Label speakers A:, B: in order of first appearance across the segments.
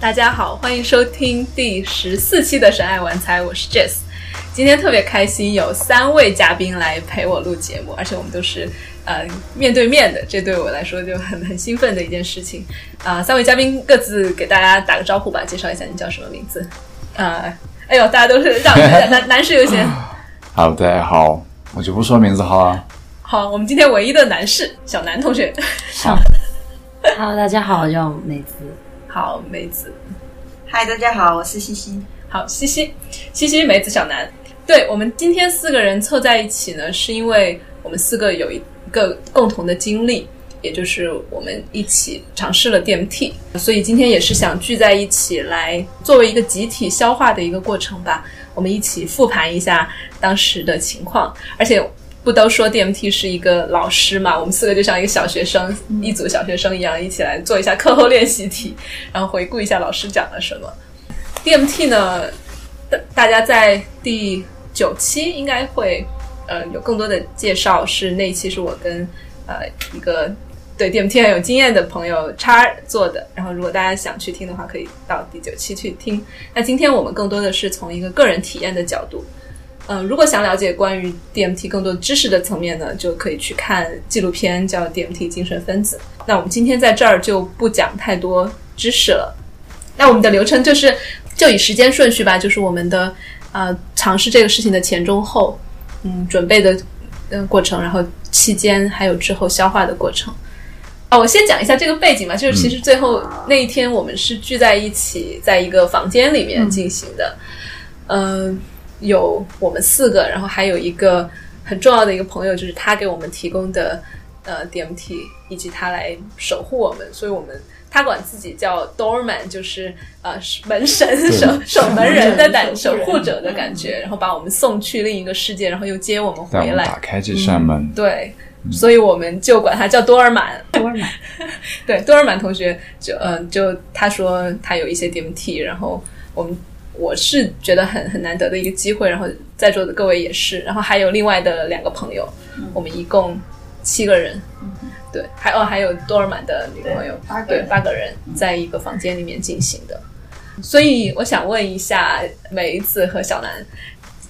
A: 大家好，欢迎收听第十四期的《神爱玩财》，我是 Jess。今天特别开心，有三位嘉宾来陪我录节目，而且我们都是呃面对面的，这对我来说就很很兴奋的一件事情。啊、三位嘉宾各自给大家打个招呼吧，介绍一下你叫什么名字。呃，哎呦，大家都是让男男男士优先。
B: 好，大家好，我就不说名字好了。
A: 好，我们今天唯一的男士小南同学。
C: Hello，大家好，我叫美姿。
A: 好，梅子。
D: 嗨，大家好，我是西西。
A: 好，西西，西西，梅子，小南。对我们今天四个人凑在一起呢，是因为我们四个有一个共同的经历，也就是我们一起尝试了 DMT，所以今天也是想聚在一起来作为一个集体消化的一个过程吧。我们一起复盘一下当时的情况，而且不都说 DMT 是一个老师嘛，我们四个就像一个小学生，一组小学生一样，一起来做一下课后练习题，然后回顾一下老师讲了什么。DMT 呢，大大家在第九期应该会呃有更多的介绍，是那一期是我跟呃一个对 DMT 很有经验的朋友叉做的。然后如果大家想去听的话，可以到第九期去听。那今天我们更多的是从一个个人体验的角度。嗯、如果想了解关于 DMT 更多知识的层面呢，就可以去看纪录片，叫《DMT 精神分子》。那我们今天在这儿就不讲太多知识了，那我们的流程就是就以时间顺序吧，就是我们的呃尝试这个事情的前中后，嗯，准备的嗯、呃过程，然后期间还有之后消化的过程。哦，我先讲一下这个背景吧，
B: 嗯
A: 就是其实最后那一天我们是聚在一起，在一个房间里面进行的，嗯、有我们四个，然后还有一个很重要的一个朋友，就是他给我们提供的呃 DMT，以及他来守护我们，所以我们他管自己叫 doorman，就是呃门神守守门人的感守护者的感觉，然后把我们送去另一个世界，然后又接我们
B: 嗯带我
A: 回
B: 们
A: 来
B: 打。嗯开这扇门，
A: 对，所以我们就管他叫多尔满。
C: 多尔满，
A: 对，多尔满同学就嗯、呃就他说他有一些 DMT，然后我们我是觉得很很难得的一个机会，然后在座的各位也是，然后还有另外的两个朋友，
D: 嗯
A: 我们一共七个人。对，还哦，还有多尔满的女朋友，
D: 八个
A: 对
D: 人嗯
A: 八个人在一个房间里面进行的。所以我想问一下梅子和小南，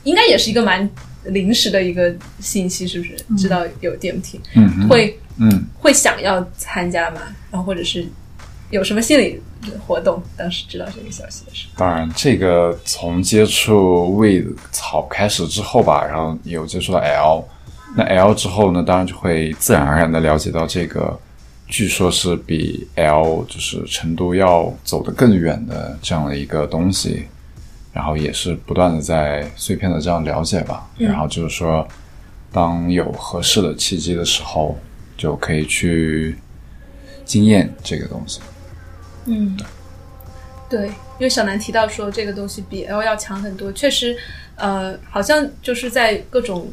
A: 应该也是一个蛮临时的一个信息，是不是？
D: 嗯
A: 知道有 DMT，、
B: 嗯哼，
A: 会
B: 嗯，
A: 会想要参加吗？然后或者是有什么心理活动？当时知道这个消息的时候，
B: 当然，这个从接触 weed 草开始之后吧，然后有接触到 L，那 L 之后呢，当然就会自然而然的了解到这个，据说是比 L 就是程度要走得更远的这样的一个东西，然后也是不断的在碎片的这样了解吧，然后就是说，当有合适的契机的时候，就可以去经验这个东西。
A: 嗯，对，因为小南提到说这个东西比 L 要强很多，确实，呃，好像就是在各种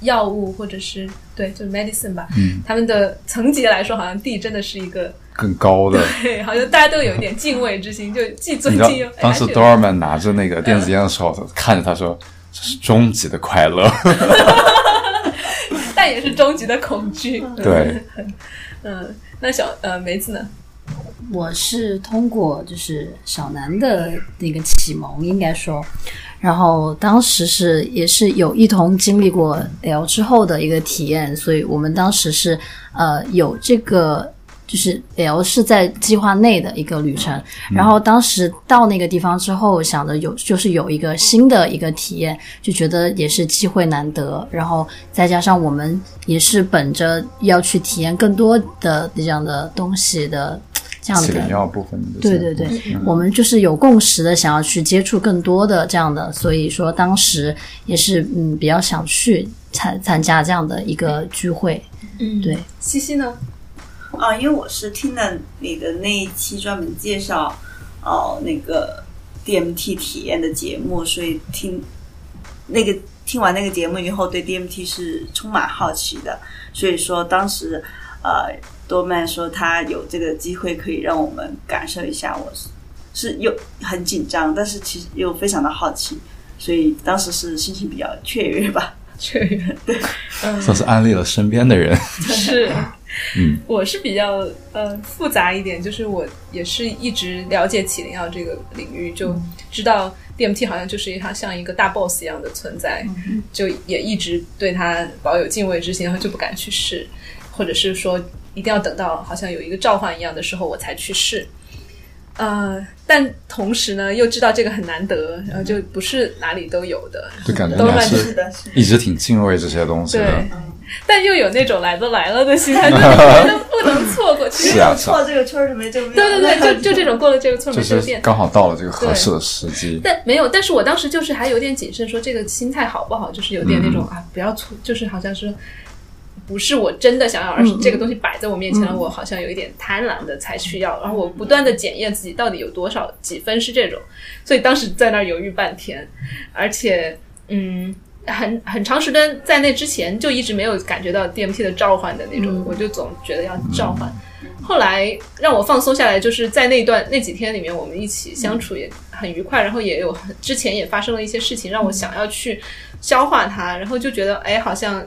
A: 药物或者是对，就是 medicine 吧，
B: 嗯，
A: 他们的层级来说，好像 D 真的是一个，
B: 更高的。
A: 对，好像大家都有一点敬畏之心，就既尊
B: 你知道
A: 敬又哎
B: 当时 Dorman 拿着那个电子烟的时候，我看着他说：“这是终极的快乐。
A: 但也是终极的恐惧。”
B: 对，
A: 嗯，那小呃梅子呢？
C: 我是通过就是小南的那个启蒙，应该说，然后当时是也是有一同经历过 L 之后的一个体验，所以我们当时是呃有这个。就是 L 是在计划内的一个旅程，然后当时到那个地方之后，想着有就是有一个新的一个体验，就觉得也是机会难得，然后再加上我们也是本着要去体验更多的这样的东西的这样
B: 起
C: 的
B: 灵药部分的这
C: 对
B: 些
C: 对对
B: 东西，
C: 我们就是有共识的，想要去接触更多的这样的，所以说当时也是嗯比较想去参参加这样的一个聚会，
A: 嗯
C: 对，
A: 西西呢？
D: 啊，因为我是听了你的那一期专门介绍哦那个 DMT 体验的节目，所以听那个听完那个节目以后，对 DMT 是充满好奇的。所以说当时呃多曼说他有这个机会可以让我们感受一下，我是是又很紧张，但是其实又非常的好奇，所以当时是心情比较雀跃吧。
A: 确认，嗯
B: 算是安利了身边的人。
A: 是，
B: 嗯，
A: 我是比较呃复杂一点，就是我也是一直了解起灵药这个领域，就知道 DMT 好像就是它像一个大 boss 一样的存在，就也一直对它保有敬畏之心，然后就不敢去试，或者是说一定要等到好像有一个召唤一样的时候我才去试。呃，但同时呢，又知道这个很难得，然后就不是哪里都有的，
B: 就感觉
A: 都
B: 你还
A: 乱
B: 是
D: 的，是的。
B: 一直挺敬畏这些东西的
A: 对。但又有那种来都来了的 心态，就是觉得不能错过。其实
B: 是啊是啊
D: 错这个圈儿是没救命。
A: 对对对，就就这种过了这个村
B: 就
A: 没这个
B: 是
A: 店。
B: 刚好到了这个合适的时机。
A: 但没有，但是我当时就是还有点谨慎，说这个心态好不好，就是有点那
B: 嗯
A: 种、啊，不要错，就是好像是不是我真的想要，
B: 嗯
A: 而是这个东西摆在我面前了，我好像有一点贪婪的才需要，然后我不断的检验自己到底有多少几分是这种，所以当时在那儿犹豫半天，而且嗯。很很长时间在那之前就一直没有感觉到 DMT 的召唤的那
B: 嗯
A: 种，我就总觉得要召唤，后来让我放松下来，就是在那段那几天里面，我们一起相处也很愉快，然后也有很之前也发生了一些事情，
B: 嗯
A: 让我想要去消化它，然后就觉得哎，好像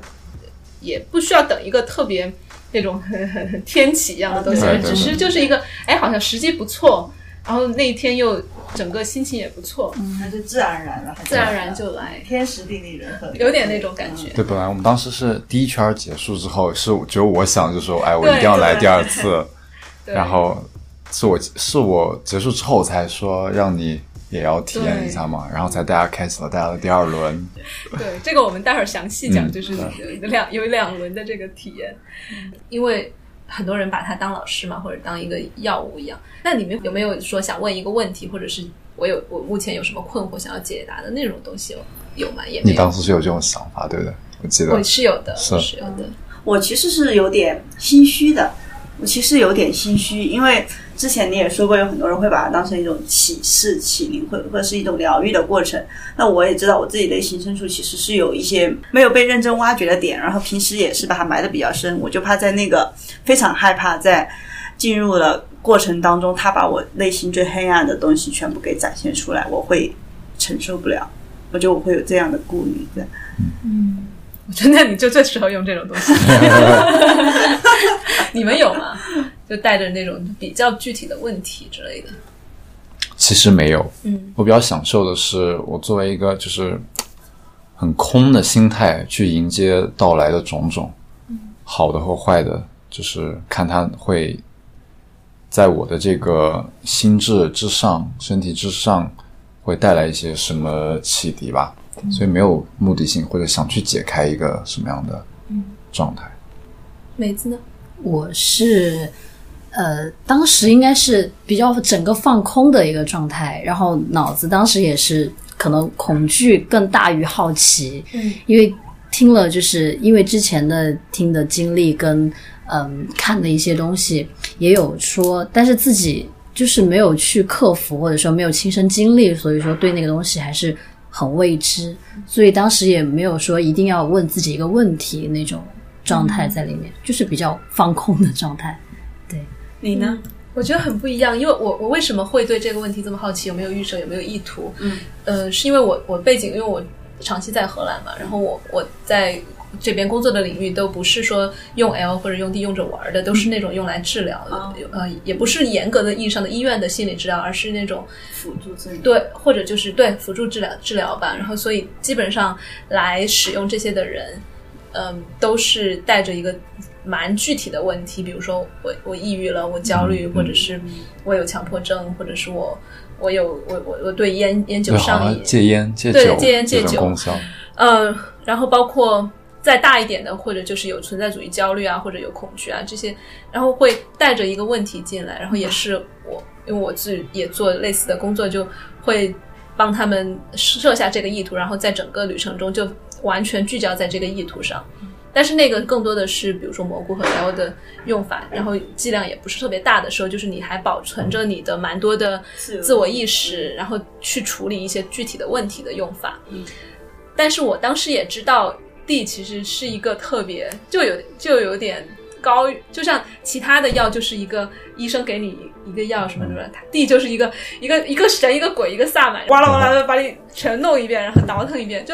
A: 也不需要等一个特别那种很很很天启一样的东西
B: 啊对对，对
A: 只是就是一个哎，好像时机不错，然后那一天又整个心情也不错，
B: 嗯
D: 那就自然而然了，
A: 自然而然就来，
D: 天时地利人和，
A: 有点那种感觉。
B: 对，本来我们当时是第一圈结束之后，是只有我想，就说，哎，我
A: 对
B: 一定要来
D: 对
B: 第二次。
A: 对
B: 然后是我是我结束之后才说让你也要体验一下嘛，然后才大家开始了大家的第二轮。
A: 对，这个我们待会儿详细讲，
B: 嗯
A: 就是有两有两轮的这个体验，因为很多人把它当老师嘛，或者当一个药物一样。那你们有没有说想问一个问题，或者是我有我目前有什么困惑想要解答的那种东西有有吗？也没
B: 你
A: 有
B: 当，时是有这种想法，对不对？我记
A: 我
B: 得
A: 是有的，
B: 是
A: 我是有的，
D: 我其实是有点心虚的，我其实有点心虚，因为之前你也说过，有很多人会把它当成一种启示、启灵，或或者是一种疗愈的过程。那我也知道我自己内心深处其实是有一些没有被认真挖掘的点，然后平时也是把它埋的比较深，我就怕在那个非常害怕在进入了过程当中，他把我内心最黑暗的东西全部给展现出来，我会承受不了。我觉得我会有这样的顾虑，对。
A: 我觉得那你就最适合用这种 东西。你们有吗？就带着那种比较具体的问题之类的。
B: 其实没有，
A: 嗯，
B: 我比较享受的是我作为一个就是很空的心态去迎接到来的种种，
A: 嗯
B: 好的或坏的，就是看它会在我的这个心智之上、身体之上会带来一些什么启迪吧，
A: 嗯
B: 所以没有目的性或者想去解开一个什么样的
A: 嗯
B: 状态。
A: 梅子呢？
C: 我是呃，当时应该是比较整个放空的一个状态，然后脑子当时也是可能恐惧更大于好奇，
A: 嗯，
C: 因为听了就是因为之前的听的经历跟嗯看的一些东西也有说，但是自己就是没有去克服，或者说没有亲身经历，所以说对那个东西还是很未知，所以当时也没有说一定要问自己一个问题那种状
B: 嗯
C: 态在里面，就是比较放空的状态。
D: 你呢？
A: 嗯我觉得很不一样，因为我我为什么会对这个问题这么好奇？有没有预设？有没有意图？
D: 嗯，
A: 呃，是因为我我背景，因为我长期在荷兰嘛，然后我我在这边工作的领域都不是说用 L 或者用 D 用着玩儿的，都是那种用来治疗的，
D: 嗯哦
A: 呃，也不是严格的意义上的医院的心理治疗，而是那种
D: 辅助这
B: 嗯
D: 个。
A: 对，或者就是对辅助治疗治疗吧。然后，所以基本上来使用这些的人，嗯，都是带着一个蛮具体的问题，比如说我我抑郁了，我焦虑，
B: 嗯
A: 或者是我有强迫症，或者是我我有我我我对烟烟酒
B: 对，好
A: 上
B: 像
A: 瘾，
B: 戒烟、戒
A: 对
B: 酒
A: 戒烟戒
B: 这种
A: 酒
B: 功效，
A: 嗯，然后包括再大一点的，或者就是有存在主义焦虑啊，或者有恐惧啊这些，然后会带着一个问题进来，然后也是我，因为我自己也做类似的工作，就会帮他们设下这个意图，然后在整个旅程中就完全聚焦在这个意图上。但是那个更多的是，比如说蘑菇和 L 的用法，然后剂量也不是特别大的时候，就是你还保存着你的蛮多的
D: 自由
A: 自我意识，然后去处理一些具体的问题的用法。
D: 嗯
A: 但是我当时也知道，D 其实是一个特别就有就有点高，就像其他的药就是一个医生给你一个药什么什么，D 就是一个一个一个神一个鬼一个萨满，嗯哇啦哇啦的把你全弄一遍，然后倒腾一遍，就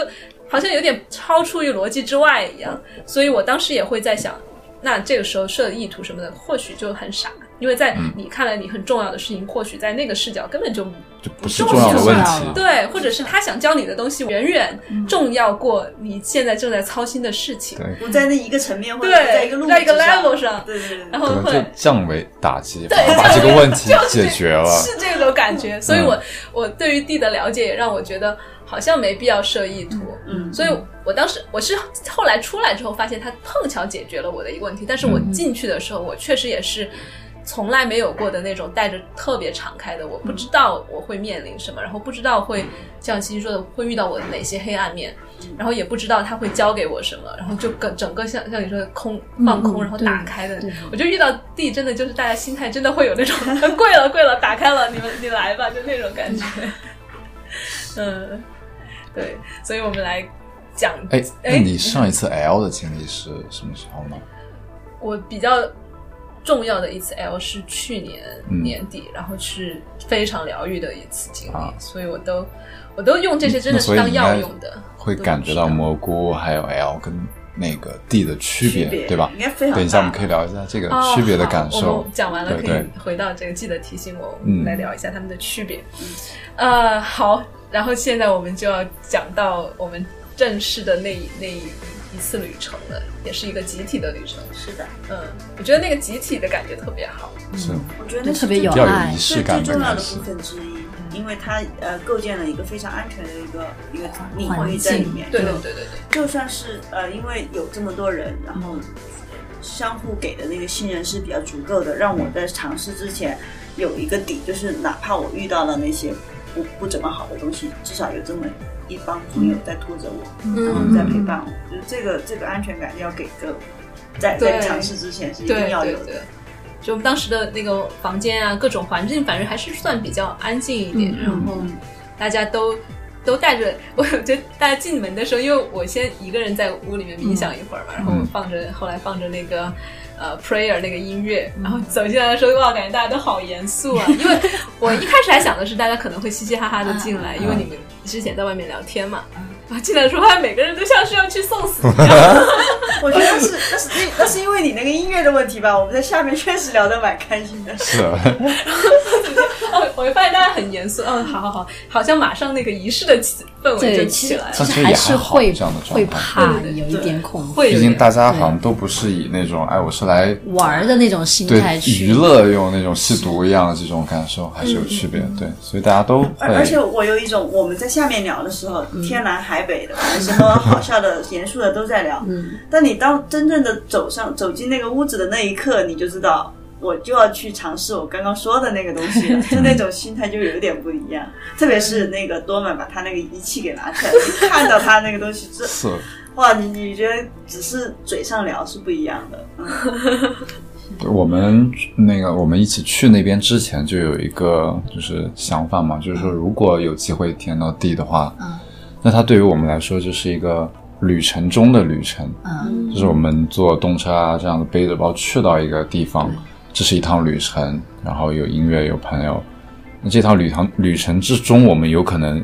A: 好像有点超出于逻辑之外一样。所以我当时也会在想，那这个时候设的意图什么的，或许就很傻，因为在你看来你很重要的事情，或许在那个视角根本就
B: 就不是重要的问题。
A: 对，或者是他想教你的东西远远重要过你现在正在操心的事情。
B: 对，
D: 不在那一个层面或者
A: 对
D: 不在一个路
A: 在一个
D: 子
A: level 上
D: 对对对
A: 然
D: 对，
A: 后
B: 可能
A: 会
B: 就啊降维打击，
A: 对
B: 把这个问题
A: 就是
B: 解决了。
A: 是这种感觉。所以我
B: 嗯
A: 我对于地的了解也让我觉得好像没必要设意图。
D: 嗯，
A: 所以我当时我是后来出来之后发现他碰巧解决了我的一个问题，但是我
C: 嗯
A: 进去的时候我确实也是。从来没有过的那种带着特别敞开的，我不知道我会面临什么，然后不知道会像琪琪说的会遇到我的哪些黑暗面，然后也不知道他会教给我什么，然后就整整个像像你说的空放空，
C: 嗯
A: 然后
C: 对
A: 打开的
C: 对，
A: 我就遇到地真的就是大家心态真的会有那种 跪了跪了打开了你们你来吧就那种感 觉，嗯，对，所以我们来讲，
B: 哎，那
A: 哎
B: 你上一次 L 的经历是什么时候呢？
A: 我比较重要的一次 L 是去年
B: 嗯
A: 年底，然后是非常疗愈的一次经历，
B: 啊
A: 所以我都我都用这些真的是
B: 那所以
A: 当
B: 你
A: 药
B: 应该
A: 用的，
B: 会
A: 都
B: 感觉到
A: 是的
B: 蘑菇还有 L 跟那个 D 的区别，
D: 区别
B: 对吧
D: 应该？非常大
B: 等一下我们可以聊一下这个
A: 哦
B: 区别的
A: 好
B: 感
A: 我
B: 受
A: 们。讲完了，
B: 对
A: 可
B: 对
A: 以回到这个，记得提醒我，我
B: 嗯
A: 们来聊一下他们的区别。呃，好，然后现在我们就要讲到我们正式的那一那一一次旅程了，也是一个集体的旅程。
D: 是的，
A: 嗯，我觉得那个集体的感觉特别好。
B: 是
D: 我嗯觉得
C: 就
D: 那
C: 特别有
B: 要
C: 爱
B: 有仪式
D: 最
B: 感
D: 最
B: 的
D: 重要
B: 感
D: 的
B: 受
D: 部。分之一，因为它呃构建了一个非常安全的一个一个领
C: 环
D: 域
C: 境
D: 在里面，
A: 对对
D: 就
A: 对对对，
D: 就算是呃，因为有这么多人，然后
A: 嗯
D: 相互给的那个信任是比较足够的，让我在尝试之前有一个底，就是哪怕我遇到了那些不不怎么好的东西，至少有这么一帮朋友在拖着我，
A: 嗯
D: 然后在陪伴我，就是这个这个安全感要给个在在
A: 对
D: 尝试之前是一定
A: 对
D: 要
A: 对
D: 有的。
A: 对。就我们当时的那个房间啊，各种环境，反正还是算比较安静一点，
C: 嗯
A: 然后大家都都带着， 我觉得大家进门的时候，因为我先一个人在屋里面冥想一会
D: 嗯
A: 儿嘛，然后我放着后来放着那个呃 prayer 那个音乐，然
D: 嗯
A: 后走进来的时候，哇，感觉大家都好严肃 啊，因为我一开始还想的是大家可能会嘻嘻哈哈的进来，
D: 嗯
A: 因为你们之前在外面聊天嘛，然后进来的时候发现每个人都像是要去送死一样。
D: 我觉得那是那是那是因为你那个音乐的问题吧，我们在下面确实聊得蛮开心的。
B: 是，
A: 哦， 我发现大家很严肃。嗯，好好好，好像马上那个仪式的气氛围就
C: 对，其
A: 起
C: 实
A: 来
C: 其
A: 了。
B: 但
C: 实
B: 是也
C: 还
B: 还
C: 是
B: 好
C: 会
B: 这样的状态
C: 会怕
A: 对对
C: 有一点恐惧，
A: 会有
B: 毕
A: 点
B: 竟大家好像都不是以那种哎，我是来
C: 玩儿的那种心态
B: 对
C: 去
B: 娱乐用那种吸毒一样的这种感受，还是有区别的。对，所以大家都
D: 而而且
B: 会
D: 我有一种我们在下面聊的时候，天南海北的，反正什么好笑的、严肃的都在聊。
C: 嗯，
D: 但你当真正的走上走进那个屋子的那一刻，你就知道我就要去尝试我刚刚说的那个东西了，就那种心态就有点不一样。特别是那个多曼把他那个仪器给拿出来，你看到他那个东西之
B: 是
D: 哇，你你觉得只是嘴上聊是不一样的。嗯
B: 我们那个我们一起去那边之前就有一个就是想法嘛，就是说如果有机会填到 D 的话，
C: 嗯
B: 那它对于我们来说就是一个旅程中的旅程，
C: 嗯
B: 就是我们坐动车啊这样子背着包去到一个地方，这是一趟旅程，然后有音乐有朋友，那这趟旅程旅程之中，我们有可能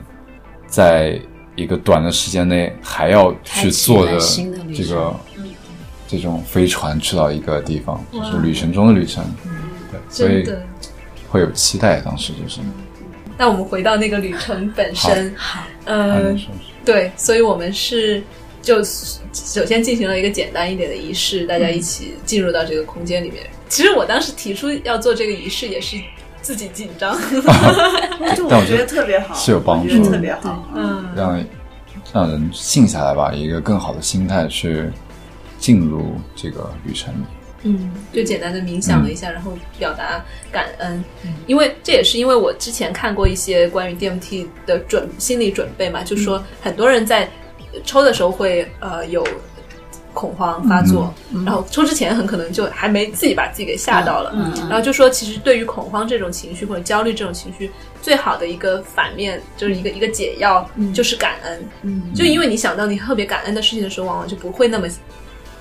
B: 在一个短的时间内还要去坐
C: 开
B: 着
C: 启新的旅
B: 这
C: 程
B: 个
D: 嗯
B: 这种飞船去到一个地方，就
A: 哇
B: 是旅程中的旅程，
C: 嗯
B: 对，所
A: 真
B: 以
A: 的。
B: 会有期待。当时就是，
A: 那我们回到那个旅程本身，
B: 还
A: 嗯
B: 能，说
A: 对，所以我们是就首先进行了一个简单一点的仪式，大家一起
C: 嗯
A: 进入到这个空间里面。其实我当时提出要做这个仪式，也是自己紧 张，
D: 就
B: 但我
D: 我
B: 觉
D: 觉
B: 得
D: 得特别好，
B: 是有帮
D: 我觉得
B: 助
D: 特别好。嗯
A: 嗯，
B: 让让人静下来吧，以一个更好的心态去进入这个旅程里。
A: 嗯，就简单的冥想了一
C: 嗯
A: 下，然后表达感恩，因为这也是因为我之前看过一些关于 DMT 的准心理准备嘛，就
C: 嗯
A: 说很多人在呃抽的时候会呃有恐慌发作，
C: 嗯
A: 然后抽之前很可能就还没自己把自己给吓到了，
C: 嗯嗯
A: 然后就说其实对于恐慌这种情绪或者焦虑这种情绪，最好的一个反面就是一个一个解药，就是感恩，
C: 嗯
A: 就因为你想到你特别感恩的事情的时候，往往就不会那么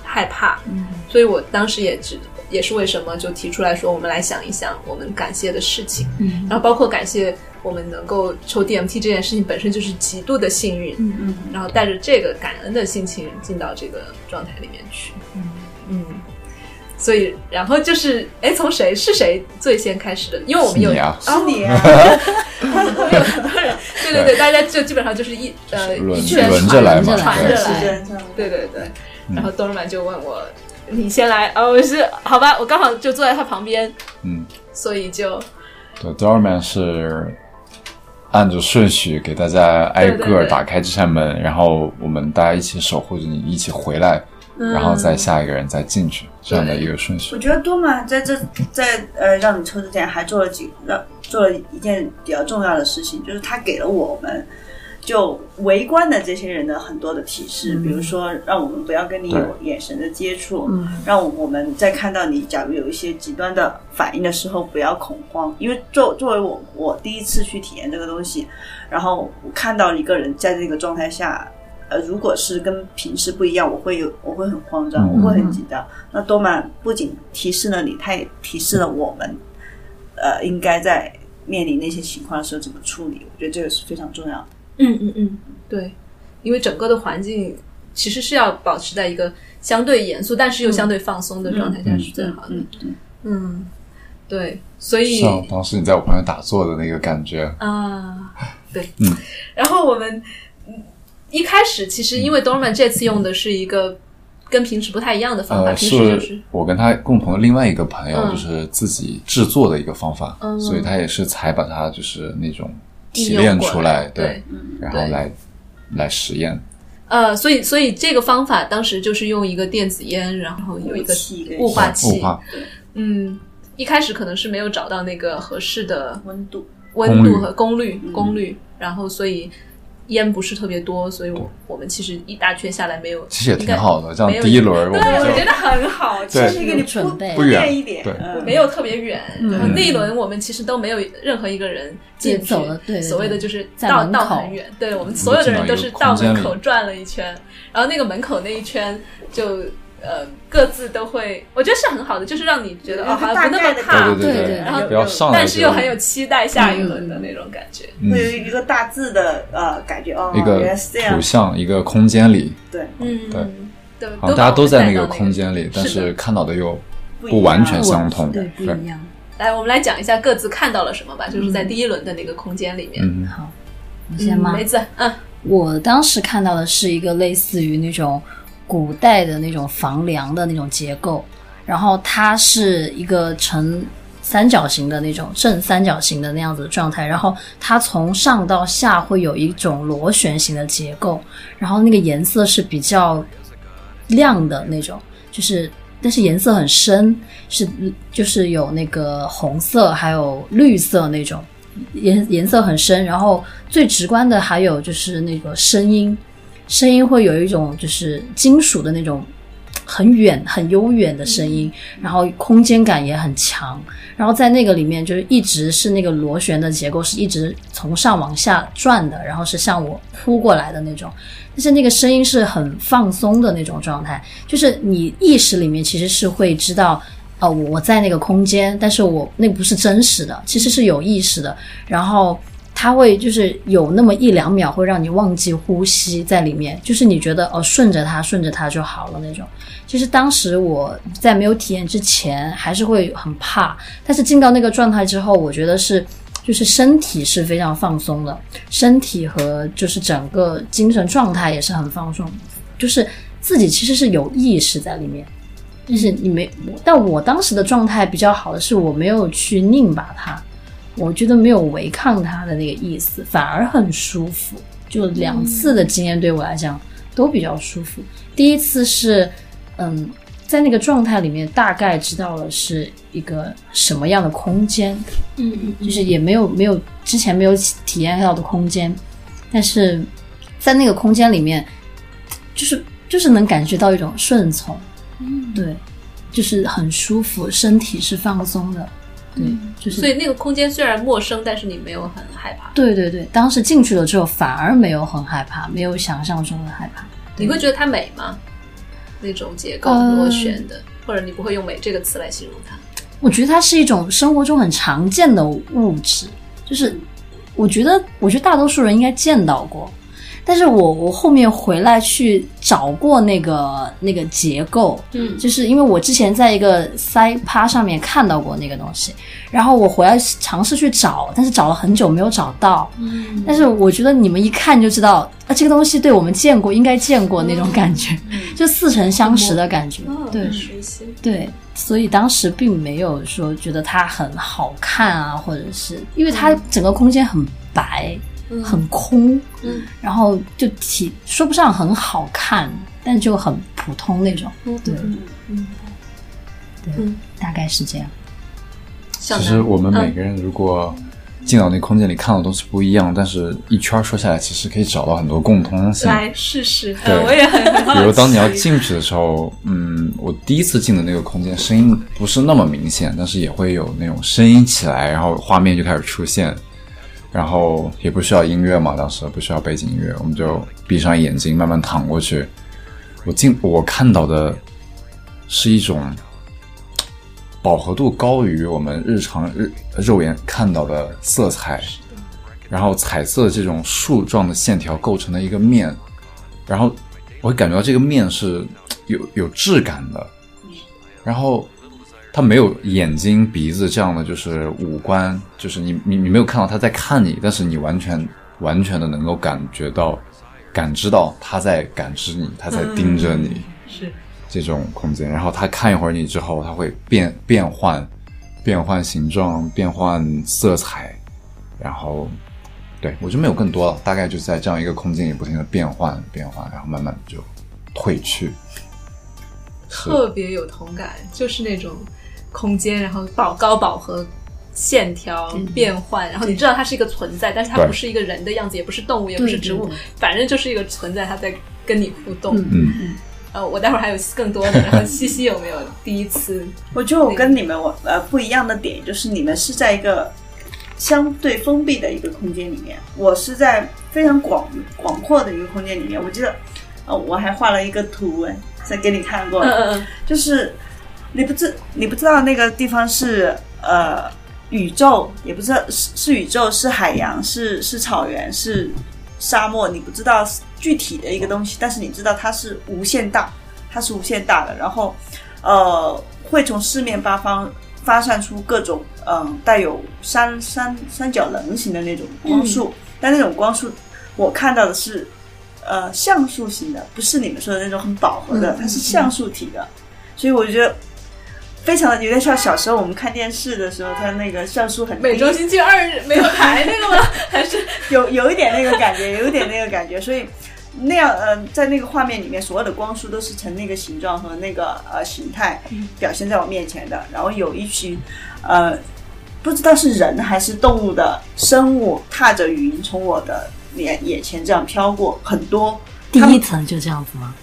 A: 害怕。嗯，所以我当时也只也是为什么就提出来说，我们来想一想我们感谢的事情，
C: 嗯
A: 然后包括感谢我们能够抽 DMT 这件事情本身就是极度的幸运，
C: 嗯
D: 嗯
A: 然后带着这个感恩的心情进到这个状态里面去。嗯所以然后就是哎，从谁是谁最先开始的？因为我们有
B: 是你啊
A: 哦
D: 你 啊，
A: 我们有很多人，对对对，大家就基本上就是一呃
B: 轮
A: 一圈
B: 轮着来嘛
A: 传
B: 对
A: 着
C: 是
A: 来，
D: 是这样
A: 对对对，
B: 嗯
A: 然后东日满就问我，你先来啊、我是好吧，我刚好就坐在他旁边，
B: 嗯，
A: 所以就
B: 对，Doorman 是按着顺序给大家挨
A: 对对
B: 个
A: 对
B: 打开这扇门，然后我们大家一起守护着你，一起回来，嗯
A: 嗯
B: 然后再下一个人再进去，这样的一个顺
D: 我
B: 序。
D: 觉得多玛在这在呃让你抽之前还做了几让做了一件比较重要的事情，就是他给了我们就围观的这些人的很多的提示，比如说让我们不要跟你有眼神的接触，让我们在看到你假如有一些极端的反应的时候不要恐慌，因为作作为我我第一次去体验这个东西，然后我看到一个人在这个状态下。呃，如果是跟平时不一样，我会有，我会很慌张，
B: 嗯
D: 我会很紧张。那多曼不仅提示了你，他也提示了我们，呃，应该在面临那些情况的时候怎么处理。我觉得这个是非常重要的。
A: 嗯嗯嗯，对，因为整个的环境其实是要保持在一个相对严肃，但是又相对放松的状态下
B: 嗯
A: 是最好的。
D: 嗯嗯，
A: 嗯，对，所以
B: 像当时你在我旁边打坐的那个感觉，
A: 啊，对，
B: 嗯
A: 然后我们嗯一开始其实因为 Dorman 这次用的是一个跟平时不太一样的方法，
B: 呃，
A: 啊平时就是
B: 是我跟他共同的另外一个朋友，
A: 嗯
B: 就是自己制作的一个方法，
A: 嗯
B: 所以他也是才把它就是那种提炼出
A: 应
B: 来，
A: 用过来对
B: 然后
A: 对
B: 来来实验，
A: 呃，所以所以这个方法当时就是用一个电子烟，然后有一个
D: 雾气的
A: 雾化器
B: 啊雾，化
A: 嗯，一开始可能是没有找到那个合适的
D: 温度
A: 温度和功率，
D: 嗯
A: 功率，然后所以烟不是特别多，所以我我们其实一大圈下来没有，
B: 其实也
A: 应
B: 挺
A: 该
B: 好的。这样
A: 没有
B: 第一轮我
A: 对，我
B: 们
A: 觉
B: 就
A: 得很好，其
B: 对
A: 实
D: 给你铺
C: 准备
D: 铺
B: 不
D: 垫
B: 远
D: 一点，
B: 对
D: 嗯
A: 没有特别远，
B: 嗯
A: 然后那一轮我们其实都没有任何一个人进
C: 自己
A: 去
C: 走了对对对
A: 所谓的就是
C: 在
A: 到
C: 门
A: 到
C: 口
A: 很远，对我们
B: 嗯
A: 所有的人都是到门口转了一圈，然后那个门口那一圈就呃各自都会，我觉得是很好的，就是让你觉得
D: 有一
A: 哦
D: 个
A: 好像不那
D: 大概
A: 么
D: 的
A: 怕，
B: 对
C: 对对
B: 对，
A: 然后
B: 不要上来
A: 但是又
B: 就
A: 很有期待下一轮的那种感觉，
B: 嗯
D: 会有一个大致的呃感觉哦，
B: 一
D: 原
B: 个
D: 来是这样
B: 图，像，一个空间里，
D: 对，
A: 嗯，
B: 对
A: 对，
B: 好像大家都在
A: 那
B: 那个空间里，但
A: 是的
B: 是看到的又
D: 不
B: 不
D: 一
B: 完
D: 样
B: 全相同。
C: 对，不一样。
A: 来，我们来讲一下各自看到了什么吧，就是在第一轮的那个空间里面，
B: 嗯，
C: 你嗯先
A: 嗯，
C: 吗？
A: 梅子，嗯，
C: 我当时看到的是一个类似于那种古代的那种房梁的那种结构，然后它是一个呈三角形的那种正三角形的那样子的状态，然后它从上到下会有一种螺旋形的结构，然后那个颜色是比较亮的那种，就是但是颜色很深，是就是有那个红色还有绿色那种颜颜色很深，然后最直观的还有就是那个声音，声音会有一种就是金属的那种很远很悠远的声音，然后空间感也很强，然后在那个里面就是一直是那个螺旋的结构是一直从上往下转的，然后是向我扑过来的那种，但是那个声音是很放松的那种状态，就是你意识里面其实是会知道。哦，我我在那个空间，但是我那不是真实的，其实是有意识的。然后它会就是有那么一两秒会让你忘记呼吸在里面，就是你觉得哦顺着它顺着它就好了那种。其实当时我在没有体验之前还是会很怕，但是进到那个状态之后，我觉得是。就是身体是非常放松的，身体和就是整个精神状态也是很放松，就是自己其实是有意识在里面，就是你没，我但我当时的状态比较好的是我没有去拧巴它，我觉得没有违抗它的那个意思，反而很舒服。就两次的经验对我来讲都比较舒服。第一次是，嗯，在那个状态里面大概知道了是一个什么样的空间，
A: 嗯
C: 就是也没有没有之前没有体验到的空间，但是在那个空间里面，就是就是能感觉到一种顺从，嗯，对，就是很舒服，身体是放松的，对，就是
A: 嗯 所以那个空间虽然陌生，但是你没有很害怕。
C: 对对对，当时进去了之后反而没有很害怕，没有想象中的害怕。
A: 你会觉得它美吗？那种结构
C: 嗯
A: 螺旋的，或者你不会用“美”这个词来形容它？
C: 我觉得它是一种生活中很常见的物质，就是我觉得，我觉得大多数人应该见到过，但是我我后面回来去找过那个那个结构，
A: 嗯
C: 就是因为我之前在一个塞趴上面看到过那个东西，然后我回来尝试去找，但是找了很久没有找到。
A: 嗯
C: 但是我觉得你们一看就知道，啊，这个东西对我们见过，应该见过那种感觉，就似曾相识的感觉。
A: 嗯
C: 对
A: 熟悉。
C: 对，所以当时并没有说觉得它很好看啊，或者是因为它整个空间很白、
A: 嗯
C: 很空，
A: 嗯
C: 然后就体说不上很好看，但就很普通那种，对
D: 嗯
C: 大概是这样。
A: 小
B: 其实
A: 南，
B: 我们每个人如果进到那空间里看到的东西不一样，但是一圈儿说下来，其实可以找到很多共通性。
A: 来试试，
B: 对
A: 呃我也很 很好奇。
B: 比如当你要进去的时候，嗯，我第一次进的那个空间，声音不是那么明显，但是也会有那种声音起来，然后画面就开始出现，然后也不需要音乐嘛，当时不需要背景音乐，我们就闭上眼睛慢慢躺过去。我进我看到的是一种饱和度高于我们日常日呃肉眼看到的色彩，然后彩色这种树状的线条构成的一个面，然后我会感觉到这个面是有有质感的，然后它没有眼睛、鼻子这样的就是五官，就是你你你没有看到他在看你，但是你完全完全的能够感觉到、感知到他在感知你，他在盯着你。
A: 是
B: 这种空间，然后他看一会儿你之后，他会变变换，变换形状，变换色彩，然后，对我就没有更多了，大概就在这样一个空间里不停的变换变换，然后慢慢就退去。是
A: 特别有同感，就是那种空间，然后饱高饱和线条变换，然后你知道它是一个存在，但是它
B: 对
A: 不是一个人的样子，也不是动物，也不
C: 对
A: 是植物
C: 对对，
A: 反正就是一个存在，它在跟你互动。
C: 嗯
B: 嗯，
A: 呃，我待会儿还有更多的，然后西西有没有第一 次？
D: 我觉得我跟你们我呃不一样的点就是你们是在一个相对封闭的一个空间里面，我是在非常广广阔的一个空间里面。我记得，呃，我还画了一个图文，再给你看过，
A: 嗯嗯
D: 就是你不知你不知道那个地方是呃宇宙，也不知道是是宇宙是海洋是是草原是沙漠，你不知道具体的一个东西，但是你知道它是无限大，它是无限大的，然后呃会从四面八方发散出各种嗯、呃带有三三三角棱形的那种光束，但那种光束我看到的是。呃，像素型的，不是你们说的那种很饱和的，它是像素体的，所以我觉得非常的有点像小时候我们看电视的时候，它那个像素很
A: 嗯，
D: 低，
A: 每周星期二没有台那个吗？还是
D: 有有一点那个感觉， 有一点那个感觉，所以那样，嗯、在那个画面里面，所有的光束都是呈那个形状和那个呃形态表现在我面前的。然后有一群，呃，不知道是人还是动物的生物，踏着云从我的眼眼前这样飘过，很多。
C: 第
D: 他们
C: 一层就这样子吗？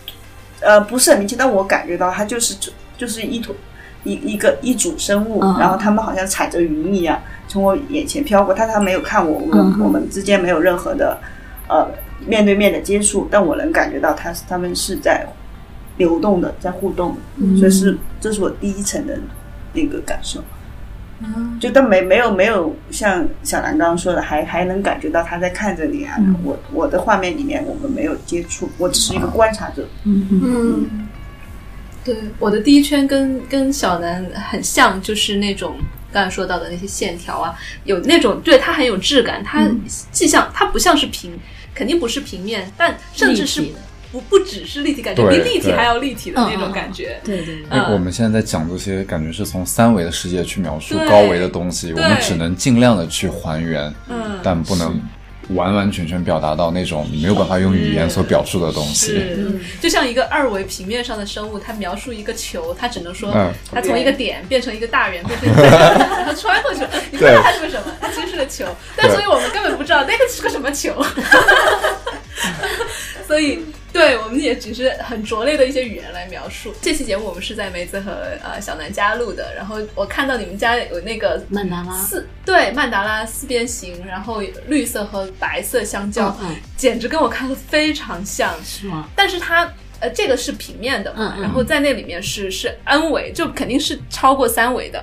D: 呃，不是很明确，但我感觉到它就是就是一坨一一个一组生物，
C: 嗯
D: 然后他们好像踩着云一样从我眼前飘过，但他没有看我，我们、
C: 嗯
D: 我们之间没有任何的呃面对面的接触，但我能感觉到他他们是在流动的，在互动的，
C: 嗯
D: 所以是这是我第一层的那个感受。
C: 嗯
D: 就但没没有没有像小兰刚刚说的，还还能感觉到他在看着你啊。
C: 嗯
D: 我我的画面里面我们没有接触，我只是一个观察者。
C: 嗯 嗯
A: 嗯，对，我的第一圈跟跟小南很像，就是那种刚才说到的那些线条啊，有那种对它很有质感，它
C: 嗯
A: 既像它不像是平，肯定不是平面，但甚至是
C: 立体的
A: 不不只是立体感觉，比
B: 对
A: 立体
B: 对
A: 还要立体的那
C: 嗯嗯
A: 种
C: 嗯
A: 感觉。
C: 对对对，
B: 因为
A: 嗯
B: 哎我们现在在讲这些，感觉是从三维的世界去描述
A: 对
B: 高维的东西，我
A: 对
B: 们只能尽量的去还原，
A: 嗯
B: 但不能完完全全表达到那种没有办法用语言所表述的东西。
C: 嗯
A: 是，就像一个二维平面上的生物，它描述一个球，它只能说
B: 嗯
A: 它从一个点变成一个大圆，变成一 个小圆，然后穿过去了。你不知道它是个什么，它其实是个球，但
B: 对
A: 所以我们根本不知道那个是个什么球。 所以，对我们也只是很拙劣的一些语言来描述。这期节目我们是在梅子和呃小南家录的，然后我看到你们家有那个
C: 曼达拉
A: 四对曼达拉四边形，然后绿色和白色相交，
C: 嗯嗯
A: 简直跟我看的非常像。
C: 是吗？
A: 但是它呃这个是平面的嘛，
C: 嗯嗯嗯
A: 然后在那里面是是 n 维，就肯定是超过三维的。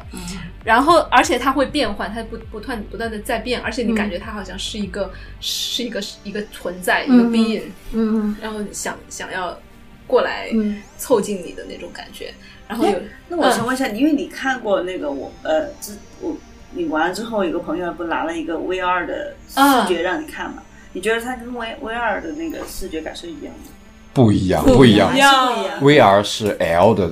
A: 然后而且它会变换，它不不断不断的在变，而且你感觉它好像是一个、是一个一个存在，一个
C: 嗯
A: being，、
C: 嗯
A: 然后想想要过来
C: 嗯
A: 凑近你的那种感觉，然后有
D: 那我想问一下，你，因为你看过那个我呃，这我你完了之后，有个朋友不拿了一个 VR 的视觉让你看嘛？你觉得它跟 V VR 的那个视觉感受一样吗？
B: 不一样，
A: 不
B: 不
A: 一
B: 一样
A: 样。
D: 还是不一样。
B: VR 是 L 的，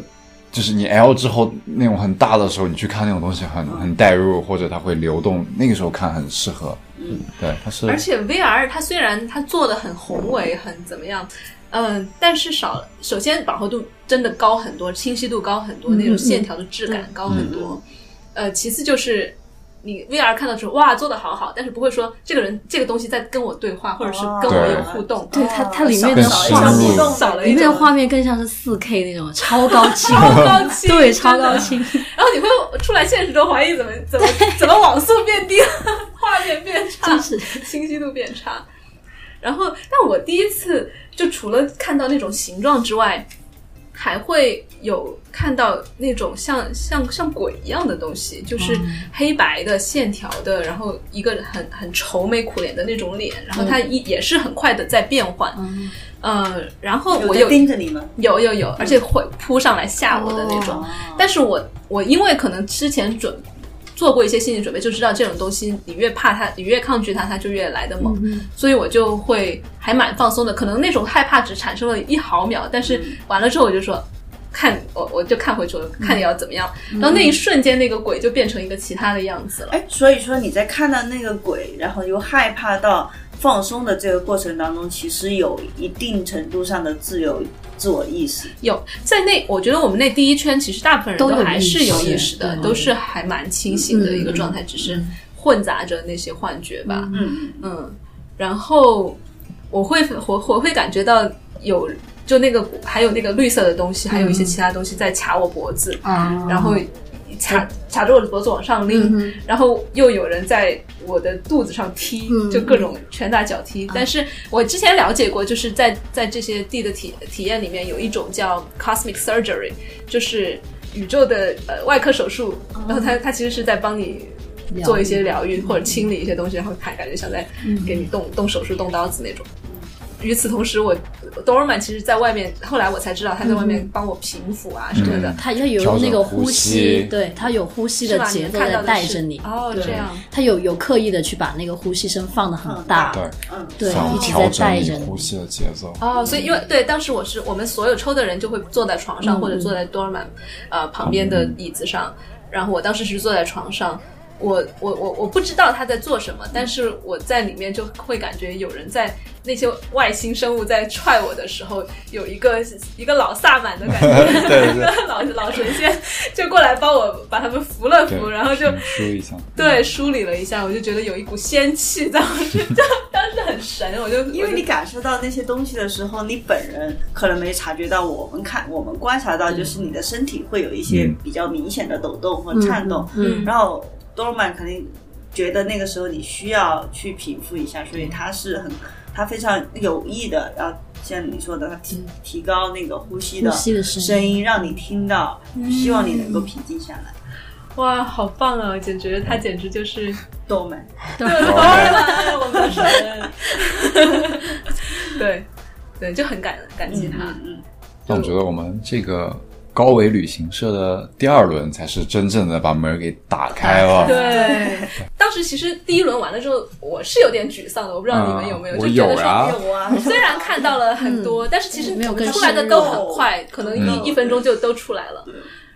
B: 就是你 L 之后那种很大的时候，你去看那种东西很很代入，或者它会流动，那个时候看很适合。
D: 嗯，
B: 对，它是
A: 而且 VR 它虽然它做的很宏伟，很怎么样，嗯，但是少首先饱和度真的高很多，清晰度高很多，
C: 嗯
A: 那种线条的质感高很多。呃，其次就是你 VR 看到之后，哇，做的好好，但是不会说这个人这个东西在跟我对话，或者是跟我有互动。
C: 对
D: 哦
C: 它它里面
B: 更
C: 的
B: 深
C: 画
B: 入
C: 面，
A: 少了
C: 里
A: 一
C: 面
A: 种
C: 的画面更像是四 K 那种 超高清，
A: 超高清，
C: 对，
A: 真
C: 超
A: 的
C: 高。清。
A: 然后你会出来现实中怀疑怎么怎么怎么网速变低了， 画面变差， 清晰度变差。然后，但我第一次就除了看到那种形状之外，还会有看到那种像像像鬼一样的东西，就是
D: 嗯
A: 黑白的线条的，然后一个很很愁眉苦脸的那种脸，然后它
D: 嗯
A: 一、也是很快的在变换，
C: 嗯
A: 呃，然后
D: 有
A: 我
D: 在
A: 有
D: 盯着嗯你吗？
A: 有有有，而且会扑上来吓我的那种。
C: 哦
A: 但是我我因为可能之前准做过一些心理准备，就知道这种东西你越怕它，你越抗拒它，它就越来的猛，所以我就会还蛮放松的。可能那种害怕只产生了一毫秒，但是完了之后我就说。看我，我就看回去了，看你要怎么样。然后那一瞬间，那个鬼就变成一个其他的样子了。
D: 哎，所以说你在看到那个鬼，然后又害怕到放松的这个过程当中，其实有一定程度上的自由自我意识。
A: 有在那，我觉得我们那第一圈，其实大部分人
C: 都有
A: 还
C: 意
A: 是有
C: 识
A: 意识的，
C: 对
A: 都是还蛮清醒的一个状态，只是混杂着那些幻觉吧。
D: 嗯，
A: 嗯嗯，然后我会我我会感觉到有就那个还有那个绿色的东西，还有一些其他东西在卡我脖子，
C: 啊
A: 然后卡卡着我的脖子往上拎，
C: 嗯
A: 然后又有人在我的肚子上踢，
C: 嗯啊
A: 就各种拳打脚踢。但是我之前了解过，就是在在这些地的体体验里面，有一种叫 cosmic surgery，就是宇宙的呃外科手术，然后它它其实是在帮你。
C: 哦愈嗯
A: 做一些疗愈或者清理一些东西，然后它感觉像在给你动、动手术、动刀子那种。与此同时，我 Dorman 其实在外面，后来我才知道他在外
C: 嗯
A: 面帮我平腹啊什么的，
C: 它它有
B: 调整
C: 那个
B: 呼
C: 吸
B: 吸，
C: 对，它有呼吸
A: 是吧？
C: 节
A: 你
C: 奏
A: 看到
C: 在
A: 的
C: 带
A: 是
C: 着你。
A: 哦，
C: 对
A: 这样。
C: 它有有刻意的去把那个呼吸声放的很大，
B: 对，
D: 嗯，
C: 对，
B: 想
C: 一直
B: 调
C: 在
B: 整
C: 带
B: 你
C: 着你
B: 呼。吸的节奏。
A: 哦，所以因为对，当时我是我们所有抽的人就会坐在床上、
C: 嗯
A: 或者坐在 dorman 呃旁边的椅子上，然后我当时是坐在床上，我我我我不知道他在做什么，但是我在里面就会感觉有人在那些外星生物在踹我的时候，有一个一个老萨满的感觉，
B: 对对，
A: 老老神仙就过来帮我把他们扶了扶，
B: 对，
A: 然后就
B: 评书一下。
A: 对梳理了一下，我就觉得有一股仙气在我身上，当时很神，我就
D: 因为
A: 我就
D: 你感受到那些东西的时候，你本人可能没察觉到，我们看我们观察到，就是你的身体会有一些
B: 嗯
D: 比较明显的抖动和颤动，
A: 嗯
D: 然后多罗曼肯定觉得那个时候你需要去平复一下，所以他是很他非常有意的，然后像你说的，他提提高那个呼吸的
C: 嗯呼吸的声音嗯
D: 声音，让你听到，希望你能够平静下来。
A: 哇，好棒啊！简直，他简直就是
D: 多曼，
A: 我们的神。对，对，就很感感激他。
D: 嗯
B: 那我觉得我们这个高维旅行社的第二轮才是真正的把门给打开了。
A: 对，当时其实第一轮完了之后，我是有点沮丧的，我不知道你们有没有，
B: 嗯
A: 就
B: 我
A: 觉得
B: 有
A: 说，
B: 啊
D: 嗯，有啊，
A: 虽然看到了很多，但是其实
C: 没有更
A: 出来的
C: 深入
A: 都很快，可能
B: 嗯
A: 一一分钟就都出来了。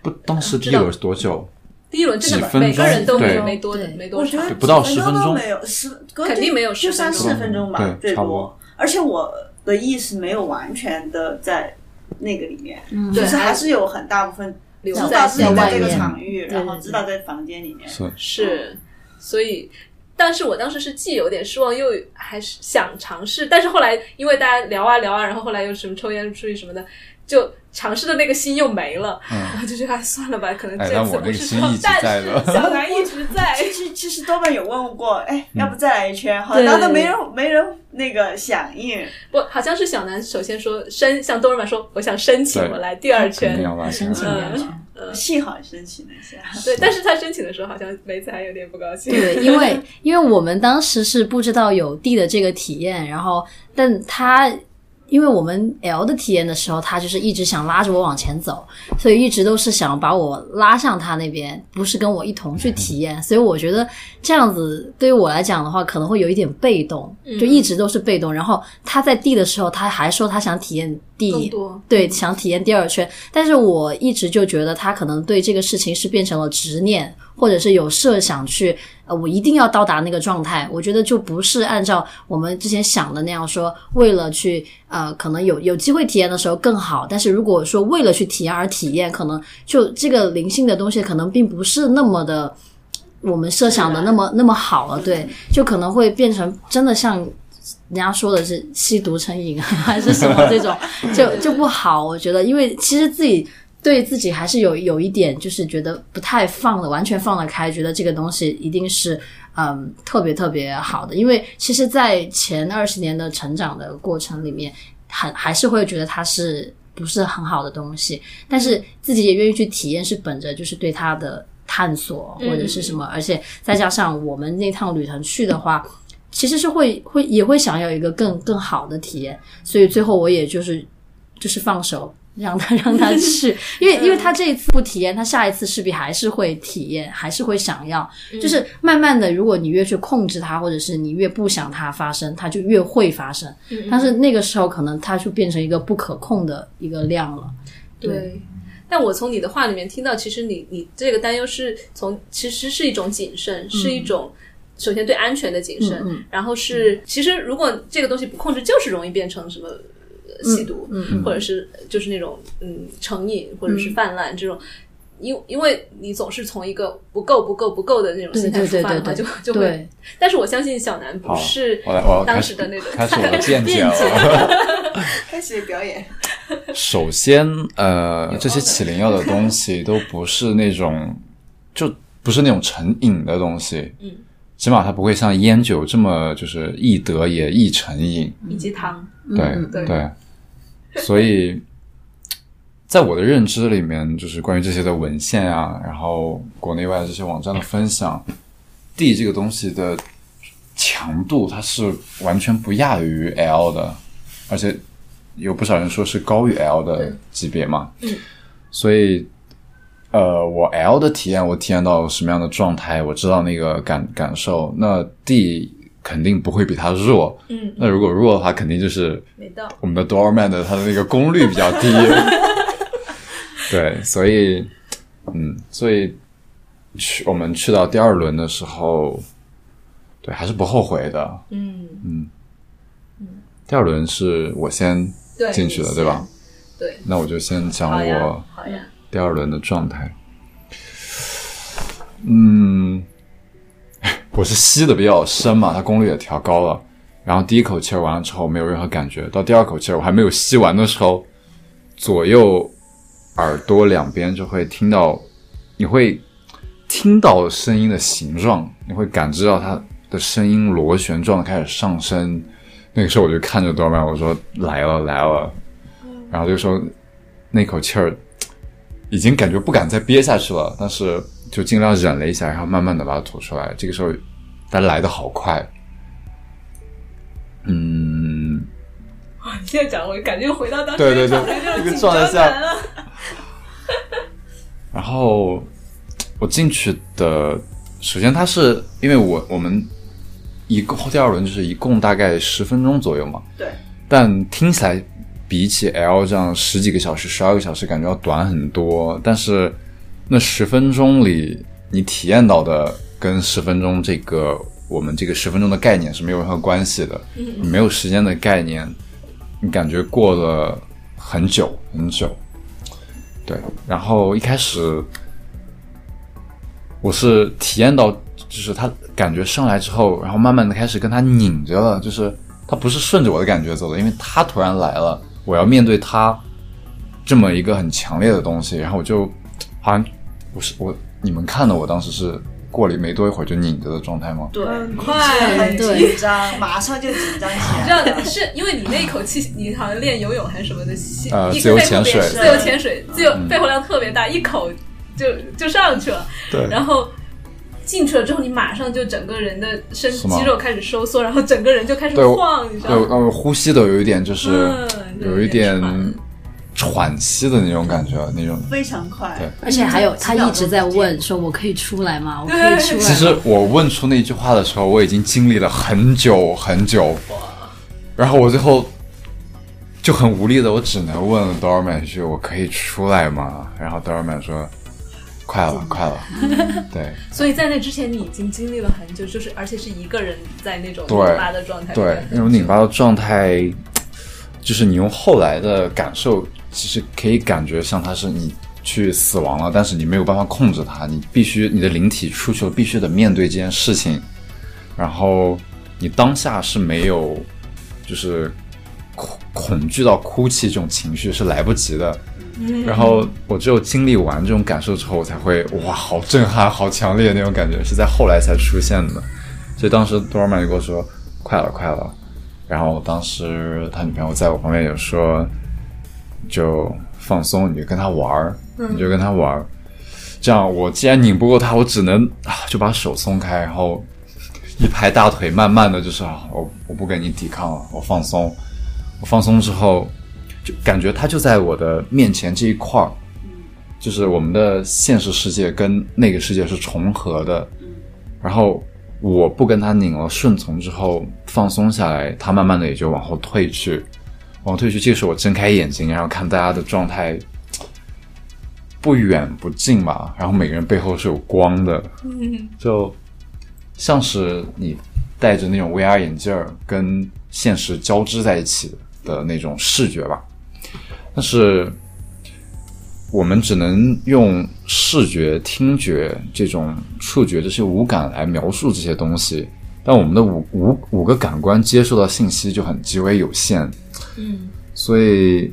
B: 不，当时第一轮是多久？
A: 第一轮真
B: 几
A: 的
B: 分
A: 每个
B: 钟
A: 人都没
B: 对
A: 没多
C: 对
A: 没多
D: 我觉
A: 长
D: 得，
B: 不到
D: 几
B: 10分
D: 都
B: 钟
D: 没有，十隔
A: 肯定
D: 就
A: 没有
D: 就
A: 10
D: 三
A: 分钟
D: 四分钟吧，
B: 对
D: 最
B: 差不
D: 多
B: 多。
D: 而且我的意识没有完全的在那个里面，
A: 对，
D: 就是还是有很大部分
A: 留
D: 知
A: 在
D: 道自
A: 在
D: 己
A: 外
D: 在这个
C: 面
D: 场域，然后
C: 对对
D: 知道在房间里面。
B: 是
A: 是，所以，但是我当时是既有点失望，又还是想尝试，但是后来因为大家聊啊聊啊，然后后来又什么抽烟出去什么的，就尝试的那个心又没了，
B: 嗯
A: 我就觉得哎算了吧，可能
B: 哎
A: 这
B: 但
A: 次
B: 我那
A: 不
B: 个
A: 是
B: 心
A: 说
B: 一直
A: 但
B: 在
A: 是
B: 了
A: 小南一直在，
D: 其实其实豆瓣有问过，哎，
B: 嗯
D: 要不再来一圈？好
C: 对
D: 像然后都没人没人那个响应。
A: 不，好像是小南首先说申向多尔玛说，我想申请
B: 对
A: 我来第二
B: 肯定
A: 圈，
B: 要把
C: 申请
A: 嗯
C: 两圈，
D: 幸好申请了一下。
A: 对，但是他申请的时候好像梅子还有点不高兴。
C: 对，因为因为我们当时是不知道有地的这个体验，然后但他因为我们 L 的体验的时候，他就是一直想拉着我往前走，所以一直都是想把我拉上他那边，不是跟我一同去体验。所以我觉得这样子对于我来讲的话，可能会有一点被动，就一直都是被动。然后他在地的时候，他还说他想体验
A: 更
C: 地，
A: 多
C: 对，想体验第二圈，但是我一直就觉得他可能对这个事情是变成了执念，或者是有设想去，呃，我一定要到达那个状态。我觉得就不是按照我们之前想的那样说，为了去，呃，可能有有机会体验的时候更好。但是如果说为了去体验而体验，可能就这个灵性的东西可能并不是那么的。我们设想的那么那么好了，对，就可能会变成真的像人家说的是吸毒成瘾啊 还是什么这种，就就不好。我觉得，因为其实自己对自己还是有有一点，就是觉得不太放的，完全放得开，觉得这个东西一定是嗯特别特别好的。因为其实，在前二十年的成长的过程里面，很还是会觉得它是不是很好的东西，但是自己也愿意去体验，是本着就是对它的探索或者是什么，而且再加上我们那趟旅程去的话。其实是会会也会想要一个更更好的体验，所以最后我也就是就是放手让他 让他去，因为因为他这一次不体验，他下一次势必还是会体验，还是会想要。就是慢慢的，如果你越去控制它，或者是你越不想它发生，它就越会发生。但是那个时候，可能它就变成一个不可控的一个量了。
A: 对。但我从你的话里面听到，其实你你这个担忧是从其实是一种谨慎，是一种首先对安全的谨慎，
C: 嗯嗯嗯
A: 然后是其实如果这个东西不控制，就是容易变成什么。呃吸毒，
C: 嗯
A: 或者是就是那种嗯成瘾，或者是泛滥这种，因因为你总是从一个不够不够不够的那种心态
C: 对对
A: 出发的话，
C: 对对
A: 就
C: 对
A: 就会。
C: 对，
A: 但是我相信小南不
B: 好
A: 是
B: 我来，我要
A: 当
B: 开
A: 时
B: 始
A: 的那种
B: 开 始我的见解
C: 见
B: 了。
D: 开始表演，
B: 首先，呃，这些起灵药的东西都不是那种，就不是那种成瘾的东西。
A: 嗯，
B: 起码它不会像烟酒这么就是易得也易成瘾。
A: 以及糖，
B: 对、
C: 嗯
A: 对
B: 所以在我的认知里面，就是关于这些的文献啊，然后国内外的这些网站的分享，D 这个东西的强度它是完全不亚于 L 的，而且有不少人说是高于 L 的级别嘛。
A: 嗯，
B: 所以。呃，我 L 的体验，我体验到什么样的状态，我知道那个感感受。那 D 肯定不会比它弱，
A: 嗯，
B: 那如果弱的话，肯定就是
A: 没到，
B: 我们的 doorman 的它的那个功率比较低。 对，所以，嗯，所以去我们去到第二轮的时候，对，还是不后悔的。
A: 嗯，
B: 第二轮是我先
A: 对，
B: 进去的，对吧？
A: 对，
B: 那我就先讲
A: 好
B: 我
A: 呀，好呀，
B: 第二轮的状态。嗯，我是吸的比较深嘛，它功率也调高了。然后第一口气儿完了之后没有任何感觉，到第二口气儿我还没有吸完的时候，左右耳朵两边就会听到，你会听到声音的形状，你会感知到它的声音螺旋状的开始上升。那个时候我就看着多曼，我说来了来了，然后就说那口气儿已经感觉不敢再憋下去了，但是就尽量忍了一下，然后慢慢的把它吐出来。这个时候，它来的好快，嗯，
A: 你现在讲，我感觉回到当时
B: 对
A: 的
B: 对对
A: 状态，
B: 一
A: 就
B: 个
A: 是紧
B: 状态
A: 张
B: 下
A: 感啊了，
B: 然后我进去的，首先它是因为我我们一共第二轮就是一共大概十分钟左右嘛，
D: 对，
B: 但听起来比起 L 这样十几个小时、十二个小时，感觉要短很多。但是那十分钟里，你体验到的跟十分钟这个我们这个十分钟的概念是没有任何关系的，你没有时间的概念，你感觉过了很久很久。对，然后一开始我是体验到，就是他感觉上来之后，然后慢慢的开始跟他拧着了，就是他不是顺着我的感觉走的，因为他突然来了，我要面对他这么一个很强烈的东西，然后我就好像我是我你们看的我当时是过了没多一会儿就拧着的状态吗？
D: 对，
A: 很
D: 是
A: 快
D: 很
C: 对
D: 紧张，马上就紧张起来
A: 这
D: 了。
A: 样是因为你那一口气，你好像练游泳还是什么的，吸
B: 呃
A: 一
B: 自由
A: 肺活
B: 潜水
A: 自由潜水，自由
B: 嗯
A: 肺活量特别大，一口就就上去了。
B: 对
A: 然后进去了之后，你马上就整个人的身
B: 是吗
A: 肌肉开始收缩，然后整个人就开始
B: 对我
A: 晃，你知
B: 对，
A: 道吗？
B: 呃，呼吸都有一点就是
A: 嗯
B: 有一点喘息的那种感觉，那种。
D: 非常快，嗯
B: 对
C: 而且还有他一直在问说：“我可以出来吗？我可以出来吗？”
B: 其实我问出那句话的时候，我已经经历了很久很久，然后我最后就很无力的，我只能问 Dorman 一句：“我可以出来吗？”然后 Dorman 说：“快了，快 了。”对
A: 所以在那之前，你已经经历了很久，就是而且是一个人在那种
B: 对
A: 拧巴的状态，
B: 对，那种拧巴的状态，就是你用后来的感受，其实可以感觉像它是你去死亡了，但是你没有办法控制它，你必须你的灵体出去了，必须得面对这件事情，然后你当下是没有就是恐恐惧到哭泣这种情绪是来不及的。然后我只有经历完这种感受之后，我才会哇，好震撼，好强烈那种感觉，是在后来才出现的。所以当时多尔曼就跟我说：“快了，快了。”然后当时他女朋友在我旁边也说：“就放松，你就跟他玩儿，你就跟他玩儿。这样，我既然拧不过他，我只能啊就把手松开，然后一拍大腿，慢慢的就是啊，我我不跟你抵抗了，我放松。我放松之后，就感觉他就在我的面前这一块儿，就是我们的现实世界跟那个世界是重合的。然后我不跟他拧了，顺从之后放松下来，他慢慢的也就往后退去，往后退去。这时候我睁开眼睛，然后看大家的状态。不远不近吧，然后每个人背后是有光的，就像是你戴着那种 VR 眼镜儿跟现实交织在一起的那种视觉吧。但是我们只能用视觉、听觉这种触觉这些五感来描述这些东西，但我们的五五五个感官接受到信息就很极为有限。嗯，所以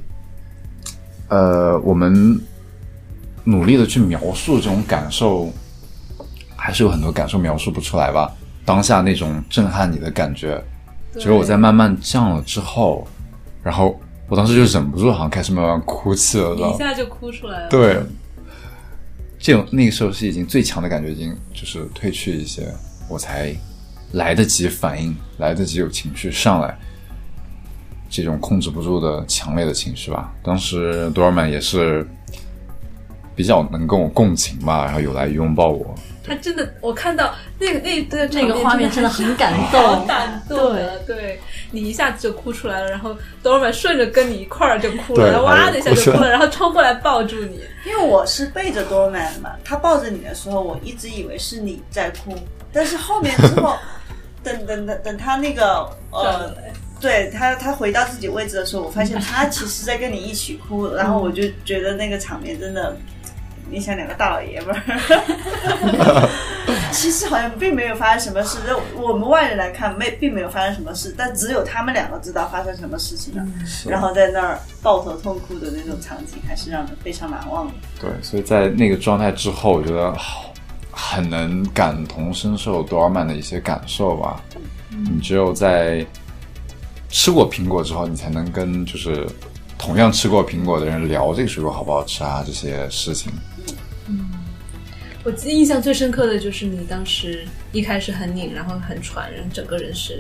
B: 呃，我们努力的去描述这种感受，还是有很多感受描述不出来吧。当下那种震撼你的感觉，只有我在慢慢降了之后，然后我当时就忍不住，好像开始慢慢哭泣了，知道
A: 你
B: 吗
A: 一？下就哭出来了。
B: 对，这种那个时候是已经最强的感觉，已经就是退去一些，我才来得及反应，来得及有情绪上来，这种控制不住的强烈的情绪吧。当时多尔曼也是比较能跟我共情吧，然后有来拥抱我，
A: 他真的，我看到那个那个
C: 那个画面真的很感
A: 好
C: 动，
A: 感动的，对你一下子就哭出来了，然后 Dorman 顺着跟你一块儿就哭了，
B: 对
A: 然后哇的一下就哭
B: 我
A: 了，
B: 哭了
A: 然后冲过来抱住你，
D: 因为我是背着多曼嘛，他抱着你的时候，我一直以为是你在哭，但是后面之后，等等等等他那个
A: 嗯
D: 呃，对他他回到自己位置的时候，我发现他其实在跟你一起哭，然后我就觉得那个场面真的。你像两个大老爷们儿，其实好像并没有发生什么事，就我们外人来看没并没有发生什么事，但只有他们两个知道发生什么事情了，然后在那儿抱头痛哭的那种场景，还是让人非常难忘的。
B: 对，所以在那个状态之后，我觉得好很能感同身受多尔曼的一些感受吧。
A: 嗯
B: 你只有在吃过苹果之后，你才能跟就是同样吃过苹果的人聊这个水果好不好吃啊这些事情。
A: 我记得印象最深刻的就是你当时一开始很拧，然后很喘，然后整个人是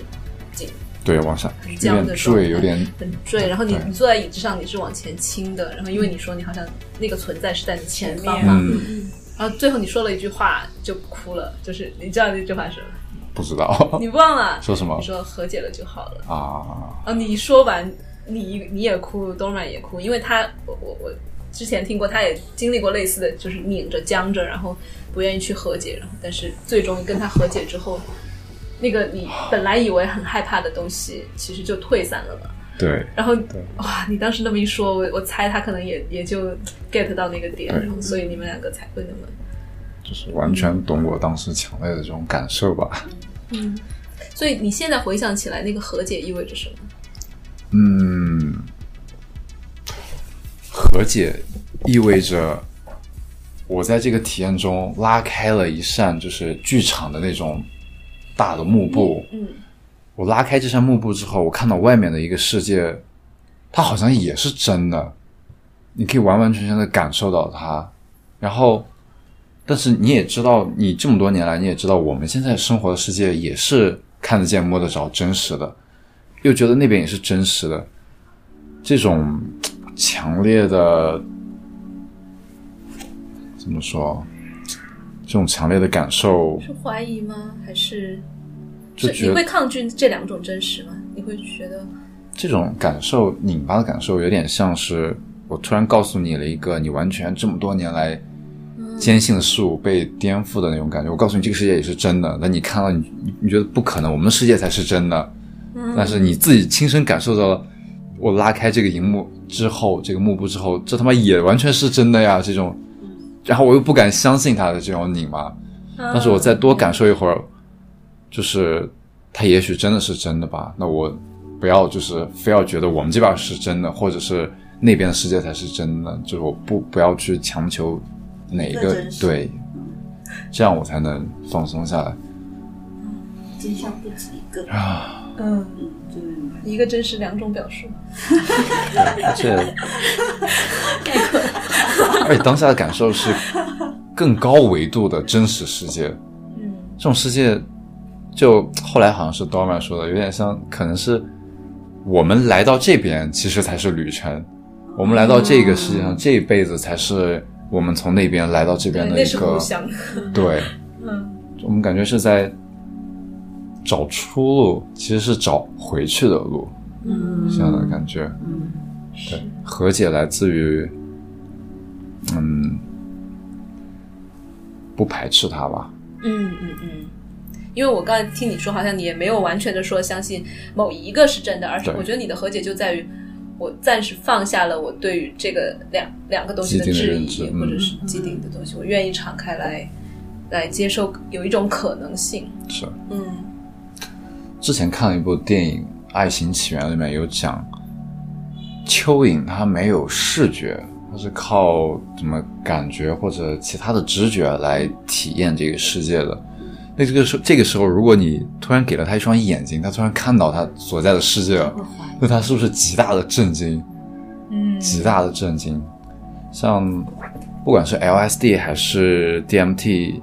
B: 对，往下
A: 很
B: 有
A: 僵的
B: 点
A: 状态
B: 坠，有点
A: 很坠。然后你
B: 对
A: 你坐在椅子上，你是往前倾的，然后因为你说你好像那个存在是在你前方
D: 前
A: 嘛，
B: 嗯，
A: 然后最后你说了一句话就哭了，就是你知道那句话是什么？
B: 不知道
A: 你忘了？
B: 哦说什么
A: 你说和解了就好了。
B: 啊。
A: 啊，你说完，你你也哭，东软也哭，因为他，我我我之前听过，他也经历过类似的，就是拧着僵着，然后不愿意去和解，然后但是最终跟他和解之后，那个你本来以为很害怕的东西，其实就退散了嘛。
B: 对，
A: 然后哇，你当时那么一说，我我猜他可能也也就 get 到那个点，
B: 对
A: 然后所以你们两个才会那么。
B: 就是完全懂我当时强烈的这种感受吧。
A: 所以你现在回想起来，那个和解意味着什么？
B: 嗯，和解意味着我在这个体验中拉开了一扇就是剧场的那种大的幕布。
A: 嗯，
B: 我拉开这扇幕布之后，我看到外面的一个世界，它好像也是真的，你可以完完全全的感受到它。然后，但是你也知道，你这么多年来，你也知道我们现在生活的世界也是看得见、摸得着、真实的，又觉得那边也是真实的，这种嘖强烈的怎么说？这种强烈的感受，
A: 是怀疑吗？还是
B: 就是觉
A: 你
B: 得
A: 会抗拒这两种真实吗？你会觉得
B: 这种感受引发的感受，有点像是我突然告诉你了一个你完全这么多年来坚信的事物被颠覆的那种感觉。我告诉你，这个世界也是真的，那你看到你你你觉得不可能，我们的世界才是真的，
A: 嗯
B: 但是你自己亲身感受到了，我拉开这个荧幕之后，这个幕布之后，这他妈也完全是真的呀！这种，然后我又不敢相信他的这种拧巴，但
D: 嗯
B: 是我再多感受一会儿，就是它也许真的是真的吧。那我不要就是非要觉得我们这边是真的，或者是那边的世界才是真的，就是我不不要去强求哪一
D: 最
B: 个
D: 真实
B: 对，这样我才能放松下来。
D: 真相不止一个，
B: 啊
A: 嗯，
D: 就是
A: 一个真实两种表述？
B: 这，而且当下的感受是更高维度的真实世界。
A: 嗯，
B: 这种世界，就后来好像是 Dorman 说的，有点像，可能是我们来到这边其实才是旅程，我们来到这个世界
A: 嗯
B: 上、这一辈子才是我们从那边来到这
A: 对，
B: 边的
A: 那
B: 一
A: 是
B: 个
A: 故，乡。
B: 对，
A: 嗯
B: 我们感觉是在找出路，其实是找回去的路，
A: 嗯，
B: 这样的感觉。
D: 嗯
A: 是
B: 和解来自于，嗯，不排斥它吧，
A: 嗯嗯嗯，因为我刚才听你说，好像你也没有完全的说相信某一个是真的，而是
B: 对
A: 我觉得你的和解就在于，我暂时放下了我对于这个两两个东西
B: 既定的
A: 质
B: 认
A: 疑
B: 知嗯
A: 或者是既定的东西，我愿意敞开来来接受有一种可能性。
B: 是。
A: 嗯
B: 之前看了一部电影《爱情起源》，里面有讲，蚯蚓它没有视觉，它是靠什么感觉或者其他的直觉来体验这个世界的。那这个时候，这个时候，如果你突然给了它一双眼睛，它突然看到它所在的世界了，那它是不是极大的震惊？
A: 嗯
B: 极大的震惊。像不管是 LSD 还是 DMT，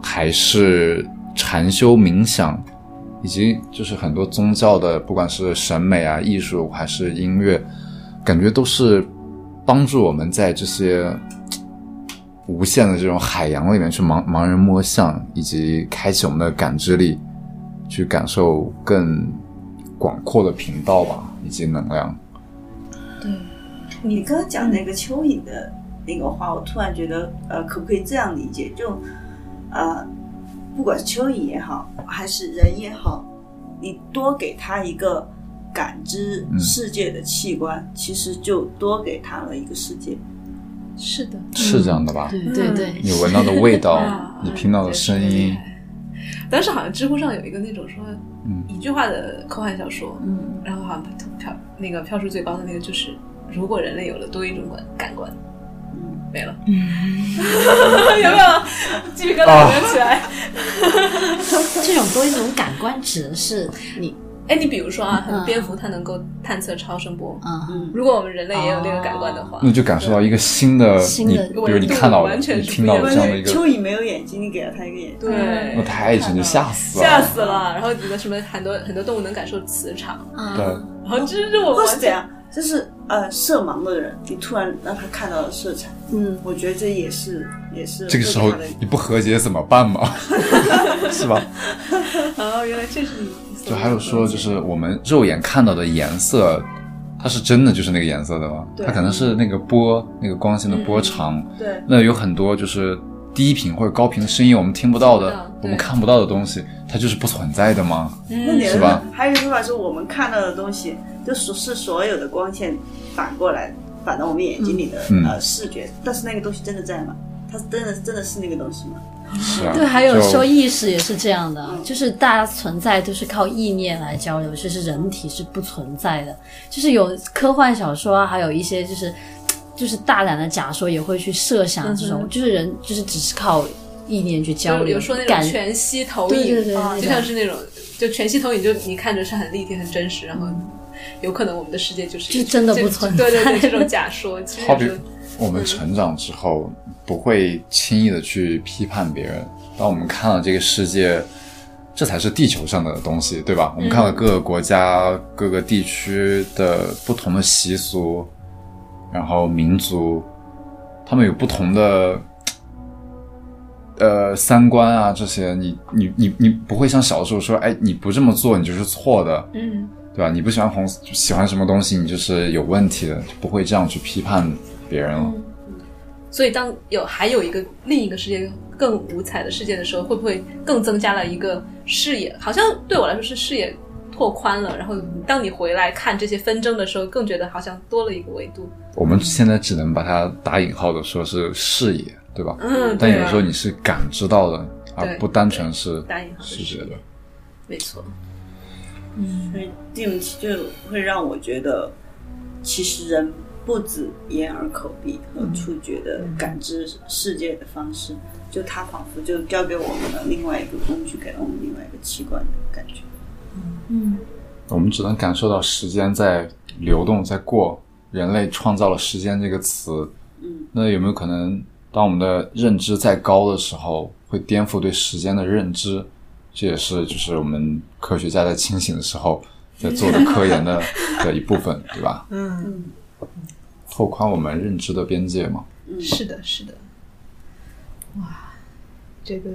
B: 还是禅修冥想，以及就是很多宗教的，不管是审美啊、艺术还是音乐，感觉都是帮助我们在这些嘖无限的这种海洋里面去盲盲人摸象，以及开启我们的感知力，去感受更广阔的频道吧，以及能量。
D: 你刚刚讲那个蚯蚓的那个话，我突然觉得，呃，可不可以这样理解？就，呃，不管是蚯蚓也好，还是人也好，你多给他一个感知
B: 嗯
D: 世界的器官，其实就多给他了一个世界。
A: 是的，
B: 是这样的吧？
C: 对对对，
B: 你闻到的味道
A: 啊，
B: 你听到的声音，
A: 当时好像知乎上有一个那种说
B: 嗯
A: 一句话的科幻小说，
C: 嗯，
A: 然后好像票那个票数最高的那个就是，如果人类有了多一种感感官，
D: 嗯
A: 没了， 有没有？鸡皮疙
B: 哦
A: 瘩有没有起来？
C: 这种多一种感官指的是你，
A: 哎，你比如说啊，
C: 嗯
A: 蝙蝠它能够探测超声波，
C: 嗯，
A: 如果我们人类也有那个感官的话，
B: 那就感受到一个新的，
C: 新
B: 你
C: 的
B: 比如你看到了，
A: 完全
B: 你
A: 是
B: 听到
A: 不
B: 了
A: 一
B: 这
A: 样
B: 样的一
D: 蚯
B: 个，
D: 蚓没有眼睛，你给了他一个眼睛，
B: 那
A: 对，
B: 太真就吓死了，
A: 吓死了。然后你的什么很多很多动物能感受磁场，
B: 对，
A: 然后这是我
D: 或
A: 完
D: 是
A: 全
D: 怎样？就是呃，色盲的人，你突然让他看到了色彩，
C: 嗯，
D: 我觉得这也是也是
B: 这个时候
D: 对他的
B: 你不和解怎么办嘛？ 是吧？
A: 哦，原来这是你。
B: 就还有说，就是我们肉眼看到的颜色，它是真的就是那个颜色的吗？
D: 对
B: 它可能是那个波，那个光线的波长。
D: 对
B: 那有很多就是低频或者高频的声音，我们听不到
A: 听不
B: 的
A: 到，
B: 我
A: 对
B: 们看不到的东西，它就是不存在的吗？
A: 嗯
D: 那你的
B: 是吧
D: 还有一个说法是我们看到的东西，就是是所有的光线反过来反到我们眼睛里的、
B: 嗯
D: 呃视觉，但是那个东西真的在吗？它真的真的是那个东西吗？
B: 是啊，
C: 对，还有
B: 就
C: 说意识也是这样的，啊就是大家存在都是靠意念来交流，就是人体是不存在的，就是有科幻小说啊，还有一些就是。就是大胆的假说，也会去设想这
A: 嗯
C: 种，
A: 哼
C: 就是人就是只是靠意念去交
A: 就
C: 流，
A: 比如说那
C: 感
A: 种全息投
C: 对
A: 影，
C: 对对
A: 啊
C: 那
A: 就
C: 种
A: 像是那种就全息投影，就你看着是很立体、很真实，然后有可能我们的世界就是
C: 嗯就真的不存在
A: 就对对对，这种假 说，其实
B: 好比
A: 就是嗯
B: 我们成长之后，不会轻易的去批判别人。当我们看到这个世界，这才是地球上的东西，对
A: 嗯
B: 吧？我们看到各个国家、各个地区的不同的习俗，然后民族，他们有不同的。呃，三观啊，这些你你你你不会像小时候说，哎，你不这么做，你就是错的，
A: 嗯，
B: 对吧？你不喜欢红，喜欢什么东西，你就是有问题的，就不会这样去批判别人了。
C: 嗯
A: 所以当有还有一个另一个世界更五彩的世界的时候，会不会更增加了一个视野？好像对我来说是视野拓宽了，然后当你回来看这些纷争的时候，更觉得好像多了一个维度。
B: 我们现在只能把它打引号的说是视野，对吧？
A: 嗯，
B: 但
A: 对
B: 有时候
A: 啊
B: 你是感知到的，而
A: 对
B: 不单纯是
A: 打引号的
B: 视觉的。
A: 没错，
D: 所以这种就会让我觉得，其实人不止眼耳口鼻和触觉的感知世界的方式，就它仿佛就交给我们了另外一个工具，给了我们另外一个器官的感觉。
B: 我们只能感受到时间在流动，在过。人类创造了“时间”这个词，
D: 嗯，
B: 那有没有可能，当我们的认知再高的时候，会颠覆对时间的认知？这也是就是我们科学家在清醒的时候在做的科研的的一部分，对吧？
A: 嗯，
D: 嗯，
B: 拓宽我们认知的边界嘛。
A: 是的，是的，哇，这个。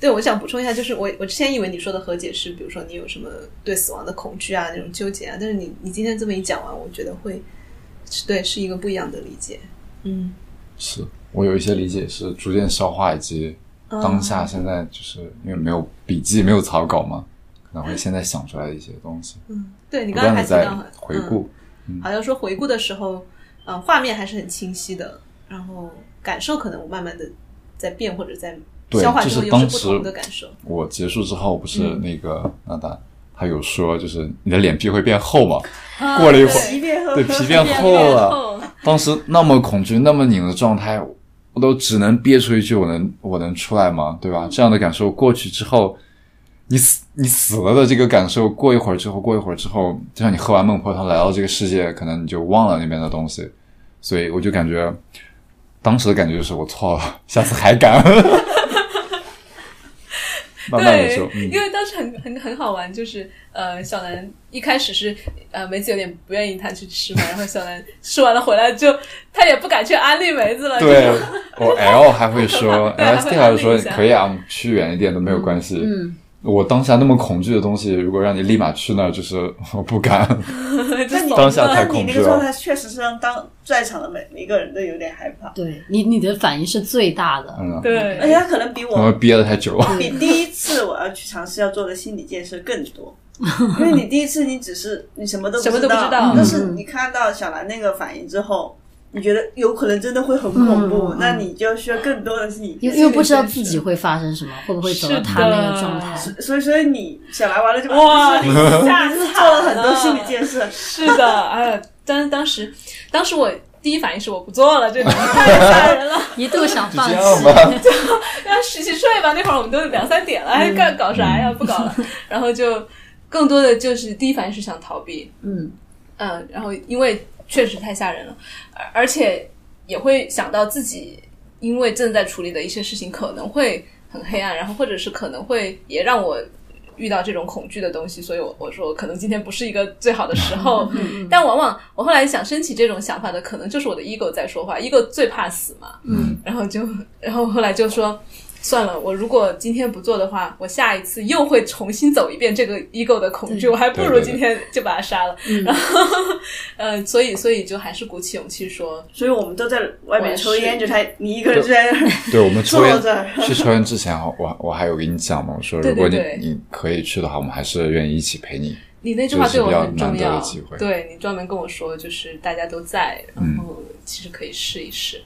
A: 对，我想补充一下，就是我我之前以为你说的和解是，比如说你有什么对死亡的恐惧啊，那种纠结啊，但是你你今天这么一讲完，我觉得会是对，是一个不一样的理解。嗯，
B: 是我有一些理解是逐渐消化，以及
A: 嗯
B: 当下现在就是因为没有笔记、没有草稿嘛，可能会现在想出来的一些东西，
A: 对你
B: 不
A: 刚才还
B: 断的
A: 提
B: 在
A: 到很嗯
B: 回顾。嗯
A: 好像说回顾的时候，嗯、画面还是很清晰的，然后感受可能我慢慢的在变或者在
B: 对
A: 消化
B: 这
A: 之后
B: 是
A: 又是
B: 当
A: 不
B: 时
A: 同的感受。
B: 我结束之后不是
A: 嗯
B: 那个娜达，她有说就是你的脸皮会变厚嘛，
A: 啊
B: 过了一会儿，
D: 变
B: 对 皮变厚了。 当时那么恐惧、那么拧的状态，我都只能憋出一句“我能，我能出来吗？”对吧？这样的感受过去之后，你死，你死了的这个感受，过一会儿之后，过一会儿之后，就像你喝完孟婆汤来到这个世界，可能你就忘了那边的东西。所以我就感觉，当时的感觉就是我错了，下次还敢。慢慢的
A: 对
B: 就，，嗯
A: 因，为当时很很很好玩，就是呃，小南一开始是呃梅子有点不愿意他去吃嘛，然后小南吃完了回来就他也不敢去安利梅 子了，
B: 对，我 L 还会说
A: 对还会
B: ，L S D 还会
A: 安
B: 说
A: 慰一下
B: 可以啊，我们去远一点都没有关系。嗯，我当下那么恐惧的东西，如果让你立马去那儿，就是我不敢。
A: 就
D: 那你
A: 走
B: 当下太
D: 那呃你
B: 恐
D: 那
B: 惧
D: 个状
B: 了。
D: 态确实是让当在场的每每一个人都有点害怕，
C: 对你你的反应是最大的，
B: 嗯，
A: 对，
D: 而且他可能比我
B: 我们憋得太久 了。
D: 比哦第一次我要去尝试要做的心理建设更 多，因为你第一次你只是你什么都
A: 什么都不
D: 知
A: 知
B: 嗯
A: 道
D: 但是你看到小兰那个反应之后，你觉得有可能真的会很恐怖，
C: 嗯
D: 那你就需要更多的心理建
C: 因
D: 设。
C: 为不知道自己会发生什么，会不会走到他那个状态。
D: 所以所以你小兰完了就把
A: 哇
D: 你是做了很多心理建设，
A: 是的，哎呀，当当时当时我第一反应是我不做了，这个太吓人了。
C: 一 度想放
B: 这样
C: 弃，
B: 吧，
A: 那洗洗睡吧，那会儿我们都两三点了，还干搞啥呀？不搞了。然后就更多的就是第一反应是想逃避，
C: 嗯
A: 嗯，然后因为确实太吓人了，而而且也会想到自己因为正在处理的一些事情可能会很黑暗，然后或者是可能会也让我。遇到这种恐惧的东西，所以我我说可能今天不是一个最好的时候，但往往我后来想升起这种想法的，可能就是我的 ego 在说话，ego 最怕死嘛，
B: 嗯，
A: 然后就，然后后来就说，算了，我如果今天不做的话，我下一次又会重新走一遍这个 ego 的恐惧，我还不如今天就把它杀了。 然后，呃，所以，所以就还是鼓起勇气说，
D: 所以我们都在外面抽
A: 我
D: 烟，
A: 也
D: 就是他你一个人就在那儿
B: 对我们抽
D: 坐
B: 烟
D: 着。
B: 去抽烟之前，我我还有跟你讲嘛，我说如果你
A: 对对对
B: 你可以去的话，我们还是愿意一起陪你。
A: 你那句话对我很重
B: 这是比较难得
A: 要
B: 的机会，嗯
A: 对你专门跟我说，就是大家都在，然后其实可以试一试。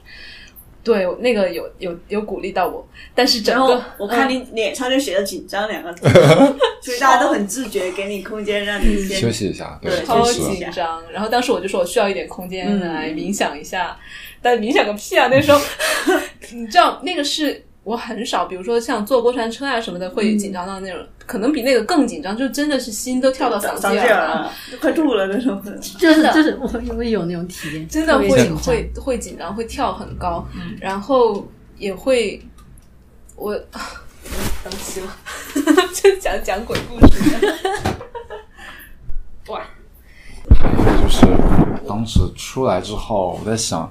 A: 对，那个有有有鼓励到我，但是整
D: 然后
A: 个
D: 我看
A: 嗯
D: 你脸上就写了“紧张”两个字， 所以大家都很自觉，给你空间让你
B: 休
D: 先。
B: 息一下，
D: 对
A: 超
B: 确
D: 休息
B: 实
A: 紧张。然后当时我就说我需要一点空间
D: 嗯
A: 来冥想一下，但冥想个屁啊！那 时候你知道那个是我很少，比如说像坐过山车啊什么的，会紧张到那种，可能比那个更紧张，就真的是心都跳到嗓子
D: 嗯嗓子
A: 眼
D: 眼
A: 儿
D: 儿
A: 了。
D: 了，都 快吐了那种。
C: 就是
A: 的
C: 就是我我有那种体验，
A: 真的
C: 特别
A: 会
C: 紧张
A: 会会紧嗯张，会跳很高，然后也会我 当心了， 就讲讲鬼故事一样。哇，
B: 还有就是当时出来之后，我在想，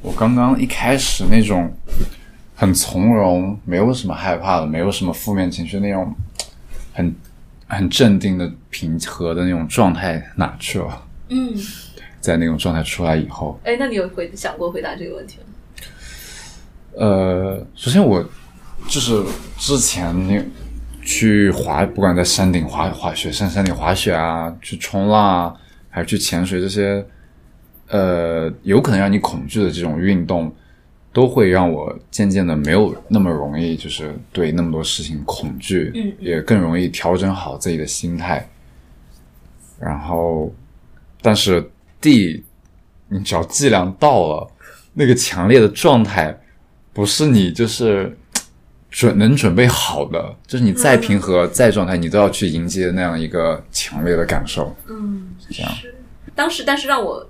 B: 我刚刚一开始那种很从容，没有什么害怕的，没有什么负面情绪那种，很很镇定的、平和的那种状态哪去了？
A: 嗯，
B: 在那种状态出来以后，
A: 哎，那你有回想过回答这个问题吗？
B: 呃，首先我就是之前那去滑，不管在山顶滑滑雪、上山顶滑雪啊，去冲浪啊，还是去潜水这些，呃，有可能让你恐惧的这种运动，都会让我渐渐的没有那么容易，就是对那么多事情恐惧，
A: 嗯嗯
B: 也更容易调整好自己的心态。然后，但是地，你只要剂量到了，那个强烈的状态，不是你就是准能准备好的，就是你再平和、
A: 嗯
B: 再状态，你都要去迎接那样一个强烈的感受。
A: 嗯，
B: 这样
A: 是。当时，但是让我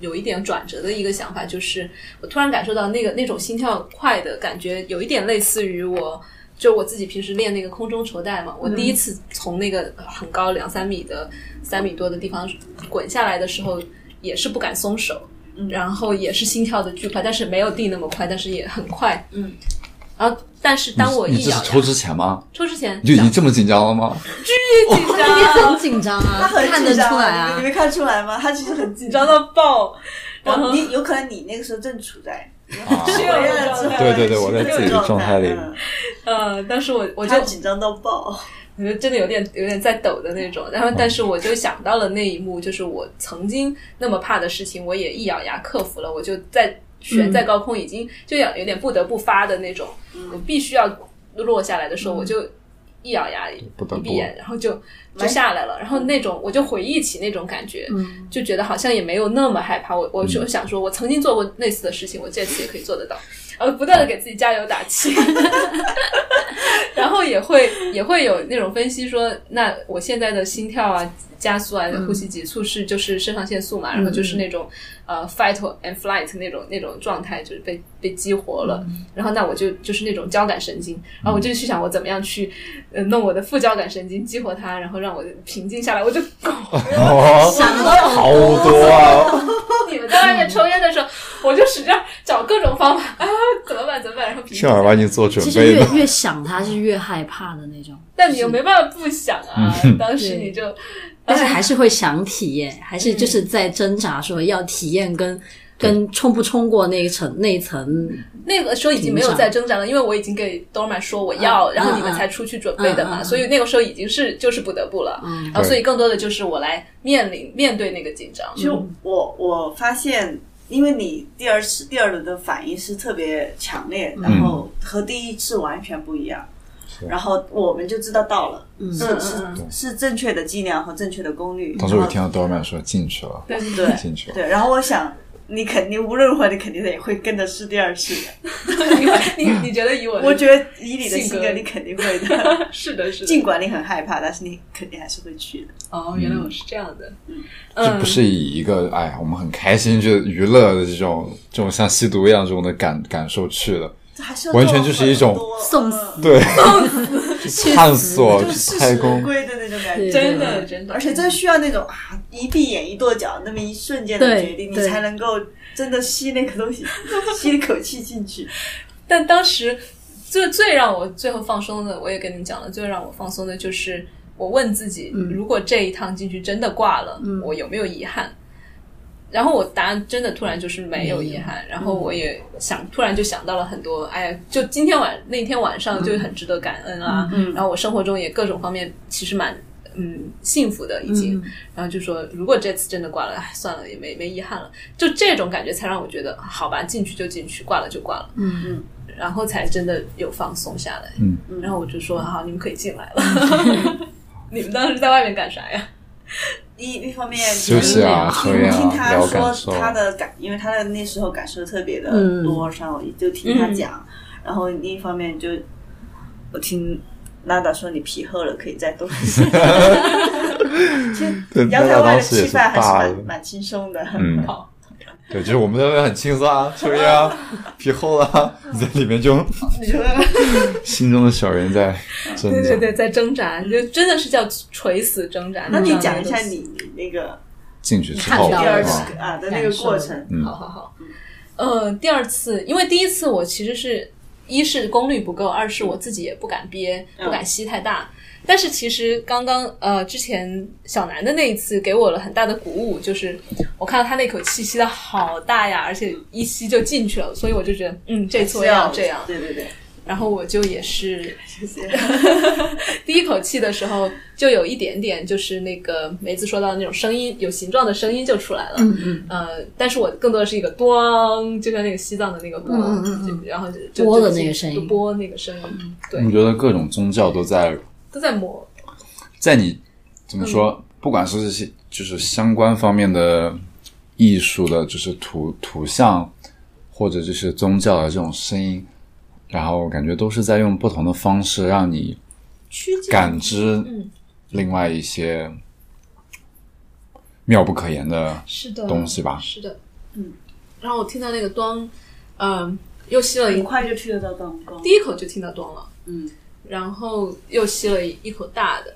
A: 有一点转折的一个想法，就是我突然感受到那个那种心跳快的感觉，有一点类似于我。就我自己平时练那个空中球带嘛，我第一
B: 嗯
A: 次从那个很高两三米的三米多的地方滚下来的时候，也是不敢松手，
B: 嗯
A: 然后也是心跳的巨快，但是没有地那么快，但是也很快，
D: 嗯。
A: 然后，但是当我
B: 你
A: 一
B: 你这
A: 咬嗯
B: 是抽之前吗？
A: 抽之前，
B: 你就已经这么紧张了吗？
A: 巨紧张，
C: 也很紧张啊，
D: 他很
C: 看得
D: 紧张
C: 出来
D: 你
C: 啊
D: 没，看出来吗？他其实很紧
A: 紧
D: 张
A: 张。到爆，
D: 然
A: 然
D: 后哦
A: 后
D: 你有可能你那个时候正处在
B: 啊，
A: 是有这种
B: 对对对我在自己的状态里
D: 嗯
A: 呃，当时我我
D: 我
A: 就
D: 就嗯紧张到 爆。
A: 我就真的有点有点在抖的那种，然后但是我就想到了那一幕，就是我曾经那么怕的事情，我也一咬牙克服了，我就在悬在高空，已经就有有点不得不发的那种，我必须要落下来的时候，我就一咬牙一
B: 不得不
A: 闭眼，然后就就下来了，然后那种我就回忆起那种感觉，
C: 嗯，
A: 就觉得好像也没有那么害怕。我我就想说，我曾经做过类似的事情，我这次也可以做得到。呃，不断的给自己加油打气，然后也会也会有那种分析说，那我现在的心跳啊、加速啊、呼吸急促是就是肾上腺素嘛，然后就是那种呃 fight and flight 那种那种状态，就是被被激活了。然后那我就就是那种交感神经，然后我就去想我怎么样去呃弄我的副交感神经激活它，然后让我平静下来，我就
B: 哦，好多啊！
A: 你们在外面抽烟的时候，我就使劲儿找各种方法啊，怎么办？怎么办？然后平
B: 幸好
A: 时，
B: 帮你做准
C: 其实
B: 备
C: 越
B: 的，
C: 越想他是越害怕的那种，
A: 但你又没办法不想啊。当时你就，
C: 但是还是会想体验，还是就是在挣扎说要体验跟跟冲不冲过那一层那一层，
A: 那个时候已经没有再挣扎了，因为我已经给 Dorma 说我
D: 啊
A: 要，然后你们才出去准备的嘛，
C: 嗯嗯嗯
A: 所以那个时候已经是就是不得不了。
C: 嗯
A: 然后所以更多的就是我来面临面对那个紧张。
D: 其实我我发现，因为你第二次第二轮的反应是特别强烈，
B: 嗯
D: 然后和第一次完全不一样。然后我们就知道到了，是是
A: 嗯
D: 是正确的剂量和正确的功率。
B: 当时我
D: 然后
B: 听到 Dorman 说进去了，
A: 对对
D: 对
B: 进去了。
D: 对，然后我想，你肯定无论如何，你肯定也会跟着试第二次的。
A: 你你觉得以 我的，
D: 我觉得以你的性
A: 性格
D: 格，你肯定会的。
A: 是的，是的。
D: 尽管你很害怕，但是你肯定还是会去的。
A: 哦，原来我是这样的。
D: 嗯
A: 嗯
B: 这不是以一个哎呀，我们很开心去娱乐的这种这种像吸毒一样这种的感感受去的，
D: 这还是要
B: 完全就是一种
D: 做很多
C: 送死
D: 嗯
B: 对，去探索
D: 就
B: 去
D: 是
B: 哦太
D: 事
B: 空
D: 无，归的那种感
C: 对
D: 觉，
A: 真的真的
D: 而且真需要那种啊，一闭眼一跺脚，那么一瞬间的
C: 对
D: 决定，你
C: 对
D: 才能够真的吸那个东西， 吸一口气进去。
A: 但当时最最让我最后放松的，我也跟你们讲了，最让我放松的就是我问自己，如果这一趟进去真的挂了，我有没有遗憾？然后我答案真的突然就是没有嗯遗憾，然后我也想突然就想到了很多，哎呀，就嗯今天晚那天晚上就很值得感恩啊，然后我生活中也各种方面其实蛮嗯幸福的已经，然后就说如果这次真的挂了，哎算了，也没没遗憾了，就这种感觉才让我觉得好吧，进去就进去，挂了就挂了，
C: 嗯
D: 嗯，
A: 然后才真的有放松下来，
B: 嗯，
A: 然后我就说好，你们可以进来了，
D: 嗯
A: 你们当时在外面干啥呀？
D: 一一方面
B: 休息啊，
D: 听
B: 喝呀
D: 听，他
B: 聊感受
D: 说，他的感，因为他的那时候感受特别的
A: 嗯
D: 多，然后我就听他讲。然后另一方面就我听拉达说你皮厚了，可以再多一 些。其实阳台外的气氛还是蛮蛮轻松的。
B: 嗯
A: 好，
B: 对，就是我们在外面很轻松啊，抽烟啊，皮厚了啊，你在里面就
D: 你说
B: 心中的小人在
D: 嗯
B: 挣扎。
A: 对对对，在挣扎，就真的是叫垂死挣扎。
D: 那你
A: 这样
D: 讲
A: 的
D: 一下
A: 东西
D: 你你那个
B: 进去之后
C: 看
D: 第
C: 到
D: 二
C: 了
D: 次
B: 啊，
D: 啊的那个过程，
B: 嗯
A: 好好好，呃，第二次，因为第一次我其实是一是功率不够，二是我自己也不敢憋，不敢吸太大。但是其实刚刚呃，之前小南的那一次给我了很大的鼓舞，就是我看到他那口气吸的好大呀，而且一吸就进去了，所以我就觉得，嗯，这次我
D: 是
A: 也要这样。
D: 对对对，
A: 然后我就也是
D: 谢谢。
A: 第一口气的时候，就有一点点，就是那个梅子说到的那种声音，有形状的声音就出来了。嗯嗯。呃，但是我更多的是一个咣，就像那个西藏的那个咣，
C: 嗯嗯嗯
A: 就然后就就
C: 拨的那个声音
A: 就拨那个声音，对，
B: 我觉得各种宗教都在
A: 都在磨。
B: 在你怎么说，
A: 嗯
B: 不管是这些就是相关方面的艺术的，就是图图像或者就是宗教的这种声音，然后感觉都是在用不同的方式让你
A: 趋近
B: 感知
A: 嗯
B: 另外一些妙不可言的
A: 是的
B: 东西吧
A: 是的，嗯。然后我听到那个咣，嗯、又吸了一
D: 很快就去得到灯光
A: 第。一口就听到咚了，
D: 嗯，
A: 然后又吸了一口大的，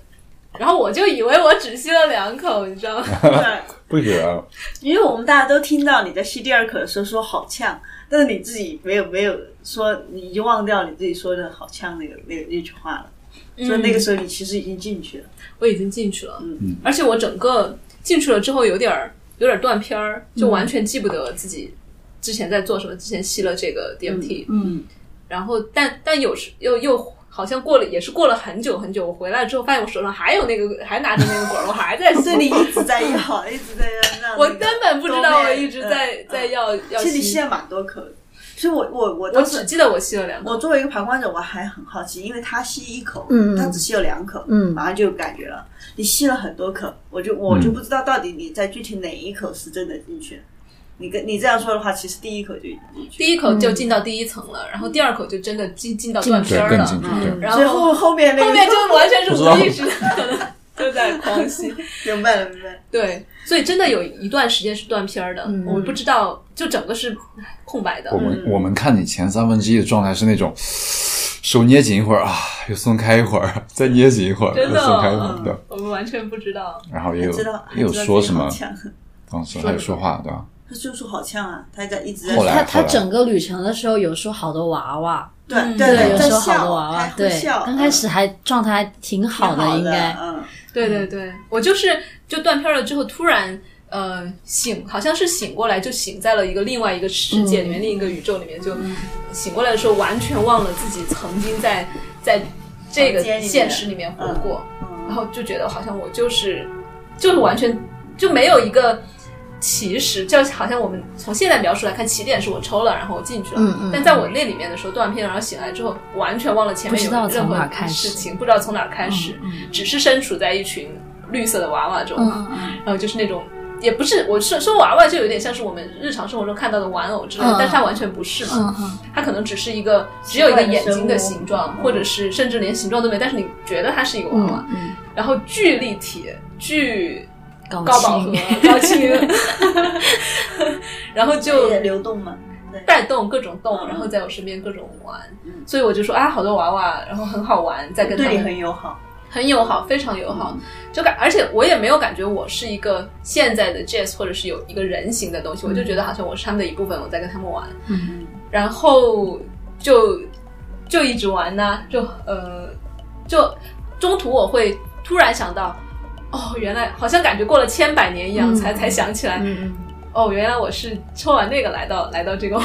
A: 然后我就以为我只吸了两口，你知道吗？
D: 对
B: 不觉得？
D: 因为我们大家都听到你在吸第二口的时候说好呛，但是你自己没有没有说，你已经忘掉你自己说的好呛那个那个那句话了，
A: 嗯
D: 所以那个时候你其实已经进去了。
A: 我已经进去了，而且我整个进去了之后有点儿有点儿断片儿，就完全记不得自己之前在做什么，之前吸了这个 DMT，
C: 嗯，
A: 然后但但有时又又好像过了也是过了很久很久，我回来之后发现我手上还有那个还拿着那个管儿，我还在吸
D: 所以，你一直在要，一直在要让那个。
A: 嗯我根本不知道我一直
D: 嗯
A: 在
D: 嗯
A: 在要要
D: 其实你
A: 吸
D: 吸，了蛮多口的，所以我我我
A: 我
D: 当
A: 只
D: 时
A: 记得我吸了两口。
D: 我作为一个旁观者，我还很好奇，因为他吸一口，
C: 嗯
D: 他只吸了两口，
C: 嗯
D: 马上就有感觉了。你吸了很多口，我
A: 嗯
D: 就我就不知道到底你在具体哪一口是真的进去了。你跟你这样说的话，其实第一口就已经进去了。
A: 第一口就进到第一层了，然后第二口就真的进进到断片
B: 对，
A: 儿啊
B: 更
A: 了，
B: 进去，
D: 嗯
B: 对，
A: 然后
D: 所以后后面那个
A: 后面就完全是无意识 的，就在狂吸。
D: 明白了，明白了。
A: 对，所以真的有一段时间是断片儿的，
C: 嗯
A: 我们不知道，就整个是空白的
B: 我。们我们看你前三分之一的状态是那种手捏紧一会儿啊，又松开一会儿，再捏紧一会儿，
A: 真
B: 又
A: 的
B: 松开一会儿，对。
A: 我们完全不知道，
B: 然后也有
D: 知道，
B: 也有
D: 知道
B: 说
D: 自己
B: 什么
D: 好，呛
B: 当时还有说话对吧？
D: 他就说好呛啊，他在一直在
B: 后来
C: 他他
B: 来
C: 整个旅程的时候有说好多娃娃，
D: 对
A: 嗯
D: 对
C: 有
D: 在
C: 说好多
D: 笑，
C: 娃娃
D: 还，会
C: 对，
D: 笑。
C: 刚开始还状态还挺
D: 挺好
C: 好的，应该
D: 嗯，
A: 对对对，我就是就断片儿了之后，突然呃醒，好像是醒过来，就醒在了一个另外一个世界里面，另一个宇宙里面，就
C: 嗯
A: 醒过来的时候，完全忘了自己曾经在在这个
D: 房间里面
A: 现实里面活过，
D: 嗯
A: 然后就觉得好像我就是就是完全就没有一个。起始就好像我们从现在描述来看，起点是我抽了，然后我进去了。
C: 嗯嗯
A: 但在我那里面的时候，断片，然后醒来之后，完全忘了前面有
C: 不知道
A: 任
C: 从哪
A: 何
C: 儿开始
A: 事情，不知道从哪儿开始。只是身处在一群绿色的娃娃中，
C: 嗯嗯嗯，
A: 然后就是那种。也不是，我说说娃娃就有点像是我们日常生活中看到的玩偶之类的，
C: 嗯
A: 但是它完全不是嘛，
C: 嗯嗯
A: 它可能只是一个只有一个眼睛的
D: 生物
A: 形状，或者是甚至连形状都没，但是你觉得它是一个娃娃，
C: 嗯
A: 然后巨立体，巨
C: 嗯，
A: 高饱和
C: 清，
A: 高清，然后就
D: 对流动嘛，对，
A: 带动各种动，
D: 嗯
A: 然后在我身边各种玩
D: 嗯，
A: 所以我就说啊，好多娃娃，然后很好玩，在跟他
D: 对你
A: 们
D: 很友好。
A: 很友好，非常友好，就感，而且我也没有感觉我是一个现在的 jazz 或者是有一个人形的东西，我就觉得好像我是他们的一部分，我在跟他们玩，
C: 嗯
A: 然后就就一直玩呐、就呃，就中途我会突然想到，哦，原来好像感觉过了千百年一样，
C: 嗯
A: 才才想起来，
C: 嗯
A: 哦，原来我是抽完那个来到来到这个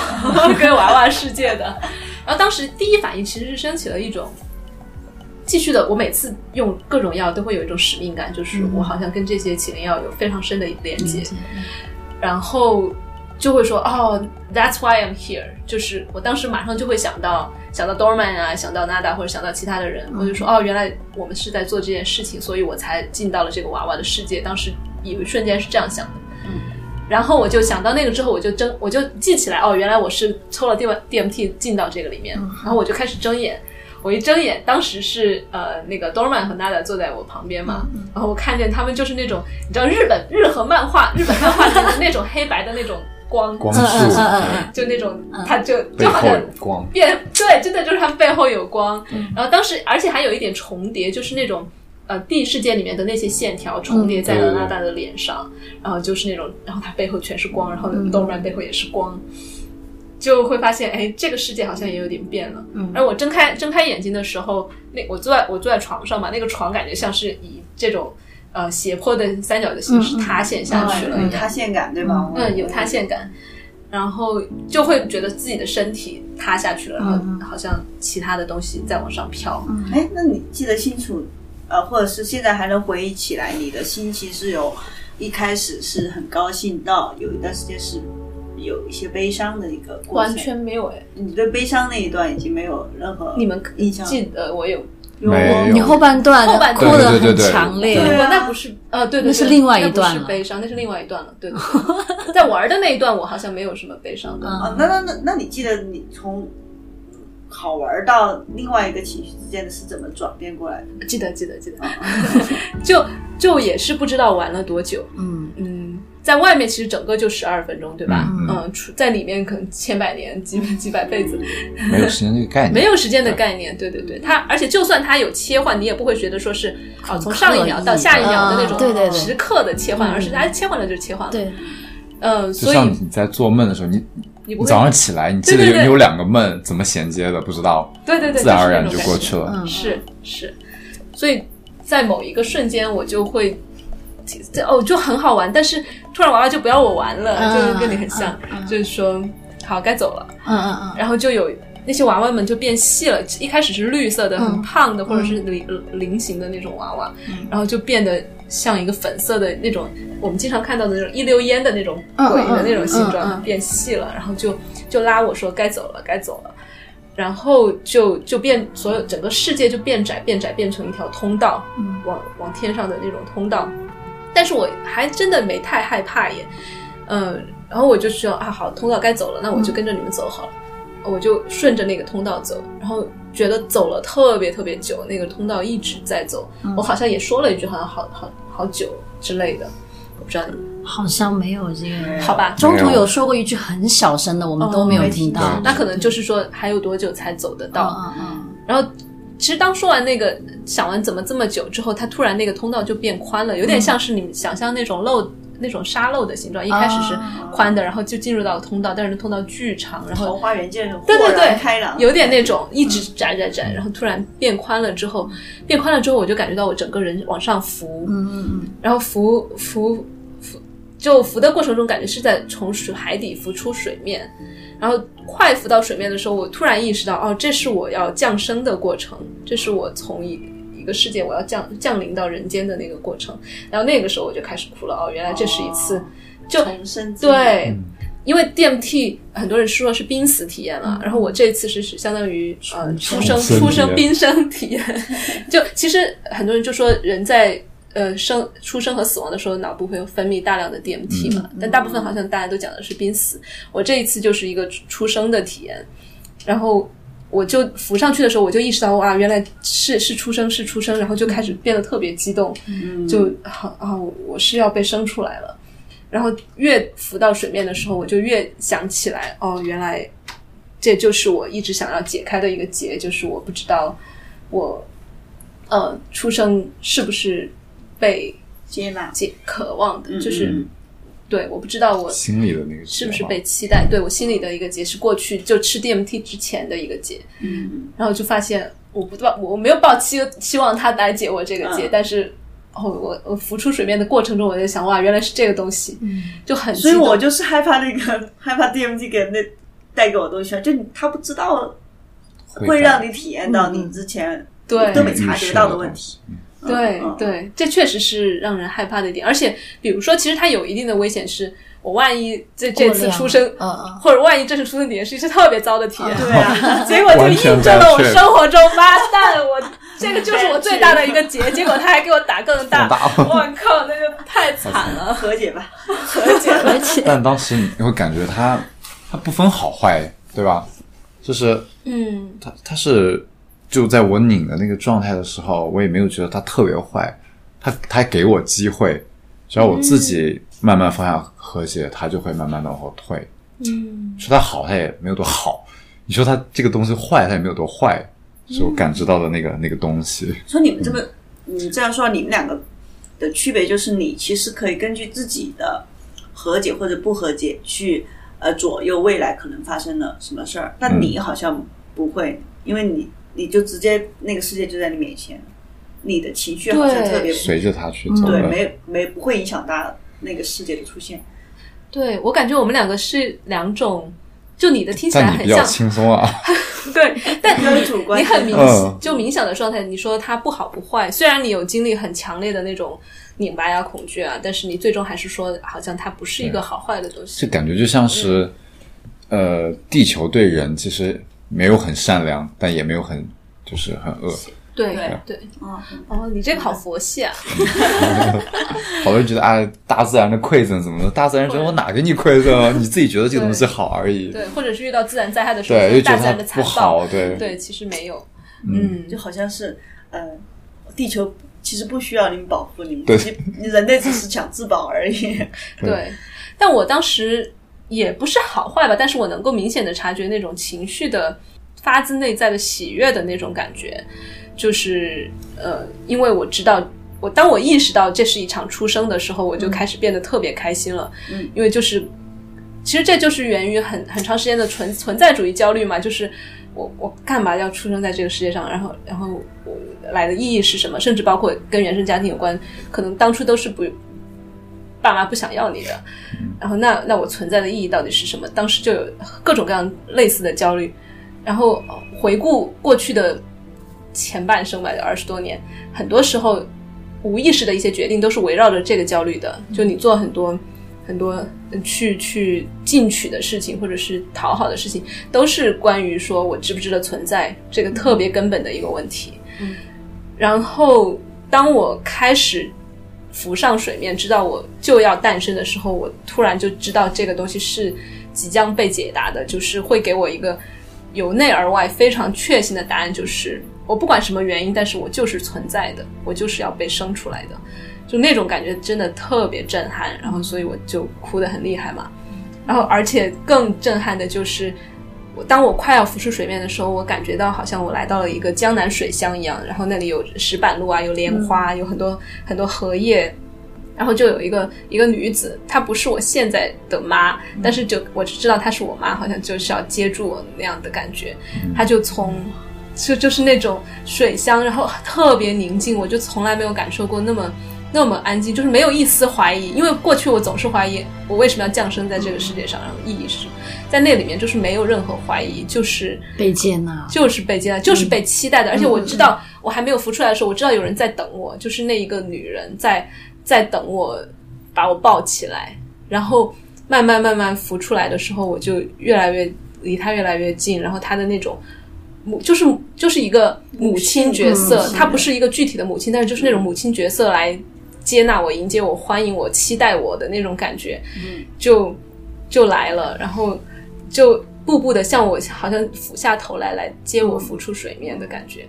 A: 跟娃娃世界的。然后当时第一反应其实是升起了一种继续的，我每次用各种药都会有一种使命感，就是
C: 嗯
A: 我好像跟这些起灵药有非常深的连接，然后就会说哦，That's why I'm here，就是我当时马上就会想到想到 Dorman 啊，想到 Nada 或者想到其他的人，我就说哦，原来我们是在做这件事情，所以我才进到了这个娃娃的世界。当时有一瞬间是这样想的。然后我就想到那个之后，我就睁，我就记起来，哦，原来我是抽了 D D M T 进到这个里面，然后我就开始睁眼。我一睁眼，当时是呃那个 Dorman 和 Nada 坐在我旁边嘛，然后我看见他们就是那种你知道日本日和漫画日本漫画里面的那种黑白的那种光，
B: 光
C: 嗯嗯
B: 束
C: 嗯嗯
A: 就那种他就
B: 背
A: 就好
B: 后
A: 像
B: 有光，
A: 变对，真的就是他们背后有光。
C: 嗯
A: 然后当时，而且还有一点重叠，就是那种呃地世界里面的那些线条重叠在
B: 嗯
A: 了娜达的脸上，然后就是那种，然后他背后全是
C: 嗯
A: 光，然后动漫背后也是光，就会发现哎，这个世界好像也有点变了。
C: 嗯
A: 然后我睁开睁开眼睛的时候，那我坐在我坐在床上嘛，那个床感觉像是以这种呃斜坡的三角的形式
C: 嗯嗯
A: 塌陷下去了一
D: 有
A: 样。
D: 塌陷感，对吧？
A: 嗯，有塌陷感，然后就会觉得自己的身体塌下去了，然
C: 嗯
A: 后好像其他的东西在往上飘。
D: 哎，那你记得清楚，呃，或者是现在还能回忆起来，你的心情是有一开始是很高兴，到有一段时间是有一些悲伤的一个过程。
A: 完，全没有哎，
D: 你对悲伤那一段已经没有任何
A: 你们
D: 印象了。
A: 记得我有，
D: 有
B: 没
D: 我
B: 有
C: 你后半段
A: 后半
C: 哭
A: 段
B: 对
C: 的
B: 对
C: 很
B: 对对
C: 强烈，
D: 对啊
A: 我那不是呃，对对，
C: 那是
A: 对
C: 另外一段
A: 那不
C: 了
A: 是悲伤，那是另外一段了。对，对 对在玩儿的那一段，我好像没有什么悲伤的。
C: 嗯
D: 啊，那那那那你记得你从好玩到另外一个情绪之间的是怎么转变过来的？
C: 嗯
A: 记得记得记得， 就就也是不知道玩了多久，
C: 嗯，
A: 嗯，在外面其实整个就十二分钟，对吧？
B: 嗯嗯
A: 嗯，出在里面可能千百年、几百几百辈子，
B: 没有时间这个概念，
A: 嗯没有时间的概
C: 嗯
A: 念，对对对，它而且就算它有切换，你也不会觉得说是哦从上一秒到下一秒的那种
C: 啊对对对
A: 时刻的切换，
C: 嗯
A: 而是它切换了就切换了。，
C: 对，
A: 嗯，
B: 就
A: 所以
B: 像你在做梦的时候，你
A: 你不会
B: 你早上起来，你记得
A: 对对
B: 有
A: 对
B: 你有两个梦，怎么衔接的不知道，
A: 对对对，
B: 自然而然就
A: 就是那种
B: 过
A: 感觉
B: 去了。
C: 嗯
A: 是是，所以在某一个瞬间，我就会。这哦，就很好玩，但是突然娃娃就不要我玩了，
C: 嗯
A: 就是跟你很像，
C: 嗯嗯
A: 就是说好该走了，
C: 嗯嗯
A: 然后就有那些娃娃们就变细了，一开始是绿色的、
C: 嗯
A: 很胖的，或者是菱菱形的那种娃娃，
C: 嗯
A: 然后就变得像一个粉色的那种我们经常看到的那种一溜烟的那种
C: 嗯
A: 鬼的
C: 嗯
A: 那种形状，
C: 嗯嗯
A: 变细了，然后就就拉我说该走了，该走了。然后就就变，所有整个世界就变窄，变窄，变成一条通道，
C: 嗯
A: 往往天上的那种通道。但是我还真的没太害怕耶，嗯，然后我就说啊，好，通道该走了，
C: 嗯
A: 那我就跟着你们走好了。我就顺着那个通道走，然后觉得走了特别特别久，那个通道一直在走。
C: 嗯
A: 我好像也说了一句，好像好好好久之类的，我不知道你们
C: 嗯，好像没有这个，
A: 好吧。
C: 中途有说过一句很小声的，我们都没有听
B: 哦
C: 到。
A: 那可能就是说还有多久才走得到？
C: 嗯嗯
A: 然后其实当说完那个想完怎么这么久之后，它突然那个通道就变宽了，有点像是你们想象那种漏。那种沙漏的形状，一开始
C: 啊
A: 是宽的，然后就进入到通道，但是那通道巨长，然
D: 啊桃
A: 后
D: 花源见人，
A: 对对
D: 豁然
A: 对
D: 开朗。
A: 有点那种一直
C: 嗯
A: 窄窄窄，然后突然变宽了之后，变宽了之后，我就感觉到我整个人往上浮，
C: 嗯嗯
A: 然后浮浮浮，就浮的过程中，感觉是在从水海底浮出水面，然后快浮到水面的时候，我突然意识到，哦，这是我要降生的过程，这是我从一一个世界我要降降临到人间的那个过程。然后那个时候我就开始哭了，哦，原来这是一次、就
D: 重生之旅，
A: 对。因为 DMT 很多人说是濒死体验嘛，然后我这次是是相当于呃出生
B: 生
A: 出生
B: 体验
A: 濒生体验， 就其实很多人就说人在呃生出生和死亡的时候脑部会分泌大量的 DMT 嘛，但大部分好像大家都讲的是濒死，我这一次就是一个出出生的体验，然后我就浮上去的时候，我就意识到哇，原来是是出生是出生，然后就开始变得特别激动，
D: 嗯
A: 就好啊，我我是要被生出来了。然后越浮到水面的时候，我就越想起来，哦，原来这就是我一直想要解开的一个结，就是我不知道我呃出生是不是被
D: 接纳，
A: 解渴望的，
D: 嗯
A: 就是、
D: 嗯
A: 对，我不知道我
B: 心里的那个
A: 是不是
B: 变化
A: 被期待？对我心里的一个结是过去就吃 DMT 之前的一个结，
D: 嗯，
A: 然后就发现我不抱我我没有抱期期望他来解我这个结，
D: 嗯
A: 但是哦我我浮出水面的过程中，我在想哇原来是这个东西，
C: 嗯
A: 就很
D: 所以
A: 激动
D: 我就是害怕那个 害怕 DMT 给那带给我东西，就你他不知道
B: 会
D: 会
B: 感
D: 让你体验到你之前
A: 嗯对
D: 都没察觉到的问题。嗯
A: 对
D: 嗯
A: 对，这确实是让人害怕的一点。而且，比如说，其实它有一定的危险是，我万一这这
C: 过
A: 次
C: 量
A: 出生，
C: 嗯嗯
A: 或者万一这次出生点是一次特别糟的体验，
D: 对啊，
A: 结果就
B: 完
A: 印
B: 全
A: 证了我
B: 正确
A: 生活 中妈蛋，我这个就是我最大的一个 结，结果他还给我打更大，我靠，那就太惨了。
D: 和解 吧。
A: 和解了，
C: 而且
B: 但当时你会感觉它它不分好坏，对吧？就是
A: 嗯，
B: 它它是就在我拧的那个状态的时候，我也没有觉得它特别坏，它它还给我机会，只要我自
A: 嗯
B: 己慢慢放下和谐，它就会慢慢的往后退。嗯，说它好，它也没有多好；你说它这个东西坏，它也没有多坏。是我感知到的那个、
A: 嗯
B: 那个东西，
D: 说你们这么，你这样说，你们两个的区别就是，你其实可以根据自己的和解或者不和解去呃左右未来可能发生的什么事儿。但你好像不会，因为你你就直接那个世界就在你面前，你的情绪好像
A: 对
D: 特别
B: 随着它
A: 嗯
B: 去走
D: 对，
B: 了。
D: 没没不会影响到那个世界的出现。
A: 对我感觉我们两个是两种，就你的听起来
B: 但你
A: 很
B: 比较
A: 像，
B: 轻 松啊，
A: 对，但
D: 比较主观
A: 你很明、
B: 嗯
A: 就冥想的状态，你说它不好不坏，虽然你有经历很强烈的那种拧巴呀、恐惧啊，但是你最终还是说，好像它不是一个
B: 嗯
A: 好坏的东
B: 这
A: 西。
B: 感觉就像是，呃，地球对人其实没有很善良，但也没有很就是很恶。
A: 对
D: 对
A: 对，
D: 嗯，
A: 哦，你这个好佛系啊！
B: 好多人觉得啊，大自然的馈赠怎么的？大自然觉得我哪给你馈赠啊？你自己觉得这个东西好而已，
A: 对，或者是遇到自然灾害的时候，
B: 对，
A: 就
B: 又
A: 是
B: 觉
A: 大
B: 得
A: 自
B: 它
A: 然的残
B: 不
A: 暴
B: 好，，对，
A: 对，其实没有，嗯，
D: 就好像是呃，地球其实不需要你们保护你们，
B: 对
D: 其实人类只是想自保而已。
A: 对。但我当时也不是好坏吧，但是我能够明显的察觉那种情绪的发自内在的喜悦的那种感觉，就是呃，因为我知道。我当我意识到这是一场出生的时候，我就开始变得特别开心了，
D: 嗯
A: 因为就是，其实这就是源于很很长时间的存存在主义焦虑嘛，就是我我干嘛要出生在这个世界上？然后然后我来的意义是什么？甚至包括跟原生家庭有关，可能当初都是不爸妈不想要你的，然后那那我存在的意义到底是什么？当时就有各种各样类似的焦虑，然后呃回顾过去的前半生吧，二十多年，很多时候无意识的一些决定都是围绕着这个焦虑的。就你做很多很多呃去去进取的事情，或者是讨好的事情，都是关于说我值不值得存在这个特别根本的一个问题。
D: 嗯，
A: 然后当我开始浮上水面，知道我就要诞生的时候，我突然就知道这个东西是即将被解答的，就是会给我一个由内而外非常确信的答案，就是我不管什么原因，但是我就是存在的，我就是要被生出来的，就那种感觉真的特别震撼。然后，所以我就哭得很厉害嘛。然后，而且更震撼的就是。我当我快要浮出水面的时候，我感觉到好像我来到了一个江南水乡一样，然后那里有石板路啊，有莲花，有很多很多荷叶，然后就有一个一个女子，她不是我现在的妈，但是就我只知道她是我妈，好像就是要接住我那样的感觉，她就从。就就是那种水乡，然后特别宁静，我就从来没有感受过那么那么安静，就是没有一丝怀疑。因为过去我总是怀疑我为什么要降生在这个世界上，然后意义是什么，在那里面就是没有任何怀疑，就是
C: 被接纳，
A: 就是被接纳，就是被期待的。而且我知道，我还没有浮出来的时候，我知道有人在等我，就是那一个女人在在等我，把我抱起来。然后慢慢慢慢浮出来的时候，我就越来越离她越来越近。然后她的那种母，就是就是一个母亲角
C: 母
A: 色，
C: 亲
A: 她不是一个具体的母亲，但是就是那种母亲角色来接纳我、迎接我、欢迎我、期待我的那种感觉。就就来了，然后就步步的向我好像俯下头来，来接我浮出水面的感觉，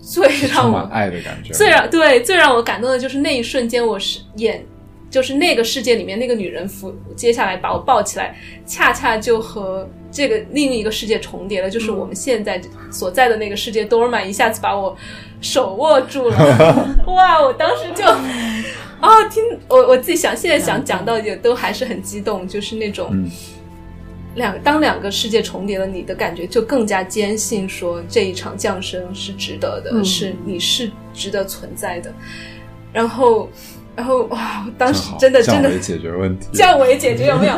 A: 最让
B: 嗯充满
A: 我
B: 爱的感觉。
A: 最让对最让我感动的就是那一瞬间，我是眼就是那个世界里面那个女人扶接下来把我抱起来，恰恰就和这个另一个世界重叠了，就是
B: 嗯
A: 我们现在所在的那个世界，多尔曼一下子把我手握住了， 哇！我当时就。哦，听我我自己想，现在想讲到也都还是很激动，就是那种、
B: 嗯
A: 两当两个世界重叠了，你的感觉就更加坚信说这一场降生是值得的，
C: 嗯
A: 是你是值得存在的。然后，然后哇，我当
B: 真
A: 时
B: 好
A: 真的
B: 这样
A: 真的
B: 也解决问题，
A: 降维解决有没有？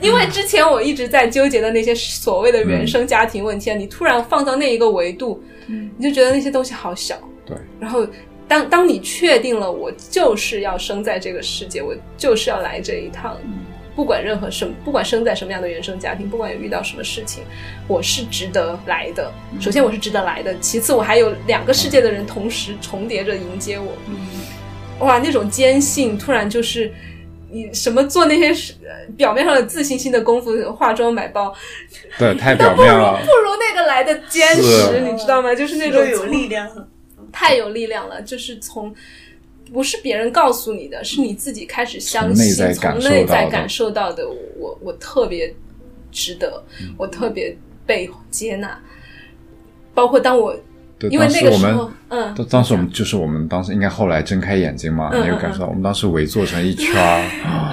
A: 因为之前我一直在纠结的那些所谓的原生家庭问题啊，你突然放到那一个维度，你就觉得那些东西好小。
B: 对，
A: 然后当当你确定了我就是要生在这个世界，我就是要来这一趟，不管任何什么，不管生在什么样的原生家庭，不管有遇到什么事情，我是值得来的。首先我是值得来的，其次我还有两个世界的人同时重叠着迎接我。哇，那种坚信突然就是。你什么做那些事呃表面上的自信心的功夫，化妆买包，
B: 对，太表面了
A: 不。如那个来的坚
B: 是
A: 实，你知道吗？ 就是那种
D: 又有力量，
A: 太有力量了，就是从不是别人告诉你的，是你自己开始相
B: 从内
A: 信
B: 在，
A: 从
B: 感受
A: 内
B: 到
A: 在
B: 的
A: 感受到的，我我特别值得，我特别被接纳。包括当我
B: 对，
A: 因为
B: 当
A: 那
B: 时
A: 个
B: 我
A: 时
B: 们
A: 候，嗯，
B: 嗯当当时我们就是我们当时应该后来睁开眼睛嘛，
A: 嗯
B: 你有感受到，我们当时围坐成一圈 儿，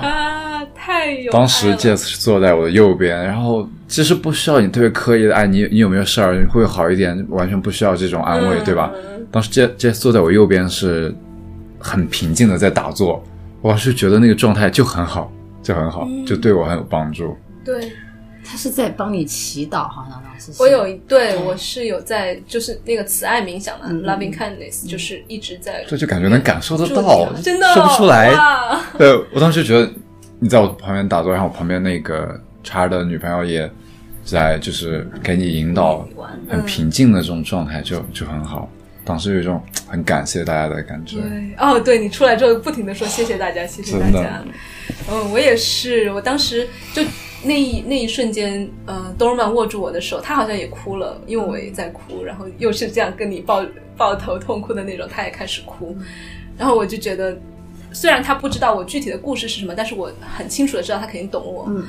A: 啊，太有
B: 当时
A: 爱了
B: Jess 是坐在我的右边，然后其实不需要你特别刻意的，哎，你你有没有事儿，你会好一点，完全不需要这种安慰，
A: 嗯
B: 对吧？当时 Jess Jess 坐在我右边是很平静的在打坐，我是觉得那个状态就很好，就很好，
A: 嗯
B: 就对我很有帮助。
A: 对。
C: 他是在帮你祈祷，好像当时是
A: 我有一对，我是有在，就是那个慈爱冥想嘛、
C: 嗯
A: l o v i n g kindness，就是一直在
B: 这就感觉能感受得
A: 注意
B: 到
A: 啊，真的
B: 说不出来。
A: 哇
B: 对，我当时觉得你在我旁边打坐，然后我旁边那个叉的女朋友也在，就是给你引导
D: 玩，
B: 很平静的这种状态就，就很好。当时有一种很感谢大家的感觉。
A: 对，哦，对你出来之后不停的说谢谢大家，谢谢大
B: 真
A: 家
B: 的。
A: 嗯，我也是，我当时就那一那一瞬间，嗯、呃，多尔曼握住我的手，他好像也哭了，因为我也在哭，然后又是这样跟你抱抱头痛哭的那种，他也开始哭，然后我就觉得，虽然他不知道我具体的故事是什么，但是我很清楚的知道他肯定懂我。
C: 嗯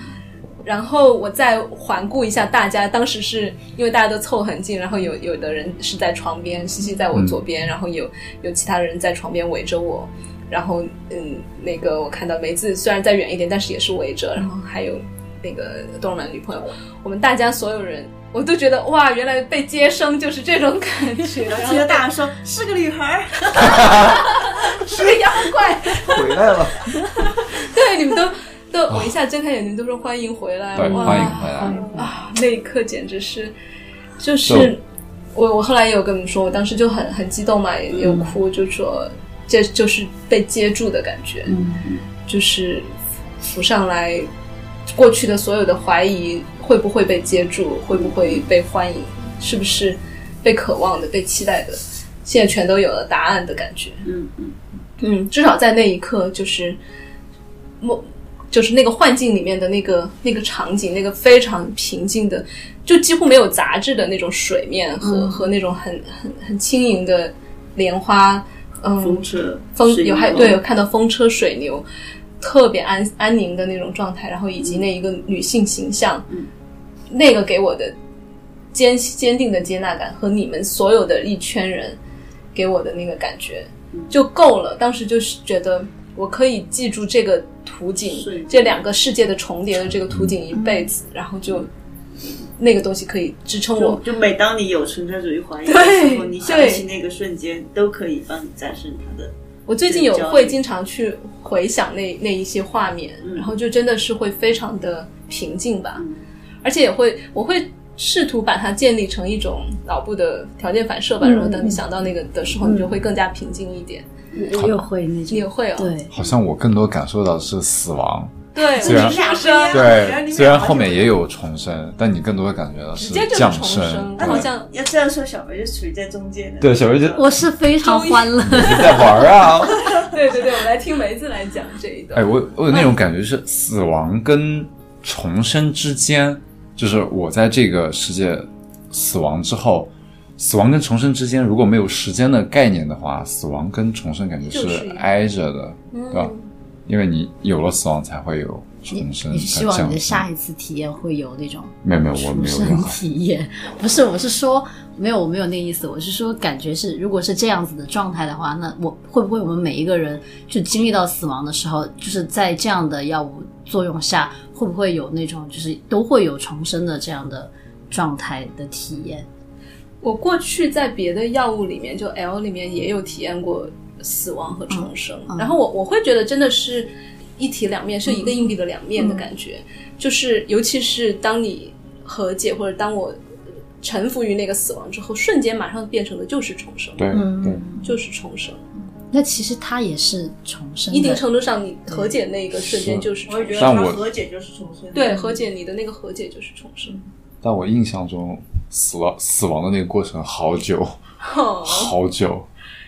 A: 然后我再环顾一下大家，当时是因为大家都凑很近，然后有有的人是在床边，西西在我左边，然后有有其他人在床边围着我，然后嗯，那个我看到梅子虽然在远一点，但是也是围着，然后还有那个多尔曼的女朋友，我们大家所有人，我都觉得哇，原来被接生就是这种感觉，
D: 然
A: 然
D: 后
A: 后
D: 接着大声说是个女孩儿，
A: 是个妖怪，
B: 回来了，
A: 对，你们都都，哦我一下睁开眼睛都说欢迎回来，
B: 对，
A: 哇
B: 欢迎回来。
A: 啊！那一刻简直是，就
B: 就是
A: 我我后来也有跟你们说，我当时就很很激动嘛，也也有哭，就说这就是被接住的感觉，就是浮上来过去的所有的怀疑，会不会被接住，会不会被欢迎，是不是被渴望的、被期待的，现在全都有了答案的感觉。
D: 嗯
A: 嗯，至少在那一刻，就是梦，就是那个幻境里面的那个那个场景，那个非常平静的，就几乎没有杂质的那种水面和、和那种很很很轻盈的莲花，嗯，
D: 风车
A: 风
D: 是一
A: 有
D: 个
A: 还对有看到风车水牛，特别安安宁的那种状态，然后以及那一个女性形象，
D: 嗯
A: 那个给我的坚坚定的接纳感和你们所有的一圈人给我的那个感觉
D: 嗯
A: 就够了。当时就是觉得我可以记住这个图
D: 是嗯
A: 景，这两个世界的重叠的这个图景一辈子，然后就那个东西可以支撑
D: 就
A: 我。
D: 就每当你有存在主义怀疑的
A: 对
D: 时候，你想
A: 对
D: 起那个瞬间，都可以帮你战胜它的。
A: 我最近有
D: 对焦
A: 会
D: 虑
A: 经常去回想那那一些画面，
D: 嗯
A: 然后就真的是会非常的平静吧，
D: 嗯
A: 而且也会我会试图把它建立成一种脑部的条件反射吧，
C: 嗯
A: 然后等你想到那个的时候，
C: 嗯
A: 你就会更加平静一点。
C: 我又会那
A: 你也
C: 种，
A: 会哦，
C: 对，
B: 好像我更多感受到的是死亡，
A: 对，
B: 虽然
A: 我出生
D: 你
B: 对，
D: 们
B: 虽然后面也有重生，但你更多的感觉到
A: 直
B: 是
A: 接就是
B: 降
A: 重
B: 生
A: 生，，
B: 对
A: 好像
D: 嗯要这样说，小梅是处于在中间的。
B: 对小梅就
C: 我是非常欢乐，
B: 你在玩儿啊。
A: 对对对，我们来听梅子来讲这一段。
B: 哎，我我有
A: 嗯
B: 那种感觉是死亡跟重生之间，就是我在这个世界死亡之后，死亡跟重生之间如果没有时间的概念的话，死亡跟重生感觉
A: 就是一
B: 是
A: 样
B: 挨着的，对吧？
A: 嗯，
B: 因为你有了死亡才会有重生，
C: 你是
B: 才
C: 希望
B: 降
C: 你的
B: 生
C: 下一次体验会有那种
B: 嗯没有没有我
C: 出
B: 没有
C: 生
B: 任何
C: 体验，不是，我是说没有，我没有那意思，我是说感觉是，如果是这样子的状态的话，那我会不会我们每一个人就经历到死亡的时候，就是在这样的药物作用下，会不会有那种就是都会有重生的这样的状态的体验？
A: 我过去在别的药物里面，就 L 里面也有体验过死亡和重生，
C: 嗯嗯
A: 然后我我会觉得真的是一体两面，是一个硬币的两面的感觉，就是尤其是当你和解或者当我臣服于那个死亡之后，瞬间马上变成的就是重生，
B: 对对，
A: 嗯就是重生。
C: 那其实它也是重生的，
A: 一定程度上，你和解那个瞬间就是重
D: 我也觉
A: 生。
D: 得
B: 但
D: 他
B: 我
D: 和解就是重生。
A: 对，和解你的那个和解就是重生。
B: 在我印象中，死亡死亡的那个过程好久
A: 哦哼
B: 好久，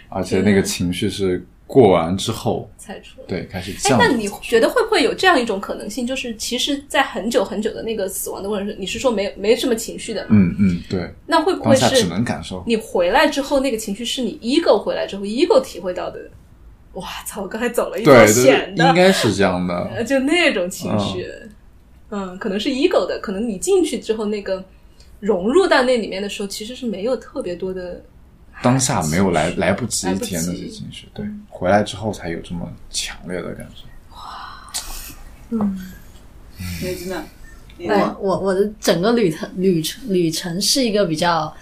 B: 而且那个情绪是过完之后，
A: 才出来。
B: 对，开始
A: 哎，
B: 降。
A: 那你觉得会不会有这样一种可能性，就是其实，在很久很久的那个死亡的过程中，你是说没有没什么情绪的嘛？
B: 嗯嗯，对，
A: 那会不
B: 当
A: 会
B: 下只
A: 是
B: 能感受。
A: 你回来之后，那个情绪是你 ego 回来之后 ego 体会到的？哇操！我刚才走了一条
B: 对对，
A: 险的，
B: 应该是这样的。
A: 呃就那种情绪，嗯，可能是 ego 的，可能你进去之后，那个融入到那里面的时候，其实是没有特别多的
B: 当下没有来
A: 情绪
B: 来不及
A: 来不及
B: 体验那些情绪，对，回来之后才有这么强烈的感觉。
D: 对，真的。因为
C: 我我我的整个旅程旅程旅程是一个比较。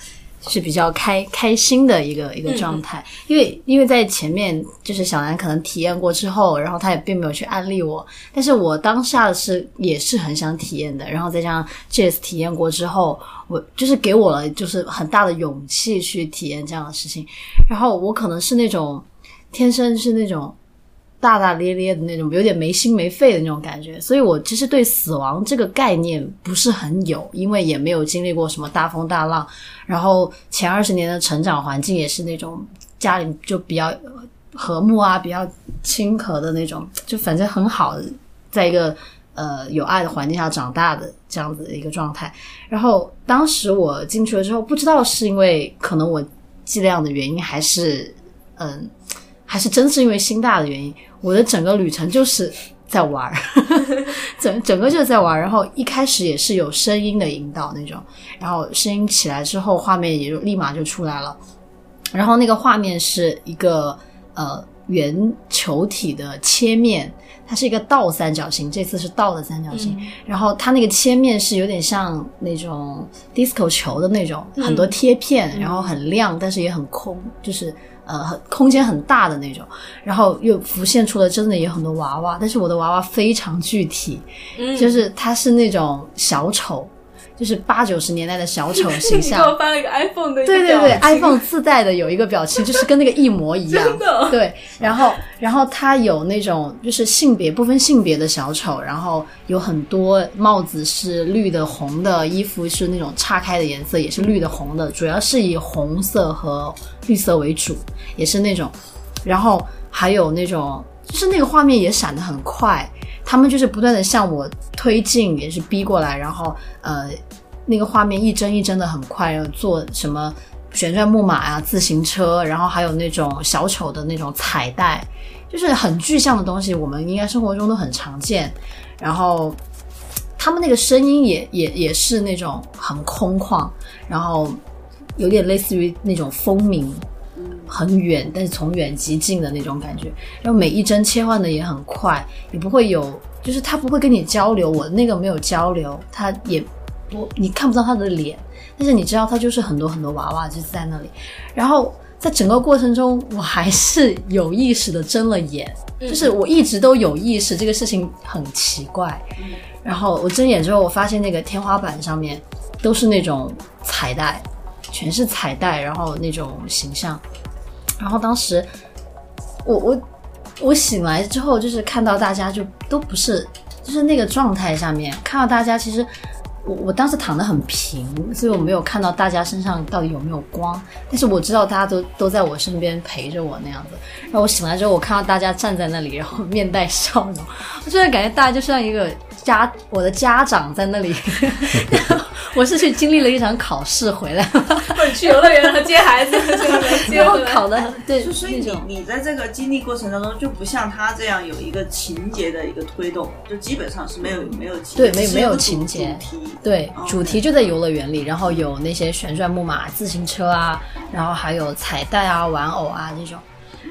C: 就是比较开开心的一个一个状态，因为因为在前面就是小南可能体验过之后，然后他也并没有去安利我，但是我当下是也是很想体验的，然后再加上 Jazz 体验过之后，我就是给我了就是很大的勇气去体验这样的事情，然后我可能是那种天生是那种大大咧咧的那种，有点没心没肺的那种感觉。所以我其实对死亡这个概念不是很有，因为也没有经历过什么大风大浪，然后前二十年的成长环境也是那种家里就比较呃和睦啊，比较亲和的那种，就反正很好的，在一个呃有爱的环境下长大的这样子的一个状态。然后当时我进去了之后，不知道是因为可能我剂量的原因，还是嗯。还是真是因为心大的原因，我的整个旅程就是在玩儿， 整整个就是在玩儿。然后一开始也是有声音的引导那种，然后声音起来之后，画面也就立马就出来了。然后那个画面是一个呃圆球体的切面，它是一个倒三角形，这次是倒的三角形。然后它那个切面是有点像那种 disco 球的那种，很多贴片，然后很亮，但是也很空，就是呃很空间很大的那种。然后又浮现出了真的有很多娃娃，但是我的娃娃非常具体，
A: 嗯，
C: 就是它是那种小丑，就是八九十年代的小丑形
A: 你给 我
C: 象。
A: 发了一个 iPhone 的一个
C: 对对
A: 表
C: 对
A: 情
C: ，iPhone 自带的有一个表情，就是跟那个一模一 样。
A: 真的
C: 对，然后然后它有那种就是性别不分性别的小丑，然后有很多帽子是绿的、红的，衣服是那种岔开的颜色，也是绿的、红的，主要是以红色和绿色为主，也是那种，然后还有那种就是那个画面也闪得很快，他们就是不断的向我推进，也是逼过来，然后呃那个画面一帧一帧的很快，然后做什么旋转木马呀、啊自行车，然后还有那种小丑的那种彩带，就是很具象的东西，我们应该生活中都很常见。然后他们那个声音也也也是那种很空旷，然后有点类似于那种风鸣，很远，但是从远及近的那种感觉。然后每一帧切换的也很快，也不会有，就是他不会跟你交流，我那个没有交流，他也我你看不到他的脸，但是你知道他就是很多很多娃娃就是在那里。然后在整个过程中，我还是有意识的睁了眼，就是我一直都有意识这个事情很奇怪。然后我睁眼之后，我发现那个天花板上面都是那种彩带，全是彩带，然后那种形象。然后当时我我我醒来之后，就是看到大家就都不是，就是那个状态下面看到大家，其实我我当时躺得很平，所以我没有看到大家身上到底有没有光，但是我知道大家都都在我身边陪着我那样子。然后我醒来之后，我看到大家站在那里，然后面带笑容，我真的感觉大家就像一个家我的家长在那里。 我是去经历了一场考试回来，
A: 或者去游乐园然后接孩子，然后来接
C: 然后
A: 回来
C: 考的对，
D: 哎就所以
C: 那
D: 你
C: 种
D: 你在这个经历过程当中，就不像他这样有一个情节的一个推动，就基本上是没有没有
C: 嗯
D: 情
C: 对
D: 节
C: 没
D: 只
C: 没有
D: 有
C: 情节
D: 主题
C: 对
D: 哦，
C: 主题就在游乐园里，然后有那些旋转木马、自行车啊，然后还有彩带啊、玩偶啊这种。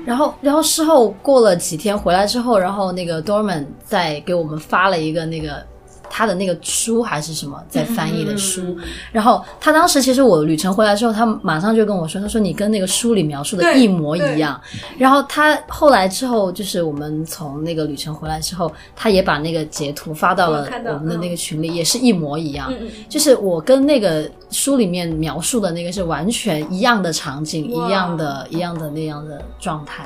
C: 然后，然后事后过了几天回来之后，然后那个 Dorman 再给我们发了一个那个他的那个书还是什么在翻译的书，然后他当时其实我旅程回来之后，他马上就跟我说，他说你跟那个书里描述的
A: 对
C: 一模一样。然后他后来之后，就是我们从那个旅程回来之后，他也把那个截图发到
A: 我
C: 了
A: 看到
C: 我们的
A: 嗯
C: 那个群里，也是一模一样。
A: 嗯嗯
C: 就是我跟那个书里面描述的那个是完全一样的场景，
A: 哇
C: 一样的、一样的那样的状态，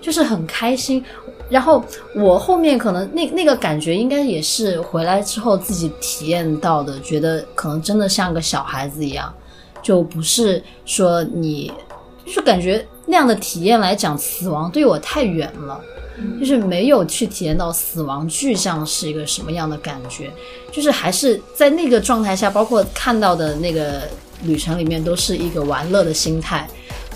C: 就是很开心。然后我后面可能那那个感觉应该也是回来之后自己体验到的，觉得可能真的像个小孩子一样，就不是说你，就是感觉那样的体验来讲，死亡对我太远了。就是没有去体验到死亡具象是一个什么样的感觉，就是还是在那个状态下，包括看到的那个旅程里面，都是一个玩乐的心态。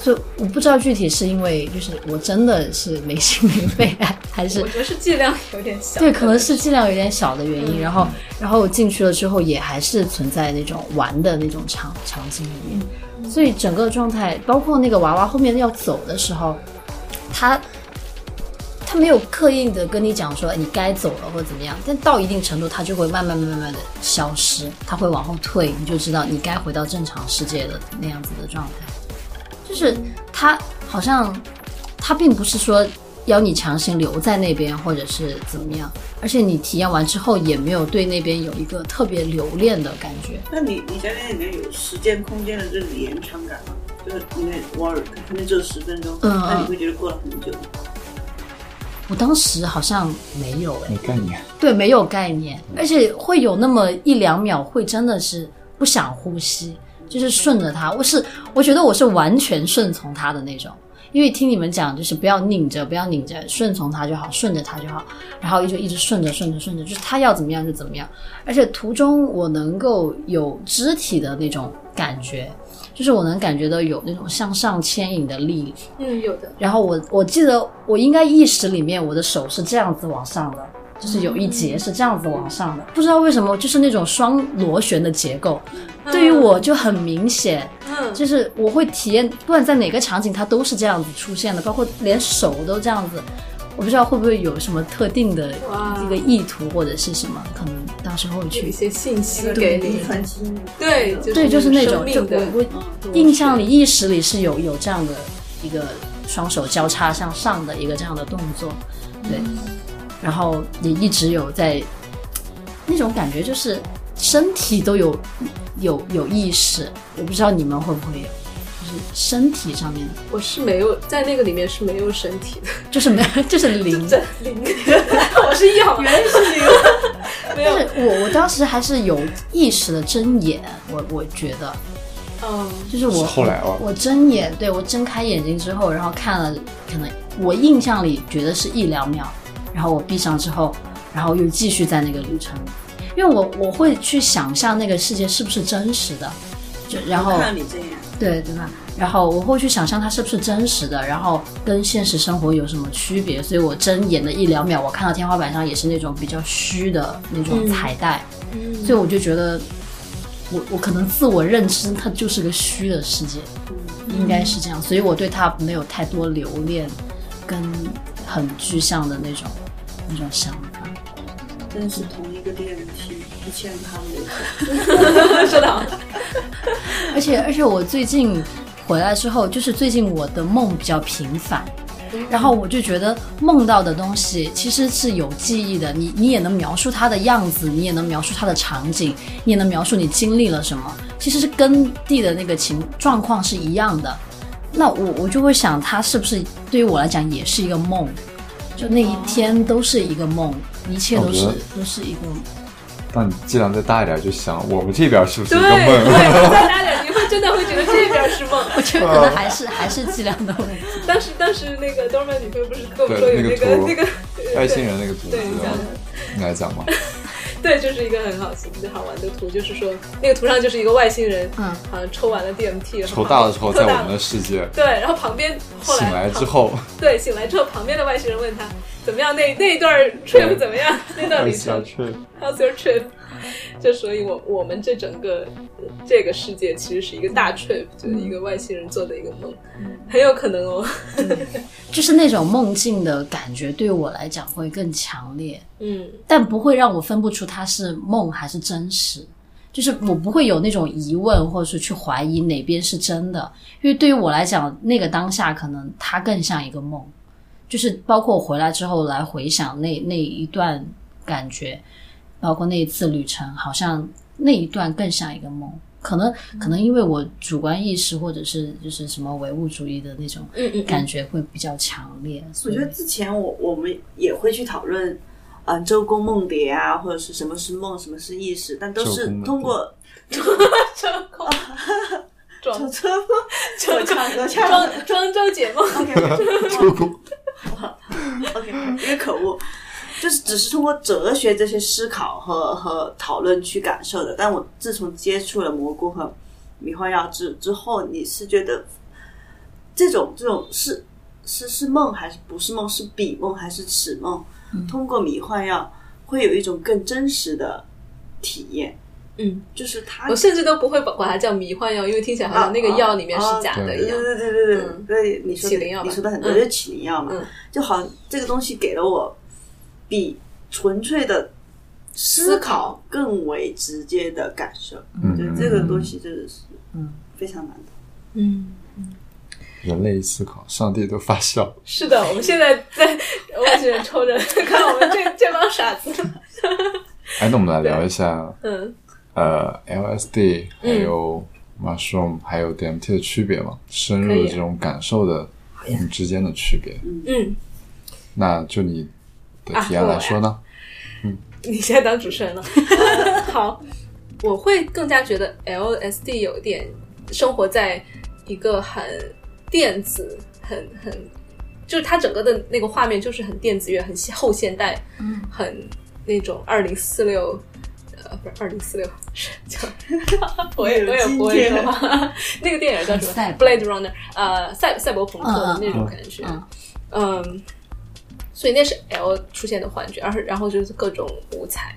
C: 所以我不知道具体是因为就是我真的是没心没肺，啊还是
A: 我觉得是剂量有点小，
C: 对，可能是剂量有点小的原因。
A: 嗯
C: 然后，然后进去了之后，也还是存在那种玩的那种场场景里
A: 嗯
C: 面，所以整个状态，包括那个娃娃后面要走的时候，他他没有刻意的跟你讲说哎你该走了或者怎么样，但到一定程度，他就会慢慢慢慢的消失，他会往后退，你就知道你该回到正常世界的那样子的状态。
A: 嗯
C: 就是他好像他并不是说要你强行留在那边或者是怎么样，而且你体验完之后也没有对那边有一个特别留恋的感觉。
D: 那你你在那里面有时间空间的这种延长感吗？就是因为我尔可能只有十分钟，
C: 嗯
D: 那你会觉得过了很久吗？
C: 我当时好像没有哎、
B: 没概念。
C: 对，没有概念，而且会有那么一两秒会真的是不想呼吸，就是顺着他。我是我觉得我是完全顺从他的那种，因为听你们讲就是不要拧着，不要拧着，顺从他就好，顺着他就好，然后就一直顺着顺着顺着，就是他要怎么样就怎么样。而且途中我能够有肢体的那种感觉，就是我能感觉到有那种向上牵引的力
A: 嗯，有的，
C: 然后我我记得我应该意识里面我的手是这样子往上的，就是有一节是这样子往上的，不知道为什么就是那种双螺旋的结构，对于我就很明显，
A: 嗯，
C: 就是我会体验，不管在哪个场景它都是这样子出现的，包括连手都这样子。我不知道会不会有什么特定的
A: 哇
C: 一个意图或者是什么，可能到时候
A: 有
C: 去
A: 一些信息给
D: 对，
A: 你，
D: 传奇，
A: 对，就是
C: 对，就是那种，就
A: 生命的嗯
C: 我我印象里、意识里是有有这样的一个双手交叉向上的一个这样的动作，
A: 嗯
C: 对，然后也一直有在那种感觉，就是身体都有有有意识，我不知道你们会不会有，就是身体上面的，
A: 我是没有在那个里面是没有身体的，
C: 就是没就是 灵，
A: 这零，我是一号，原来是零，没
C: 但
A: 有，
C: 是我我当时还是有意识的睁眼，我我觉得，
A: 嗯，
C: 就是我
B: 是后来哦
C: 我睁眼，对我睁开眼睛之后，然后看了，可能我印象里觉得是一两秒，然后我闭上之后，然后又继续在那个旅程里，因为我我会去想象那个世界是不是真实的，就然后
D: 我看到你这样，
C: 对对吧？然后我会去想象它是不是真实的，然后跟现实生活有什么区别。所以我睁眼的一两秒，我看到天花板上也是那种比较虚的那种
A: 嗯
C: 彩带， 所以我嗯就觉得我我可能自我认知它就是个虚的世界，
D: 嗯
C: 应该是这样，所以我对它没有太多留恋跟很具象的那种那种想法。
D: 真的是同一个恋人体，不欠他们的。
A: 说的好，
C: 而且而且我最近回来之后，就是最近我的梦比较频繁。然后我就觉得梦到的东西其实是有记忆的，你你也能描述它的样子，你也能描述它的场景，你也能描述你经历了什么，其实是跟地的那个情状况是一样的。那我我就会想，它是不是对于我来讲也是一个梦？就那一天都是一个梦，一切都是
B: 我觉得
C: 都是一个
B: 但你剂量再大一点，就想我们这边是不是
A: 对
B: 一个
A: 对，
B: 梦？
A: 再大点，你会真的会觉得这边是梦。
C: 我觉得可能
B: 啊
C: 还是还是剂量的问题。
A: 当时当时那个 d o r m a 女朋友不是跟我们说
B: 对
A: 有那
B: 那
A: 个
B: 个
A: 那
B: 图
A: 个
B: 外星人那个图，
A: 对你讲的
B: 你来讲吧。
A: 对，就是一个很好奇好玩的图，就是说那个图上就是一个外星人，
C: 嗯
A: 好像抽完了 DMT，然后
B: 抽大了之后，在
A: 抽
B: 我
A: 大
B: 们
A: 了
B: 的世界
A: 对，然后旁边后来
B: 醒来之后，
A: 对醒来之后，旁边的外星人问他怎么样，那那一段 trip 怎么样，那段
B: 一
A: 旅
B: 下
A: 程
B: 去，
A: ，How's your trip？就所以我我们这整个这个世界其实是一个大 trip，就是一个外星人做的一个梦，很有可能哦。
C: 就是那种梦境的感觉，对我来讲会更强烈，
A: 嗯
C: 但不会让我分不出它是梦还是真实。就是我不会有那种疑问，或者是去怀疑哪边是真的，因为对于我来讲，那个当下可能它更像一个梦。就是包括我回来之后来回想那那一段感觉，包括那一次旅程，好像那一段更像一个梦。可能可能因为我主观意识或者是就是什么唯物主义的那种
A: 嗯嗯
C: 感觉会比较强烈。
D: 我
C: 所以
D: 觉得之前我我们也会去讨论，嗯、周公梦蝶啊，或者是什么是梦，什么是意识，但都
B: 周
D: 是
B: 公梦蝶
D: 通过
A: 成功，
D: 周
A: 庄
D: 周
A: 周
D: 公唱我唱
A: 庄庄周解梦，
D: OK
B: 周公
D: OK，因为可恶，就是只是通过哲学这些思考和和讨论去感受的。但我自从接触了蘑菇和迷幻药之之后，你是觉得这种这种是是是梦还是不是梦？是比梦还是此梦？
A: 嗯
D: 通过迷幻药会有一种更真实的体验，
A: 嗯，
D: 就是它
A: 我甚至都不会把管它叫迷幻药，因为听起来好像那个药里面是假的一
D: 对
A: 样。
D: 对对对对
A: 嗯
D: 对，你说
A: 起
D: 的
A: 灵药吧
D: 你说的很多
A: 嗯
D: 就是起灵药嘛，
A: 嗯
D: 就好像这个东西给了我比纯粹的思
A: 思考
D: 考更为直接的感受，
B: 嗯
D: 对
B: 嗯
D: 这个东西真的是
C: 嗯
D: 非常难的。
A: 嗯，
B: 人类思考，上帝都发笑。
A: 是的，我们现在在 外星人抽着看我们这这帮傻子。
B: 哎，那我们来聊一下
A: 嗯
B: 呃 LSD 还
A: 嗯
B: 有 mushroom 还有 DMT 的区别嘛，深入
A: 可以
B: 的这种感受的你们之间的区别。
A: 嗯，
B: 那就你的
A: 啊
B: 体验来说呢？
A: 你现在当主持人了。 呃好，我会更加觉得 LSD 有点生活在一个很电子、很很，就是它整个的那个画面就是很电子乐、很现后现代、
C: 嗯
A: 很那种二零四六。呃，不是二零四六，是叫我也我也不会说话。 那个电影叫什
C: 赛
A: 么
C: 博
A: ？Blade Runner，呃，赛赛博朋克的那种感觉。
C: 嗯
A: 嗯，所以那是 L 出现的幻觉，而是然后就是各种五彩，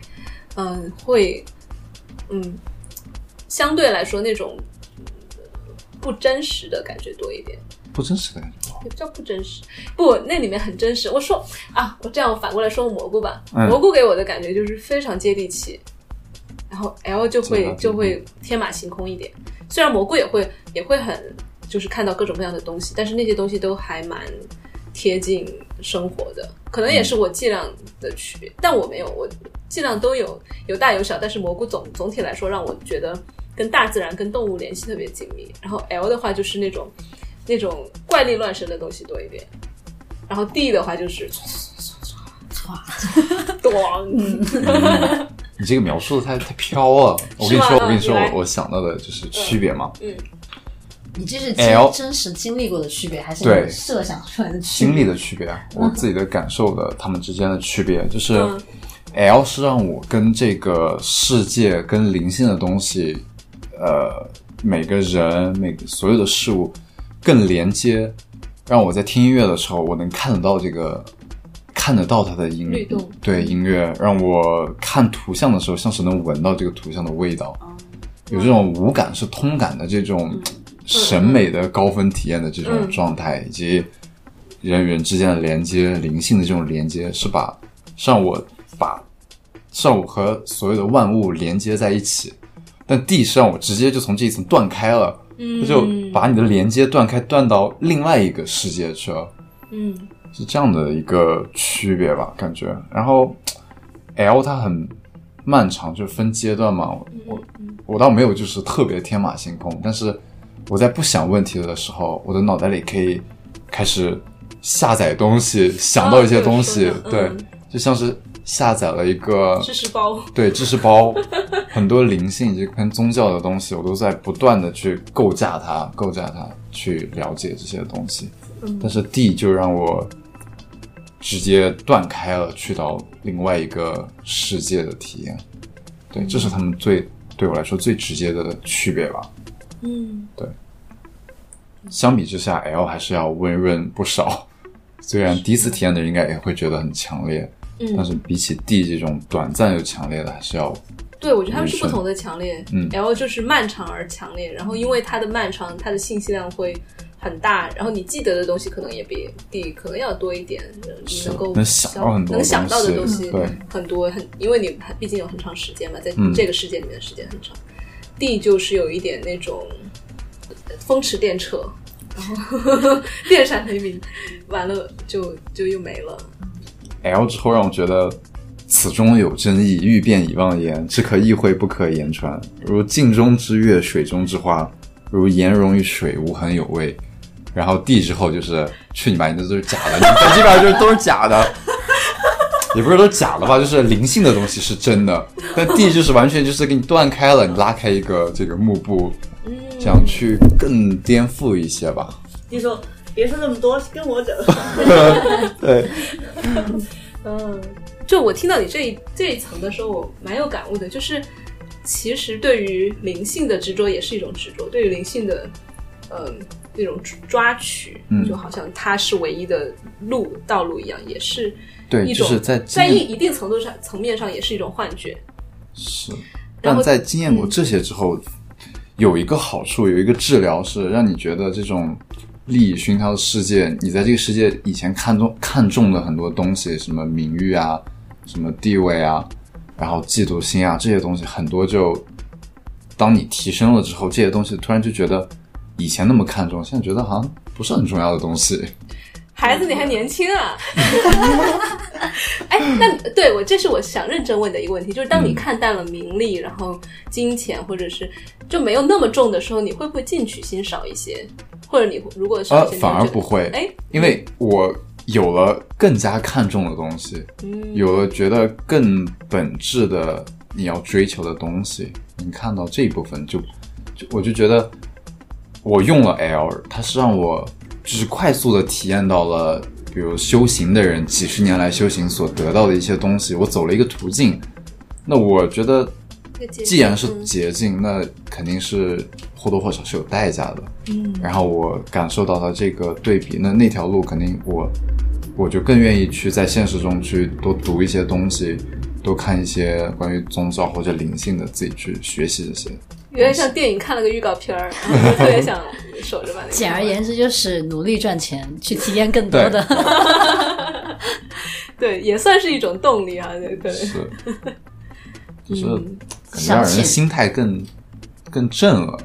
A: 嗯，会，嗯，相对来说那种嗯不真实的感觉多一点，
B: 不真实的感觉。
A: 也不叫不真实，不，那里面很真实。我说啊，我这样反过来说蘑菇吧，
B: 嗯
A: 蘑菇给我的感觉就是非常接地气，然后 L 就
B: 接地
A: 会
B: 气
A: 就会天马行空一点，虽然蘑菇也会也会很就是看到各种各样的东西，但是那些东西都还蛮贴近生活的，可能也
B: 嗯
A: 是我剂量的区别，但我没有，我剂量都有，有大有小，但是蘑菇总总体来说让我觉得跟大自然、跟动物联系特别紧密，然后 L 的话就是那种那种怪力乱神的东西多一点，然后 D 的话就是 咣，
B: 嗯你这个描述的太太 飘了。我跟你
A: 是
B: 说，
A: 吗
B: 我跟你说，
A: 你来嗯
B: 我我想到的就是区别嘛，
C: 你这是
B: L
C: 真真实经历过的区别，还是
B: 哎对
C: 你设想出来的区别？
B: 经历的区别，
A: 嗯
B: 我自己的感受的，他们之间的区别就是。L 是让我跟这个世界、跟灵性的东西，呃，每个人、每个所有的事物更连接，让我在听音乐的时候，我能看得到这个，看得到它的音
A: 律动
B: 对音乐，让我看图像的时候，像是能闻到这个图像的味道，
D: 哦
B: 有这种无感是通感的这种审美的高分体验的这种
A: 嗯
B: 状态，以及人与人之间的连接、灵性的这种连接，是把是让我把是让我和所有的万物连接在一起。但 D 是让我直接就从这一层断开了，
A: 嗯
B: 它就把你的连接断开，断到另外一个世界去了。
A: 嗯
B: 是这样的一个区别吧，感觉。然后 L 它很漫长，就是分阶段嘛。
A: 嗯
B: 我我倒没有就是特别天马行空，但是我在不想问题的时候，我的脑袋里可以开始下载东西，想到一些东西，
A: 这啊个说的
B: 对
A: 嗯，
B: 就像是下载了一个
A: 知识包，
B: 对知识包，很多灵性以及跟宗教的东西，我都在不断的去构架它，构架它，去了解这些东西。
A: 嗯
B: 但是 D 就让我直接断开了，去到另外一个世界的体验。对，这是他们最对我来说最直接的区别吧。
A: 嗯，
B: 相比之下，L 还是要温润不少。虽然第一次体验的人应该也会觉得很强烈，
A: 嗯
B: 但是比起 D 这种短暂又强烈的，还是要
A: 对，我觉得他们是
B: 人
A: 不
B: 生
A: 同的强烈。
B: 嗯
A: L 就是漫长而强烈，然后因为它的漫长，它的信息量会很大，然后你记得的东西可能也比 D 可能要多一点，你能够
B: 能想到很多
A: 能想到的
B: 东
A: 东
B: 西
A: 西
B: 对
A: 很多，很因为你毕竟有很长时间嘛，在
B: 嗯
A: 这个世界里面的时间很长。D 就是有一点那种风驰电掣，然后 电闪雷鸣，完了就就又没了。
B: L 之后让我觉得此中有真意，欲辨已忘言，只可意会不可言传。如镜中之月，水中之花，如颜容于水，无痕有味。然后 D 之后就是去你妈，你这都是假的，你这基本上就是都是假的，也不是都是假的吧，就是灵性的东西是真的，但 D 就是完全就是给你断开了，你拉开一个这个幕布，
A: 嗯
B: 这样去更颠覆一些吧。
D: 就说别说那么多，跟我走。
B: 对，
A: 嗯，就我听到你这一这一层的时候，我蛮有感悟的，就是其实对于灵性的执着也是一种执着，对于灵性的嗯那种抓取，
B: 嗯
A: 就好像它是唯一的路道路一样，也是
B: 对
A: 一种
B: 就是在
A: 在
B: 经
A: 一
B: 验
A: 一定程度上层面上也是一种幻觉。
B: 是，
A: 然
B: 但
A: 后嗯
B: 在经验过这些之后，有一个好处，有一个治疗是让你觉得这种利益熏陶的世界，你在这个世界以前看重看重的很多东西，什么名誉啊，什么地位啊，然后嫉妒心啊这些东西，很多就当你提升了之后，这些东西突然就觉得以前那么看重，现在觉得好像不是很重要的东西。
A: 孩子，你还年轻 啊！哎，那你对我，这是我想认真问的一个问题，就是当你
B: 嗯
A: 看淡了名利，然后金钱，或者是就没有那么重的时候，你会不会进取心少一些？或者你如果是
B: 呃
A: 一些，
B: 反而不，会，
A: 你觉得哎，
B: 因为我有了更加看重的东西，
A: 嗯
B: 有了觉得更本质的你要追求的东西，你看到这一部分就，就我就觉得我用了 L，它是让我就是快速的体验到了，比如修行的人几十年来修行所得到的一些东西，我走了一个途径，那我觉得
A: 这个阶段
B: 既然是
A: 嗯
B: 捷径，那肯定是或多或少是有代价的。
A: 嗯，
B: 然后我感受到了这个对比，那那条路肯定我我就更愿意去在现实中去多读一些东西，多看一些关于宗教或者灵性的，自己去学习这些。
A: 有点像电影看了个预告片儿，然后就特别想守着把那个。
C: 简而，言之，就是努力赚钱，去体验更多
B: 对
C: 的。
A: 对，也算是一种动力啊，对对。
B: 是，就是
A: 嗯
B: 感觉让人的心态更更正了。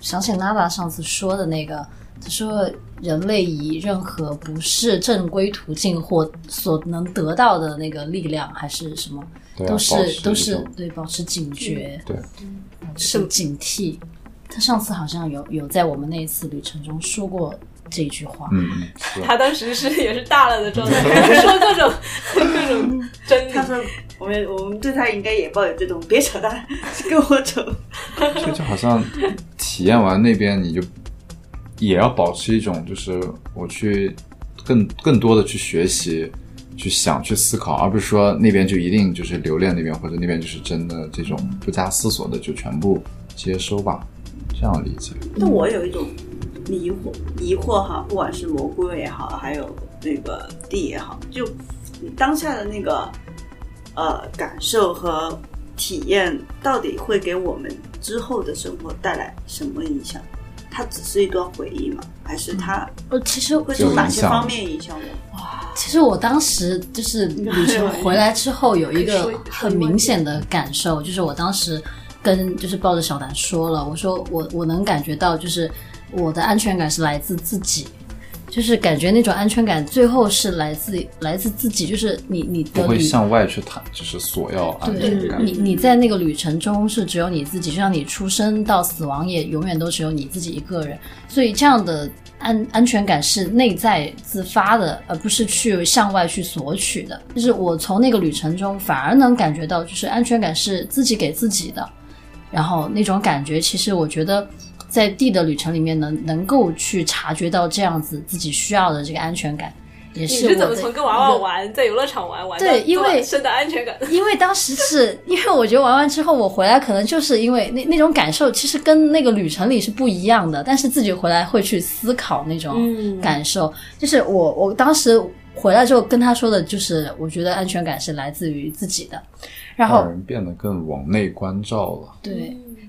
C: 想起娜娜上次说的那个，她说人类以任何不是正规途径或所能得到的那个力量还是什么，
B: 对啊，
C: 都
B: 保
C: 是
B: 持
C: 都
B: 一
C: 是
B: 种
C: 对保持警觉，
B: 对，
C: 保持警惕。她上次好像有有在我们那一次旅程中说过这句话，
B: 嗯，嗯是
A: 他当时是也是大了的状态， 说各种各种真理
D: 他。说我们我们对他应该也抱有这种别扯淡，跟我走。
B: 这就好像体验完那边，你就也要保持一种，就是我去更更多的去学习、去想、去思考，而不是说那边就一定就是留恋那边，或者那边就是真的这种不加思索的就全部接收吧，这样理解。
D: 但我有一种疑惑，疑惑哈，不管是蘑菇也好，还有那个地也好，就你当下的那个呃感受和体验，到底会给我们之后的生活带来什么影响？它只是一段回忆吗？还是它
C: 呃，其实
D: 会
B: 嗯就
D: 从
B: 有
D: 哪
B: 影
D: 些
B: 响
D: 方面影响我？
C: 其实我当时就是旅程回来之后，有 一个很明显的感受，就是我当时跟就是抱着小南说了，我说我我能感觉到，就是我的安全感是来自自己，就是感觉那种安全感最后是来自来自自己，就是你你
B: 不
C: 的
B: 会
C: 旅
B: 向外去谈，就是索要安全
C: 对
B: 啊感。
C: 你，你在那个旅程中是只有你自己，就像你出生到死亡也永远都只有你自己一个人，所以这样的安安全感是内在自发的，而不是去向外去索取的。就是我从那个旅程中反而能感觉到，就是安全感是自己给自己的，然后那种感觉，其实我觉得。在 D 的旅程里面能，能够去察觉到这样子自己需要的这个安全感，也
A: 你
C: 是我
A: 是
C: 的
A: 怎么从跟娃娃
C: 一个
A: 玩，在游乐场玩玩到
C: 对因
A: 这么
C: 为
A: 深的安全感？
C: 因为当时是因为我觉得玩完之后我回来，可能就是因为那那种感受，其实跟那个旅程里是不一样的。但是自己回来会去思考那种
A: 嗯
C: 感受，就是我我当时回来之后跟他说的就是，我觉得安全感是来自于自己的。然后
B: 让人变得更往内关照了。
C: 对，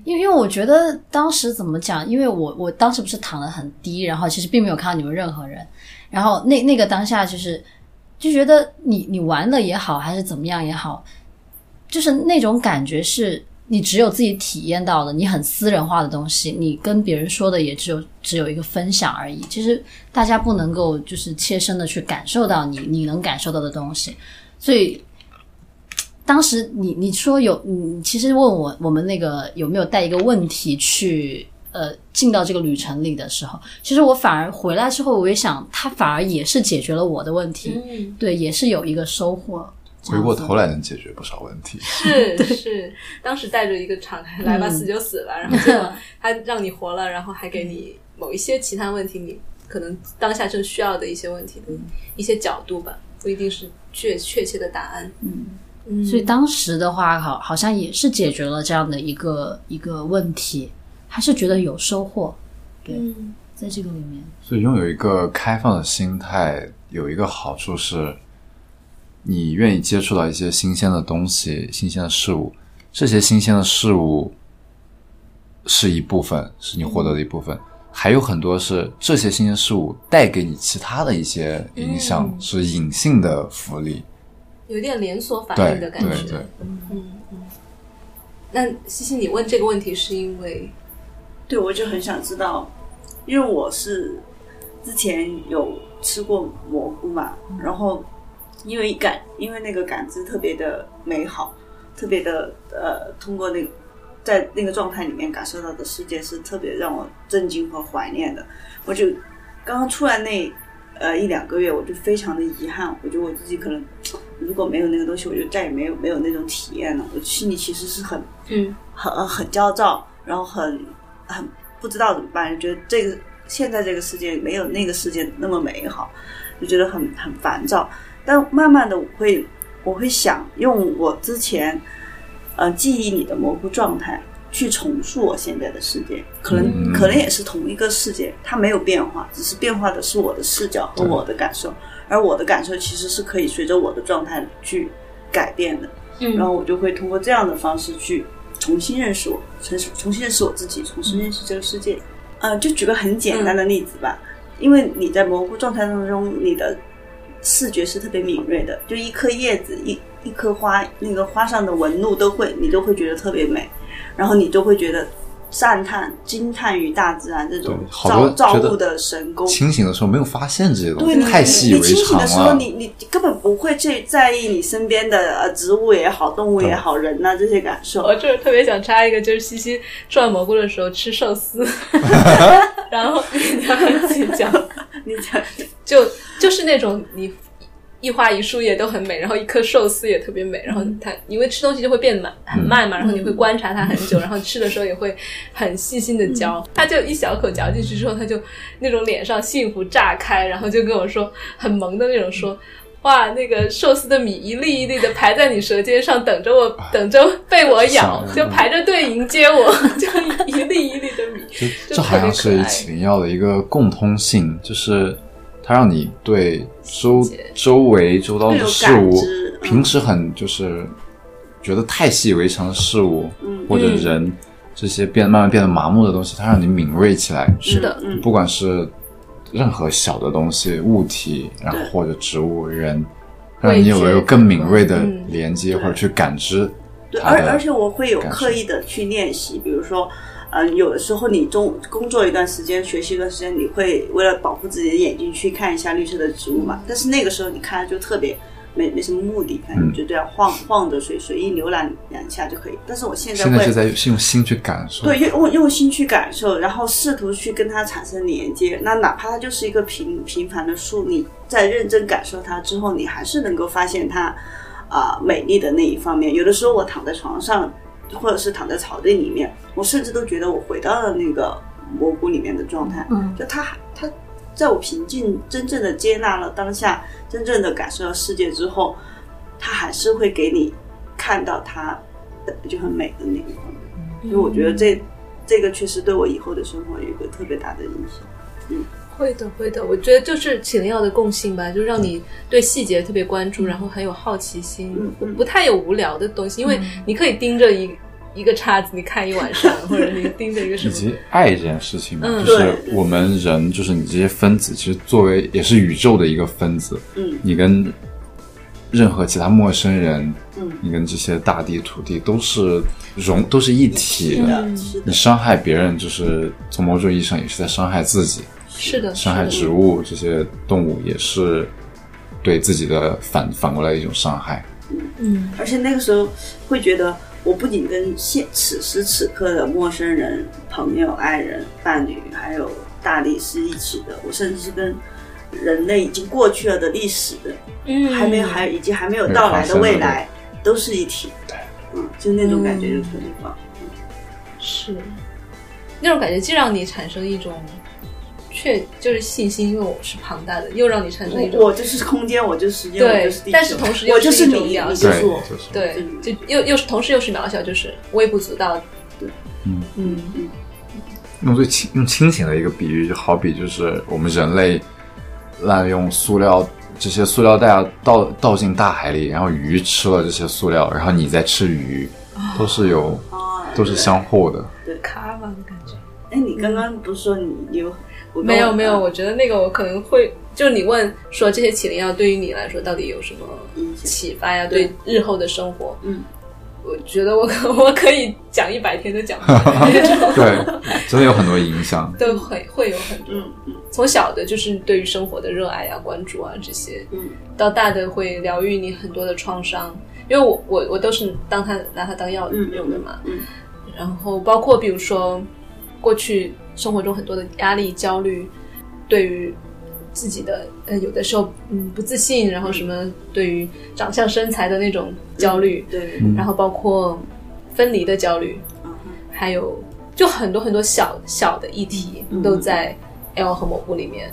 C: 因为因为我觉得当时怎么讲，因为我我当时不是躺得很低，然后其实并没有看到你们任何人，然后那那个当下就是就觉得你你玩了也好，还是怎么样也好，就是那种感觉是你只有自己体验到的，你很私人化的东西，你跟别人说的也只有只有一个分享而已。其实大家不能够就是切身的去感受到你你能感受到的东西，所以当时你你说有，你其实问我我们那个有没有带一个问题去呃进到这个旅程里的时候，其实我反而回来之后，我也想，他反而也是解决了我的问题，
A: 嗯，
C: 对，也是有一个收获。这
B: 回
C: 样
B: 过
C: 子
B: 头来能解决不少问题。
A: 是是，当时带着一个敞开来吧，
C: 嗯
A: 死就死吧，然后结 果他让你活了，然后还给你某一些其他问题，你可能当下正需要的一些问题的
C: 嗯
A: 一些角度吧，不一定是确确切的答案。嗯，
C: 所以当时的话，好好像也是解决了这样的一个一个问题，还是觉得有收获
A: 嗯
C: 在这个里面。
B: 所以拥有一个开放的心态，有一个好处是，你愿意接触到一些新鲜的东西、新鲜的事物。这些新鲜的事物是一部分，是你获得的一部分，还有很多是这些新鲜事物带给你其他的一些影响，
A: 嗯
B: 是隐性的福利。
A: 有点连锁反
B: 对
A: 应的
B: 对
A: 感觉。
B: 对，
A: 嗯嗯。那西西，你问这个问题是因为
D: 对，我就很想知道，因为我是之前有吃过蘑菇嘛，然后因为感因为那个感知特别的美好，特别的呃，通过那个在那个状态里面感受到的世界是特别让我震惊和怀念的。我就刚刚出来那呃一两个月，我就非常的遗憾，我觉得我自己可能如果没有那个东西，我就再也没有没有那种体验了。我心里其实是很
A: 嗯
D: 很呃很焦躁，然后很很不知道怎么办，觉得这个现在这个世界没有那个世界那么美好，就觉得很很烦躁。但慢慢的，我会我会想用我之前呃记忆里的模糊状态去重塑我现在的世界，可能、
B: 嗯
D: 可能也是同一个世界，它没有变化，只是变化的是我的视角和
B: 对
D: 我的感受，而我的感受其实是可以随着我的状态去改变的。
A: 嗯
D: 然后我就会通过这样的方式去重新认识我，重新重新认识我自己，重新认识这个世界。呃，就举个很简单的例子吧，因为你在蘑菇状态当中，你的视觉是特别敏锐的，就一颗叶子、一一颗花，那个花上的纹路都会，你都会觉得特别美，然后你就会觉得赞叹、惊叹于大自然这种
B: 对好
D: 造
B: 多
D: 造
B: 觉得
D: 物的神功。
B: 清醒的时候没有发现这些东
D: 对
B: 西，
D: 你
B: 太习以
D: 你
B: 为
D: 清醒
B: 常
D: 的时候，
B: 了。
D: 你你你根本不会去在意你身边的呃植物也好、动
B: 嗯
D: 物也好、人呐、这些感受。
A: 我这儿特别想插一个，就是西西涮蘑菇的时候吃寿司， 然后你要自己讲，
D: 你 讲，
A: 就就是那种你一花一树叶都很美，然后一颗寿司也特别美，然后它因为吃东西就会变慢很慢嘛，然后你会观察它很久，然后吃的时候也会很细心的嚼，它就一小口嚼进去之后，它就那种脸上幸福炸开，然后就跟我说很萌的那种说。哇，那个寿司的米一粒一粒的排在你舌尖上，等着我，等着被我咬，
B: 想
A: 就排着队迎接我， 就一粒一粒的米。
B: 这
A: 就
B: 这
A: 特
B: 好
A: 别
B: 像
A: 可
B: 是
A: 爱
B: 启灵药的一个共通性，就是它让你对周
A: 细节
B: 周围周遭的事
D: 更有
B: 物
D: 感知，嗯
B: 哦平时很就是觉得太习以为常的事物、
D: 嗯
B: 或者
A: 嗯
B: 人这些变慢慢变得麻木的东西，它让你敏锐起来。
A: 是的，
D: 嗯，
B: 不管是任何小的东西、物体，然后
D: 对
B: 或者植物、人，
A: 味
B: 让你有
A: 觉
B: 了一个更敏锐的
A: 嗯
B: 连接、
D: 对
B: 或者去感知
D: 对，
B: 它
D: 而
B: 的
D: 而且我会有
B: 感受
D: 刻意的去练习，比如说，嗯、有的时候你中工作一段时间，学习一段时间，你会为了保护自己的眼睛去看一下绿色的植物嘛，但是那个时候你看就特别。没没什么目的，反正
B: 嗯
D: 就这样晃晃着随随意浏览两下就可以。但是我现在
B: 现
D: 会
B: 在是在是用心去感受。
D: 对，用用心去感受，然后试图去跟它产生连接。那哪怕它就是一个平平凡的树，你在认真感受它之后，你还是能够发现它啊、美丽的那一方面。有的时候我躺在床上，或者是躺在草地里面，我甚至都觉得我回到了那个蘑菇里面的状态。
C: 嗯，
D: 就它它在我平静、真正的接纳了当下，真正的感受到世界之后，它还是会给你看到它本来就很美的那一方面。所以我觉得这这个确实对我以后的生活有一个特别大的影响。
A: 会的，会的。我觉得就是起灵药的共性吧，就让你对细节特别关注，然后很有好奇心，
D: 嗯
A: 不
D: 嗯
A: 不太有无聊的东西，因为你可以盯着一一个叉子，你看一晚上，或者你盯着一个什
B: 以
A: 么
B: 及爱这件事情嘛，
A: 嗯
B: 就是
D: 对
B: 我们人，就是你这些分子，其实作为也是宇宙的一个分子，
D: 嗯
B: 你跟任何其他陌生人，
D: 嗯
B: 你跟这些大地土地都是融，都是一体
A: 嗯
D: 是
B: 的。
D: 的，是
B: 你
D: 的，
B: 伤害别人，就是从某种意义上也是在伤害自己，
A: 是的，
B: 伤害
A: 是的
B: 植物这些动物也是对自己的反反过来一种伤害。
A: 嗯，
D: 而且那个时候会觉得，我不仅跟现此时此刻的陌生人、朋友、爱人、伴侣，还有大地是一起的，我甚至是跟人类已经过去了的历史的
A: 嗯，
D: 还没有，还以及还没有到来的未来，都是一体。
B: 对，
D: 嗯，就那种感觉就特别棒。
A: 是那种感觉，既让你产生一种确就是信心，又是庞大的，又让你产生一
D: 我
A: 种
D: 我就是空间，我就是时间，
A: 对
D: 我就是地球，
A: 但是同时又
D: 我就是是
A: 一
D: 你，
A: 种
D: 你
A: 了
D: 就
A: 解
B: 对，
D: 是我。
B: 就是
A: 对，
D: 嗯
A: 就又又是同时又是渺小，就是微不足道，
B: 嗯。
A: 嗯
B: 用最亲用亲情的一个比喻，就好比就是我们人类滥用塑料这些塑料袋啊，倒倒进大海里，然后鱼吃了这些塑料，然后你再吃鱼，都是有
D: 哦
B: 都是相互的。
A: 卡吧的感觉。
D: 哎，你刚刚不是说你你有我
A: 嗯
D: 跟我啊
A: 没有没有，我觉得那个我可能会，就是你问说这些起灵药对于你来说到底有什么
D: 影响
A: 启发呀？
D: 对
A: 对日后的生活，
D: 嗯，
A: 我觉得我可我可以讲一百天都讲不完，那 种
B: 对，真的有很多影响。
A: 都会会有很多。
D: 嗯嗯
A: 从小的就是对于生活的热爱啊、关注啊这些，
D: 嗯
A: 到大的会疗愈你很多的创伤，因为我我我都是当它拿它当药
D: 嗯
A: 用的嘛。
D: 嗯
A: 然后包括比如说，过去生活中很多的压力、焦虑，对于自己的呃有的时候嗯不自信，然后什么对于长相身材的那种焦虑，
D: 对，
B: 嗯
A: 然后包括分离的焦虑，
D: 嗯
A: 还有就很多很多小小的议题
D: 嗯
A: 都在 L 和蘑菇里面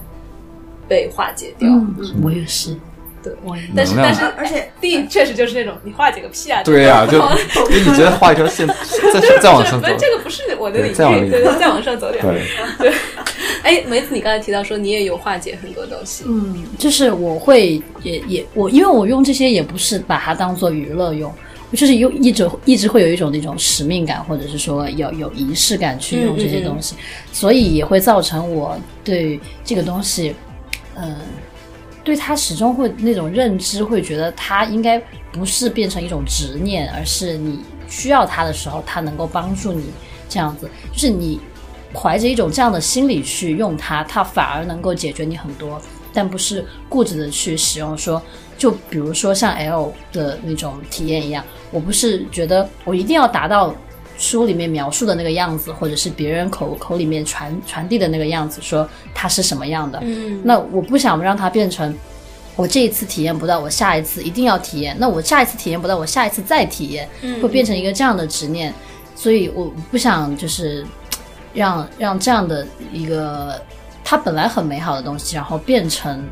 A: 被化解掉。
C: 嗯，我也是，
A: 对
C: 我也
A: 但是
B: 能
A: 但
B: 量
A: 是
D: 而而且
A: D 确实就是那种你化解个屁啊！
B: 对呀、
A: 这
B: 就
A: 种
B: 就你直接画一条线， 再再往上
A: 不。
B: 走
A: 是这个不是我的领域，
B: 对再往里
A: 对对，再往上走点。
B: 对，
A: 哎，梅子，你刚才提到说你也有化解很多东西，
C: 嗯，就是我会也也我，因为我用这些也不是把它当做娱乐用，我就是用一直一直会有一种那种使命感，或者是说有有仪式感去用这些东西，所以也会造成我对这个东西，嗯、对它始终会那种认知，会觉得它应该不是变成一种执念，而是你需要它的时候，它能够帮助你这样子，就是你怀着一种这样的心理去用它，它反而能够解决你很多，但不是固执的去使用说。就比如说像 L 的那种体验一样，我不是觉得我一定要达到书里面描述的那个样子，或者是别人口口里面传传递的那个样子，说它是什么样的。
A: 嗯
C: 那我不想让它变成我这一次体验不到，我下一次一定要体验。那我下一次体验不到，我下一次再体验，
A: 嗯
C: 会变成一个这样的执念。所以我不想就是让让这样的一个它本来很美好的东西，然后变成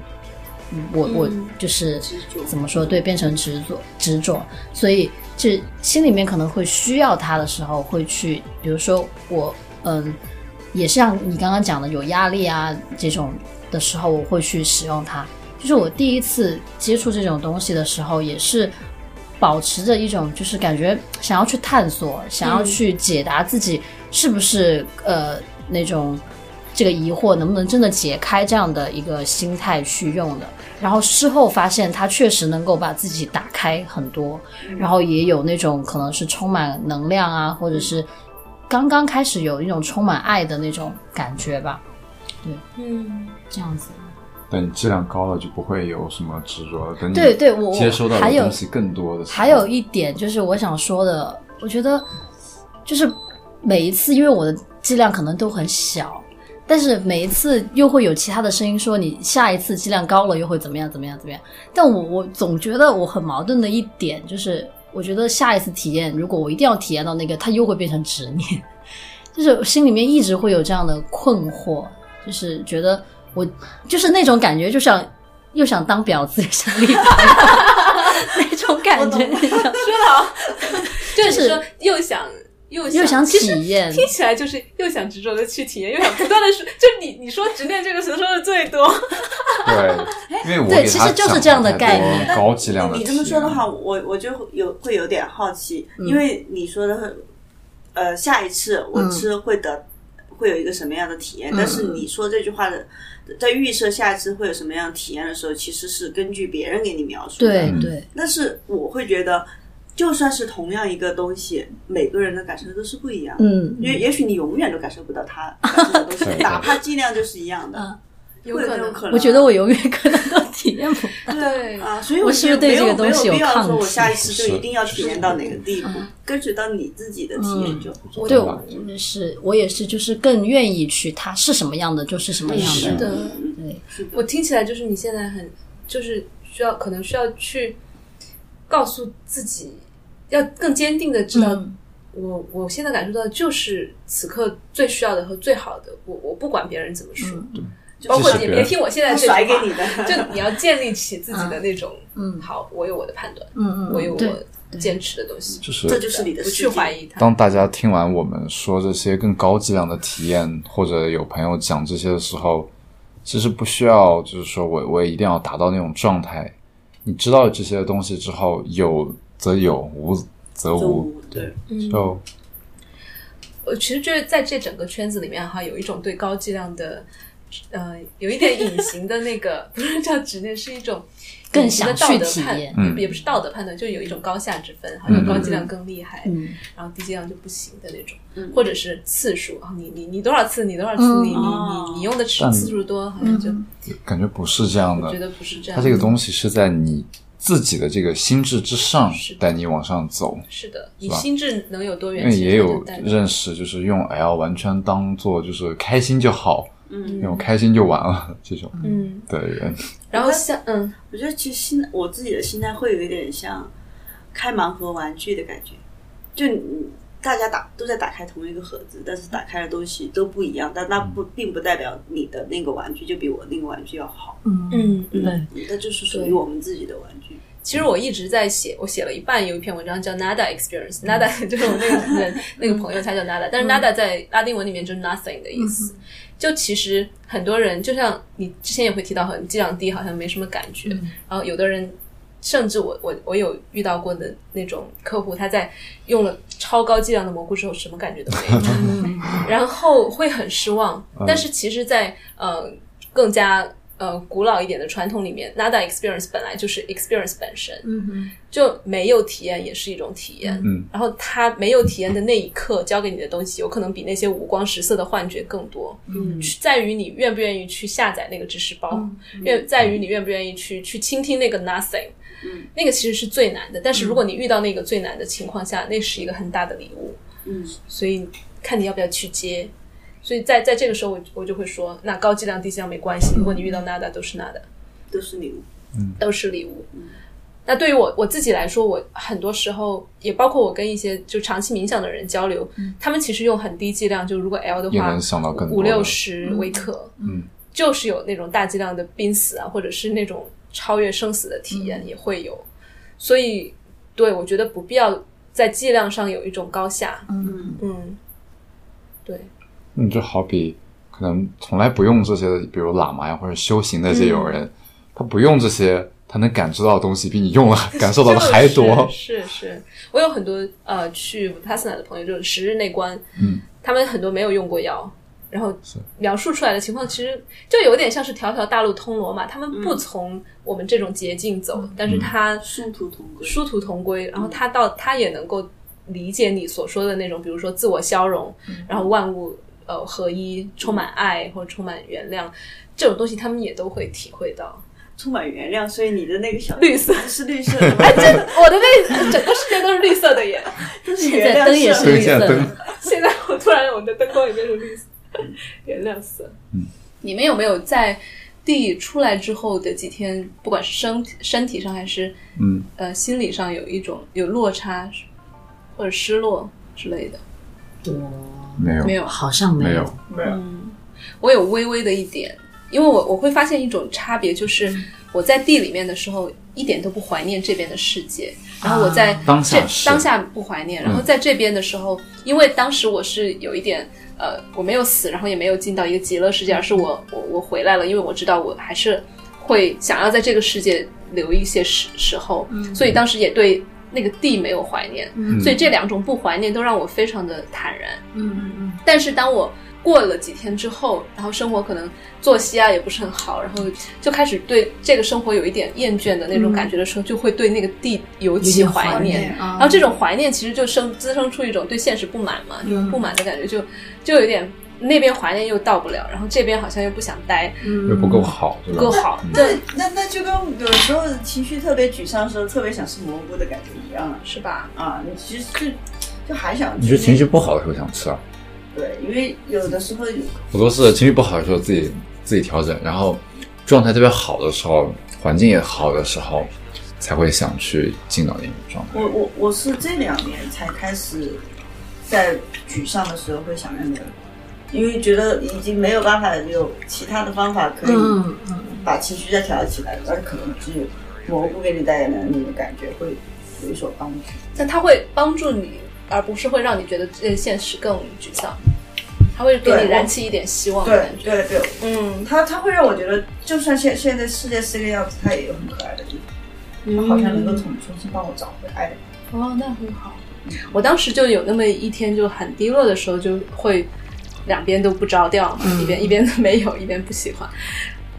C: 嗯我我
A: 嗯
C: 就是
D: 执着
C: 怎么说对，变成执着执着，所以这心里面可能会需要它的时候，会去，比如说我嗯，也是像你刚刚讲的有压力啊这种的时候，我会去使用它。就是我第一次接触这种东西的时候，也是保持着一种就是感觉想要去探索，想要
A: 嗯
C: 去解答自己是不是呃那种这个疑惑能不能真的解开这样的一个心态去用的。然后事后发现，它确实能够把自己打开很多，然后也有那种可能是充满能量啊，或者是刚刚开始有一种充满爱的那种感觉吧，
A: 嗯，
C: 这样子。
B: 等质量高了就不会有什么执着了。等你
C: 对对，我
B: 嗯接收到
C: 还
B: 的
C: 有
B: 东西更多的时候，
C: 还有一点就是我想说的，我觉得就是每一次，因为我的剂量可能都很小，但是每一次又会有其他的声音说你下一次剂量高了又会怎么样怎么样怎么样。但我我总觉得我很矛盾的一点就是，我觉得下一次体验，如果我一定要体验到那个，它又会变成执念， 就是心里面一直会有这样的困惑，就是觉得我就是那种感觉，就像。又想当婊子，又想立牌，那种感觉，你知道吗
A: 就
C: 就是
A: 是说又想又
C: 又想
A: 其实
C: 体验
A: 听起来就是又想执着的去体验，又想不断的说， 就你你说执念这个词说的最多，
B: 对，因为我
C: 对
B: 给
C: 其
B: 他
C: 实就是
B: 讲
C: 这样
B: 了
C: 的
B: 太
C: 概
B: 多
C: 念
B: 高质量的
D: 你
B: 体
D: 这么说的
B: 验
D: 话，我我就会有会有点好奇，
A: 嗯
D: 因为你说的，呃，下一次
A: 嗯
D: 我吃会得、会有一个什么样的体验？但是你说这句话的，在预设下一次会有什么样的体验的时候，其实是根据别人给你描述的。
C: 对
B: 嗯
C: 对，
D: 但是我会觉得，就算是同样一个东西，每个人的感受都是不一样的。
C: 嗯，
D: 也也许你永远都感受不到他 感受的东西
B: 对，
D: 哪怕剂量就是一样的，
C: 嗯
A: 有
D: 会有
A: 可
D: 这种
A: 能
D: 可能。
C: 我觉得我永远可能都体验不到。
A: 对
D: 啊，所以
C: 我
D: 我
C: 是
D: 觉
C: 不是
D: 得
C: 对
D: 没
C: 这
D: 有
C: 个东西有
D: 没有必要说
C: 抗
D: 我
C: 拒嗯
D: 下一次
B: 是
D: 就一定要体验到哪个地步，根据到你自己的体验就好。
C: 对，
B: 吧
C: 我是我也是，就是更愿意去，它是什么样的就是什么样
B: 是
C: 的。
B: 的
D: 嗯
C: 对，
A: 我听起来就是你现在很就是需要可能需要去告诉自己，要更坚定的知道
C: 嗯
A: 我、我现在感受到的就是此刻最需要的和最好的，我我不管别人怎么说，
C: 嗯
A: 包括
B: 即使
A: 你
B: 别
A: 别
B: 人
A: 听我现在
D: 他
A: 这句
D: 甩给
A: 话
D: 你的，
A: 就你要建立起自己的那种，
C: 嗯
A: 好，我有我的判断，
C: 嗯
A: 我有
C: 对
A: 我坚持的东西，
B: 就是
D: 这就是你的
A: 不
D: 世
A: 去
D: 界。
A: 怀疑它。
B: 当大家听完我们说这些更高质量的体验，或者有朋友讲这些的时候，其实不需要就是说我我一定要达到那种状态。你知道这些东西之后，有则有，无则
D: 就
B: 无，嗯
D: 对，
B: 就
A: 我其实就是在这整个圈子里面哈，有一种对高剂量的，呃，有一点隐形的那个，不是叫执念，是一种
C: 更
A: 隐形的
C: 想
A: 道
C: 去
A: 德
C: 体
A: 判
C: 验，
B: 嗯
A: 也不是道德判断，就有一种高下之分，好像高剂量更厉害，
C: 嗯
A: 然后低剂量就不行的那种，
D: 嗯
A: 或者是次数啊，你你你多少次，你多少次，
C: 嗯
A: 你你
D: 哦
A: 你你用的次
B: 但
A: 次数多，好像就
B: 感觉不是这样
D: 嗯
A: 我觉
B: 的。
A: 得不是这样
B: 它
A: 的。
B: 这个东西是在你自己的这个心智之上
A: 是的
B: 带你往上走，
A: 是的，你
B: 是吧
A: 心智能有多
B: 因
A: 远，
B: 为也有
A: 其实才能带动
B: 认识，就是用 L 完全当做就是开心就好，
D: 嗯，
B: 那种开心就完了 这种
A: 嗯，
B: 的人。
A: 然后像嗯，
D: 我觉得其实心态我自己的心态会有一点像开盲盒玩具的感觉，就你大家打都在打开同一个盒子，但是打开的东西都不一样，但那不并不代表你的那个玩具就比我那个玩具要好，
C: 嗯
A: 嗯，
C: 对，
D: 那就是属于我们自己的玩具。
A: 其实我一直在写，我写了一半，有一篇文章叫 Nada Experience。Nada 就是我那个人那个朋友，他叫 Nada，但是 Nada 在拉丁文里面就是 nothing 的意思。就其实很多人，就像你之前也会提到，很剂量低，好像没什么感觉。然后有的人，甚至我我我有遇到过的那种客户，他在用了超高剂量的蘑菇之后，什么感觉都没有。然后会很失望。但是其实在，呃更加呃古老一点的传统里面，nada experience 本来就是 experience 本身，
C: 嗯
A: 就没有体验也是一种体验。
B: 嗯，
A: 然后他没有体验的那一刻教给你的东西，有可能比那些五光十色的幻觉更多。
D: 嗯
A: 是在于你愿不愿意去下载那个知识包，愿、在于你愿不愿意去去倾听那个 nothing。
D: 嗯，
A: 那个其实是最难的，但是如果你遇到那个最难的情况下，那是一个很大的礼物。
D: 嗯，
A: 所以看你要不要去接。所以在在这个时候我，我就会说，那高剂量、低剂量没关
D: 嗯
A: 系。如果你遇到 nada 都是 nada，
D: 都是礼物。
A: 都是礼物。
B: 嗯
A: 那对于我我自己来说，我很多时候也包括我跟一些就长期冥想的人交流，
B: 嗯
A: 他们其实用很低剂量，就如果 L 的
B: 也
A: 话
B: 能，想到更多
A: 五
B: 的
A: 六十微克，
B: 嗯，
A: 就是有那种大剂量的濒死啊，或者是那种超越生死的体
B: 嗯
A: 验也会有。所以，对我觉得不必要在剂量上有一种高下。
D: 嗯
A: 嗯，对。
B: 嗯，就好比可能从来不用这些，比如喇嘛呀或者修行那些有人，
C: 嗯
B: 他不用这些，他能感知到的东西比你用了 感受到的还多。
A: 是是是，我有很多呃去 Vipassana 的朋友，就是十日内观，
B: 嗯，
A: 他们很多没有用过药，然后描述出来的情况其实就有点像是条条大路通罗马，他们不从我们这种捷径走，但是他
D: 殊途同归。
A: 殊途同归，然后他到他也能够理解你所说的那种，比如说自我消融，然后万物呃合一，充满爱或者充满原谅这种东西，他们也都会体会到。
D: 充满原谅，所以你的那个小
A: 绿色
D: 是绿 色的吗，
A: 真
C: 哎
A: 的， 我的那整个世界都是绿色的耶。
D: 这是
C: 现
D: 原
C: 在
D: 谅
C: 灯也
D: 色
C: 是
B: 对，
C: 绿色
B: 现在
C: 的
B: 灯，
A: 现在我突然我的灯光也变成绿色，原谅色。嗯你们有没有在地出来之后的几天，不管是身身体上还是
B: 嗯，
A: 呃心理上，有一种有落差或者失落之类的？
C: 我
B: 没有
A: 没有，
C: 好像没
B: 没有
C: 有，
A: 我有微微的一点，因为我我会发现一种差别，就是我在地里面的时候，一点都不怀念这边的世界，然后我在这、
B: 当下是嗯
A: 当下不怀念，然后在这边的时候，因为当时我是有一点呃，我没有死，然后也没有进到一个极乐世界，而是我我我回来了，因为我知道我还是会想要在这个世界留一些时时候，所以当时也对那个地没有怀念，
C: 嗯
A: 所以这两种不怀念都让我非常的坦然。
C: 嗯嗯
A: 但是当我过了几天之后，然后生活可能作息啊也不是很好，然后就开始对这个生活有一点厌倦的那种感觉的时候，就会对那个地尤
C: 嗯，
A: 其怀
C: 念。
A: 念。
C: 然
A: 然后这种怀念其实就生滋生出一种对现实不满嘛，这
D: 嗯
A: 种不满的感觉就就有点那边怀念又到不了，然后这边好像又不想待，
D: 嗯
B: 又不够好，对
A: 不
B: 吧？
A: 够好。
B: 嗯
A: 对，
D: 那那就跟有时候情绪特别沮丧的时候，特别想吃蘑菇的感觉一样啊
A: 是吧？
D: 啊！你其实就就还想
B: 你
D: 吃
B: 是情绪不好的时候想吃啊？
D: 对，因为有的时候
B: 我都是情绪不好的时候自己自己调整，然后状态特别好的时候，环境也好的时候，才会想去进到那种状态。
D: 我我我是这两年才开始在沮丧的时候会想念蘑菇，因为觉得已经没有办法有其他的方法可以
C: 嗯嗯
D: 把情绪再调起来，而可能只有蘑菇给你带来的那种感觉会有所帮助。
A: 但它会帮助你，而不是会让你觉得这现实更沮丧，它会给
D: 对
A: 你
D: 我
A: 燃起一点希望的
D: 对
A: 哦感觉。
D: 对对，
A: 嗯，
D: 它它会让我觉得，就算现现在世界是这个样子，它也有很可爱的地方，它好像能够重
A: 嗯
D: 重新帮我找回爱的。
A: 哦，那很好。我当时就有那么一天就很低落的时候，就会两边都不着调嘛，
C: 嗯
A: 一边一边没有，一边不喜欢。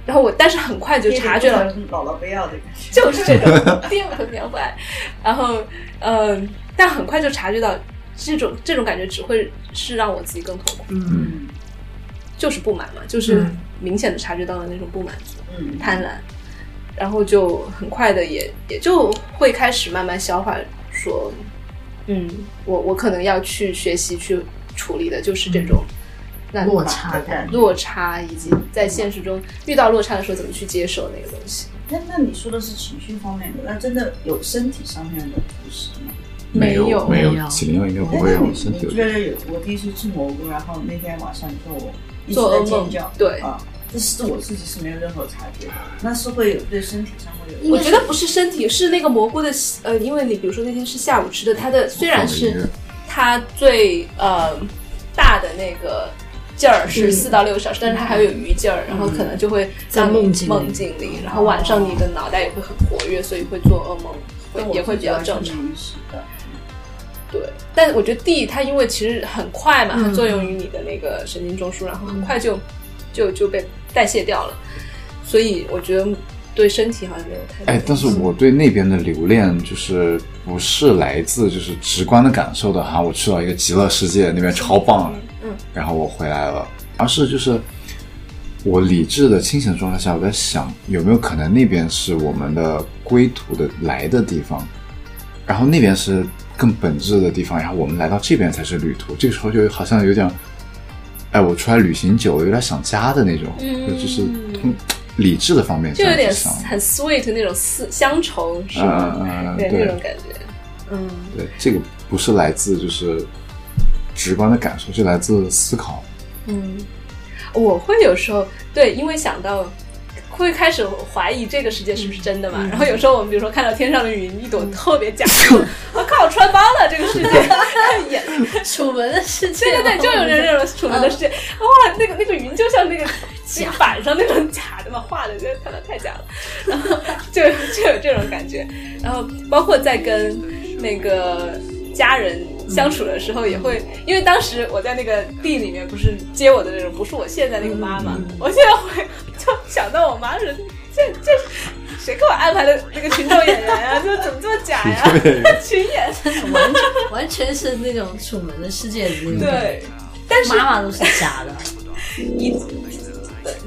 A: 然后我，但是很快就察觉了，
D: 姥姥不要的感 觉。
A: 就是这种变本摇摆。然后，嗯、但很快就察觉到这种这种感觉只会是让我自己更痛苦，
C: 嗯
D: 嗯
A: 就是不满嘛，就是
C: 嗯
A: 明显的察觉到了那种不满足。
D: 嗯，
A: 贪婪，然后就很快的也也就会开始慢慢消化，说，嗯，我我可能要去学习去处理的就是这种那
C: 嗯落差感。
D: 感觉。
A: 落差，以及在现实中遇到落差的时候怎么去接受那个东西。
D: 那那你说的是情绪方面的，那真的有身体上面的不适吗？
A: 没有
B: 有
C: 没有
B: 有，起灵应该不
D: 哎
B: 会
D: 那
B: 让
D: 你
B: 我身体
D: 你
B: 有
D: 觉得有？我第一次吃蘑菇，然后那天晚上你说我一直
A: 做
D: 在
A: 噩梦
D: 尖叫，
A: 对
D: 啊，这是我自己是没有任何察觉的，那是会有对身体上会有。
A: 我觉得不是身体，是那个蘑菇的，呃，因为你比如说那天是下午吃的，它的虽然
B: 放了一
A: 是
B: 个
A: 它最呃大的那个劲儿是四到六小时，但是它还有余劲儿，然后可能就会让你
C: 在梦境里
A: 嗯梦境里，哦然后晚上你的脑袋也会很活跃，所以会做噩梦，会也会比较正常。
D: 常。是的，
A: 对，但我觉得地它因为其实很快嘛，
C: 嗯
A: 它作用于你的那个神经中枢，然后很快就就就被代谢掉了，所以我觉得对身体好像没有太大
B: 哎
A: 的，
B: 但是我对那边的留恋就是不是来自就是直观的感受的哈、我去到一个极乐世界，那边超棒，啊
A: 嗯嗯
B: 然后我回来了，而是就是我理智的清醒的状态下，我在想有没有可能那边是我们的归途的来的地方，然后那边是更本质的地方，然后我们来到这边才是旅途，这个时候就好像有点，哎，我出来旅行久了，有点想家的那种，
A: 嗯
B: 就就是通理智的方面
A: 就有
B: 这样
A: 点
B: 去想。
A: 很 sweet 那种思乡愁，是吗？
B: 嗯嗯嗯，
A: 啊对，那种
B: 对
A: 感觉，嗯。
B: 对，这个不是来自就是直观的感受，是来自思考。
A: 嗯，我会有时候对，因为想到会开始怀疑这个世界是不
B: 嗯
A: 是真的嘛。然后有时候我们比如说看到天上的云一朵特别假的， 我、靠，穿帮了这个世界， 也
C: 楚门的世界，
A: 对对啊对，就嗯有人这种楚门的世界，哇，那个那个云就像 那个那个板上那种假的嘛，画的，觉得他妈太假了， 然后就就有这种感觉，然后包括在跟那个家人。相处的时候也会，因为当时我在那个地里面，不是接我的那种，不是我现在那个妈妈，我现在会就想到我妈是，这这谁给我安排的那个群众演员啊？就怎么这么假呀？ 群演嗯
C: 完全 完全是那种楚门的世界的那种感觉，
A: 对，但是
C: 妈妈都是假的，
A: 一吓我一跳。
C: 然后把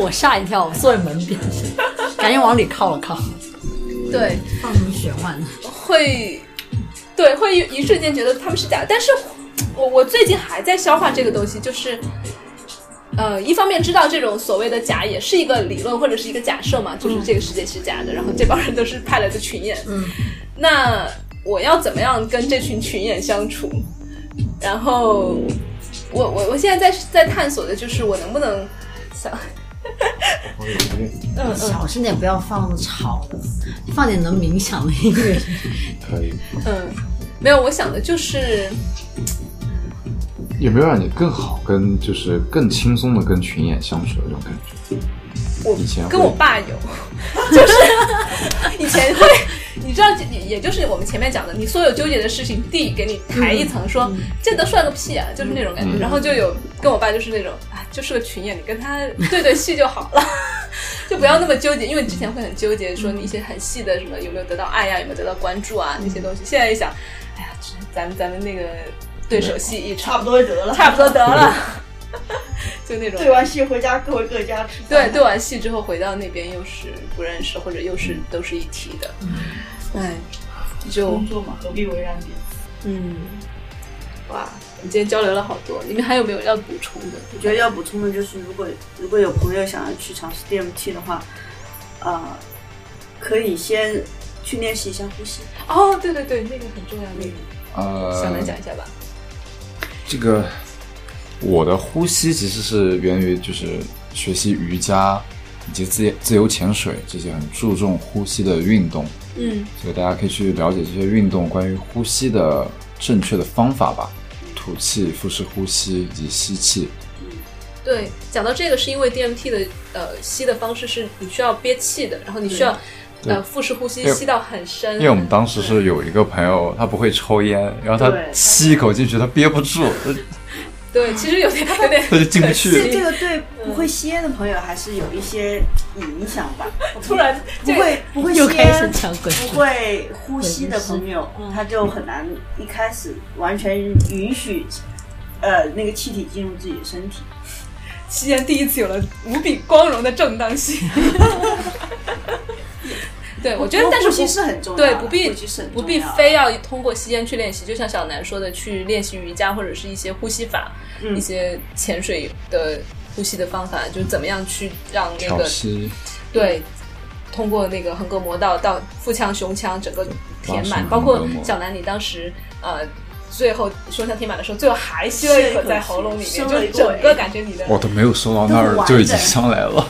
C: 我 吓一跳，我坐在门边，赶紧往里靠了靠，
A: 对，
C: 放什么玄幻？
A: 会，对，会一一瞬间觉得他们是假的。但是我我最近还在消化这个东西，就是，呃，一方面知道这种所谓的假也是一个理论或者是一个假设嘛，就是这个世界是假的，然后这帮人都是派来的群演。
C: 嗯，
A: 那我要怎么样跟这群群演相处？然后我我我现在在在探索的就是我能不能想。
C: 小声点，不要放吵的，放点能冥想的音乐。
B: 可以，
A: 嗯，没有，我想的就是
B: 有没有让你更好跟就是更轻松的跟群演相处的这种感觉？
A: 我
B: 以前会
A: 跟我爸有， 就是以前会，你知道，也也就是我们前面讲的，你所有纠结的事情，递给你抬一层说，这都算个屁啊，就是那种感觉。
B: 嗯
A: 然后就有跟我爸就是那种，啊，就是个群演，你跟他对对戏就好了， 就不要那么纠结，因为之前会很纠结，说你一些很细的什么有没有得到爱呀、有没有得到关注啊那些东西。现在一想，哎呀，只是咱们咱们那个对手戏一
D: 差
A: 场
D: 不，多得了。
A: 差不多得了， 就那种
D: 对完戏回家各回各家吃。
A: 对，对完戏之后回到那边又是不认识，或者又是都是一体的，哎，就
D: 工作嘛，何必为难别人？
A: 嗯，哇，我们今天交流了好多，你们还有没有要补充的？
D: 我觉得要补充的就是，如果如果有朋友想要去尝试 DMT 的话，呃，可以先去练习一下呼吸。
A: 哦，对对对，那个很重要，那个小
B: 呃
A: 南，讲一下吧。
B: 这个我的呼吸其实是源于就是学习瑜伽以及自自由潜水这些很注重呼吸的运动，
A: 嗯
B: 所以大家可以去了解这些运动关于呼吸的正确的方法吧，吐气、腹式呼吸以及吸气。
A: 对，讲到这个是因为 DMT 的呃吸的方式是你需要憋气的，然后你需要
B: 对
A: 呃腹式呼吸
B: 因为
A: 吸到很深，
B: 因为我们当时是有一个朋友，他不会抽烟，然后他
D: 对
B: 吸一口进去，他憋不住，
A: 对，其实有点有点
B: 他就进 不
D: 这
B: 去。
D: 这个对不会吸烟的朋友还是有一些影响 吧。
A: 突然
D: 不
A: 这个
D: 会不会
C: 又
D: 吸
C: 开始
D: 烟、
C: 讲鬼
D: 不会呼吸的朋友，
A: 嗯
D: 他就很难一开始完全允许呃那个气体进入自己的身体。
A: 吸烟第一次有了无比光荣的正当性。 对，我觉得，但是
D: 呼吸
A: 不
D: 是很重要的，
A: 对，不必
D: 呼吸是很
A: 不
D: 重
A: 必
D: 要的
A: 非要通过吸烟去练习，就像小南说的，去练习瑜伽或者是一些呼吸法，
D: 嗯
A: 一些潜水的呼吸的方法，就是怎么样去让那
B: 调
A: 个
B: 息，
A: 对，通过那个横膈膜到到腹腔、胸腔整个填
B: 拉
A: 满，
B: 伸
A: 包括
B: 横膈膜
A: 小南你当时呃。最后胸腔填满的时候，最后还吸了一口在喉咙里
D: 吸了
A: 面，
D: 一口
A: 就
D: 哎
A: 整
D: 气
A: 个感觉你的
B: 我都没有收到那
D: 都
B: 儿
D: 完
B: 就已经
D: 整
B: 上来了，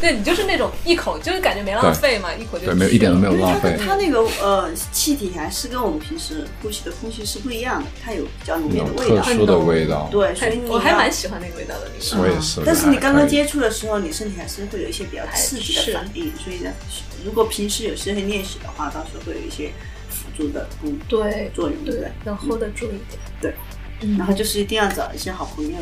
A: 对你就是那种一口，就是感觉没浪费嘛，一口就
B: 对，没有一点都没有
D: 因为
B: 浪
D: 它
B: 费
D: 的。它那个呃气体还是跟我们平时呼吸的空气是不一样的，它有比较浓
B: 那
D: 烈的
B: 种
D: 味
B: 特
D: 道。
B: 殊的味道，
D: 对，所
A: 还
D: 以你
A: 我还
D: 要
A: 蛮喜欢那个味道的。那个
B: 我也是。
D: 但 是你刚刚
B: 可以
D: 接触的时候，你身体还是会有一些比较刺激的反应，所以呢，如果平时有时间练习的话，到时候会有一些辅助的功
A: 对
D: 作用，对不对？
A: 能 hold 得住一点。嗯
D: 然后就是一定要找一些好朋友，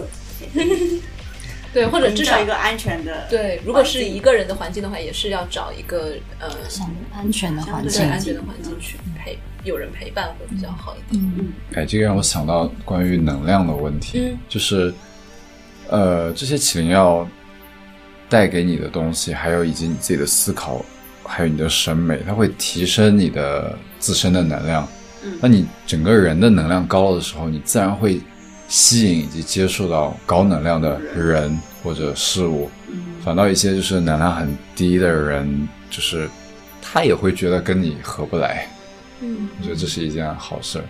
A: 对，或者至少
D: 嗯营造一个安全的
A: 对，如果是一个人的环境的话，也是要找一个呃
C: 想安全的环
A: 对
C: 境
D: 相。
A: 安全的环境去陪，有人陪伴会比较好一点。
C: 嗯，
B: 哎，这个让我想到关于能量的问题，
A: 嗯
B: 就是，呃，这些起灵药带给你的东西，还有以及你自己的思考，还有你的审美，它会提升你的自身的能量。
D: 嗯
B: 那你整个人的能量高了的时候，你自然会吸引以及接触到高能量的人或者事物。
D: 嗯
B: 反倒一些就是能量很低的人，就是他也会觉得跟你合不来。
A: 嗯，
B: 我觉得这是一件好事儿。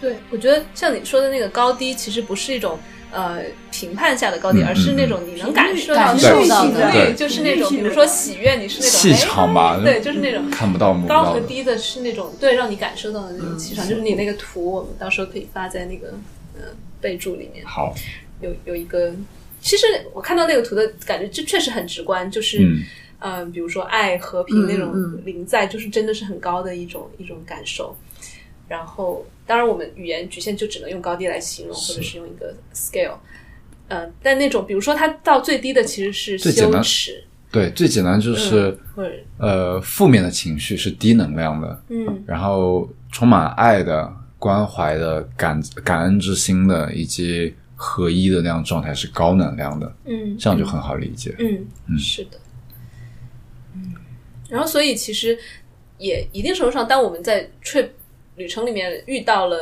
A: 对，我觉得像你说的那个高低，其实不是一种。呃，评判下的高
B: 嗯
A: 低，而是那种你能感受到
C: 感
A: 那种
C: 受到
A: 频
C: 的
A: 率
B: 对
A: 就是那种，
D: 频
A: 比
D: 率性
A: 如
D: 的
A: 说喜悦，你是那种
B: 气
A: 哎
B: 场吧，
A: 对，就是那种
B: 看不到摸不
A: 高
B: 到
A: 和
B: 的。
A: 低的是那种对让你感受到的那种
B: 嗯
A: 气场，就是你那个图，我们到时候可以发在那个嗯、呃、备注里面，
B: 好，
A: 有有一个。其实我看到那个图的感觉，这确实很直观，就是
B: 嗯，
A: 嗯、比如说爱、和平那种
C: 嗯嗯
A: 临在，就是真的是很高的一种一种感受。然后，当然我们语言局限就只能用高低来形容，或者是用一个 scale。嗯、但那种比如说它到最低的其实是
B: 最简
A: 羞
B: 单
A: 耻，
B: 对，最简单就是、
A: 或者
B: 呃，负面的情绪是低能量的，
A: 嗯
B: 然后充满爱的、关怀的、感感恩之心的，以及合一的那样状态是高能量的，
A: 嗯，
B: 这样就很好理解。
A: 嗯，
B: 嗯
A: 是的。嗯，然后所以其实也一定程度上，当我们在 trip 旅程里面遇到了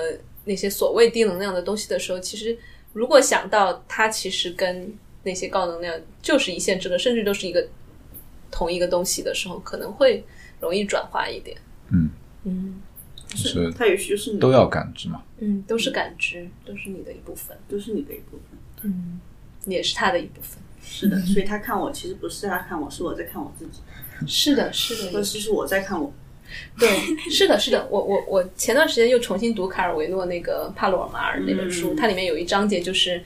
A: 那些所谓低能量的东西的时候，其实如果想到它其实跟那些高能量就是一线之隔，甚至都是一个同一个东西的时候，可能会容易转化一点。
B: 嗯
A: 嗯
B: 就是
D: 它也许就是你
B: 都要感知嘛。
A: 嗯，都是感知，都是你的一部分，
D: 都是你的一部分。
A: 嗯，也是他的一部分。
D: 是的，所以他看我其实不是他看我，是我在看我自己，
B: 嗯
A: 是的，是
D: 或者
A: 的，
D: 是我在看我。
A: 对，是的，是的。我我我前段时间又重新读卡尔维诺那个《帕洛尔马尔》那本书，
D: 嗯
A: 它里面有一章节就是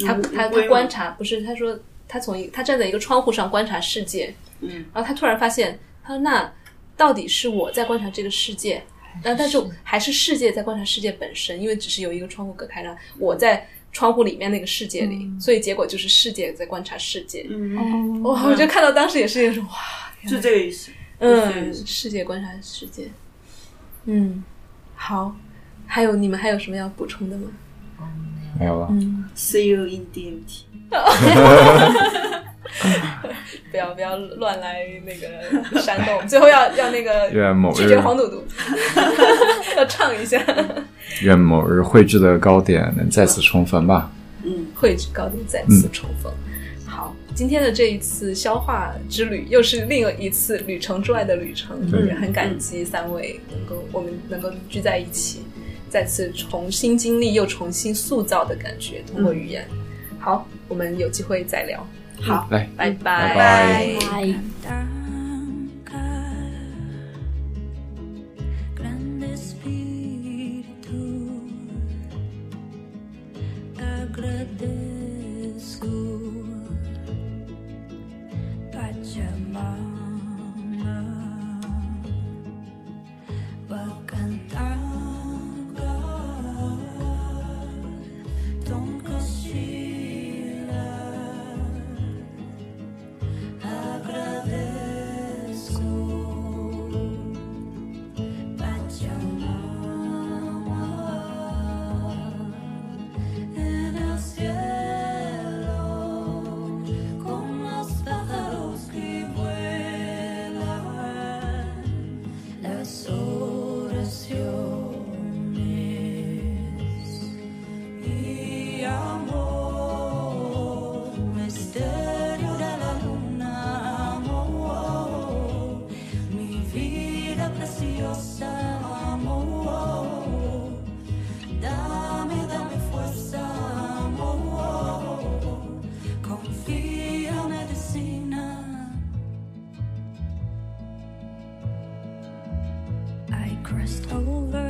A: 他
D: 嗯
A: 他
D: 乌龟
A: 他
D: 吗
A: 观察，不是他说他从一他站在一个窗户上观察世界，
D: 嗯，
A: 然后他突然发现，他说那到底是我在观察这个世界，那但是还是世界在观察世界本身，因为只是有一个窗户隔开了，我在窗户里面那个世界里，所以结果就是世界在观察世界。
D: 嗯，
A: 哇、我就看到当时也是有种哇，
D: 就这个意思。
A: 嗯，世界观察世界，嗯，好，还有你们还有什么要补充的吗？
B: 没有了。
D: See you in DMT。
A: 不要不要乱来那个煽动，我们最后要要那个
B: 愿某
A: 拒
B: 日
A: 绝黄赌毒，要唱一下。
B: 愿某日绘制的糕点能再次重逢吧。
D: 嗯，
A: 绘制高度再
B: 嗯
A: 次重逢。好，今天的这一次消化之旅，又是另一次旅程之外的旅程，
B: 对
A: 也很感激三位能够我们能够聚在一起，再次重新经历又重新塑造的感觉，通
B: 嗯
A: 过语言。好，我们有机会再聊，
D: 好，
B: 来，
A: 拜拜
B: 嗯拜拜
C: 拜。
E: arrancar grande espírito agradeço Pachamama para cantar Tom Cochila Agradeço Pachamama En el cielo Con los pájaros que vuelan Las oraciones y amor, misterio de la luna, amor, mi vida preciosa, amor, dame, dame fuerza, amor, confía medicina. I crossed over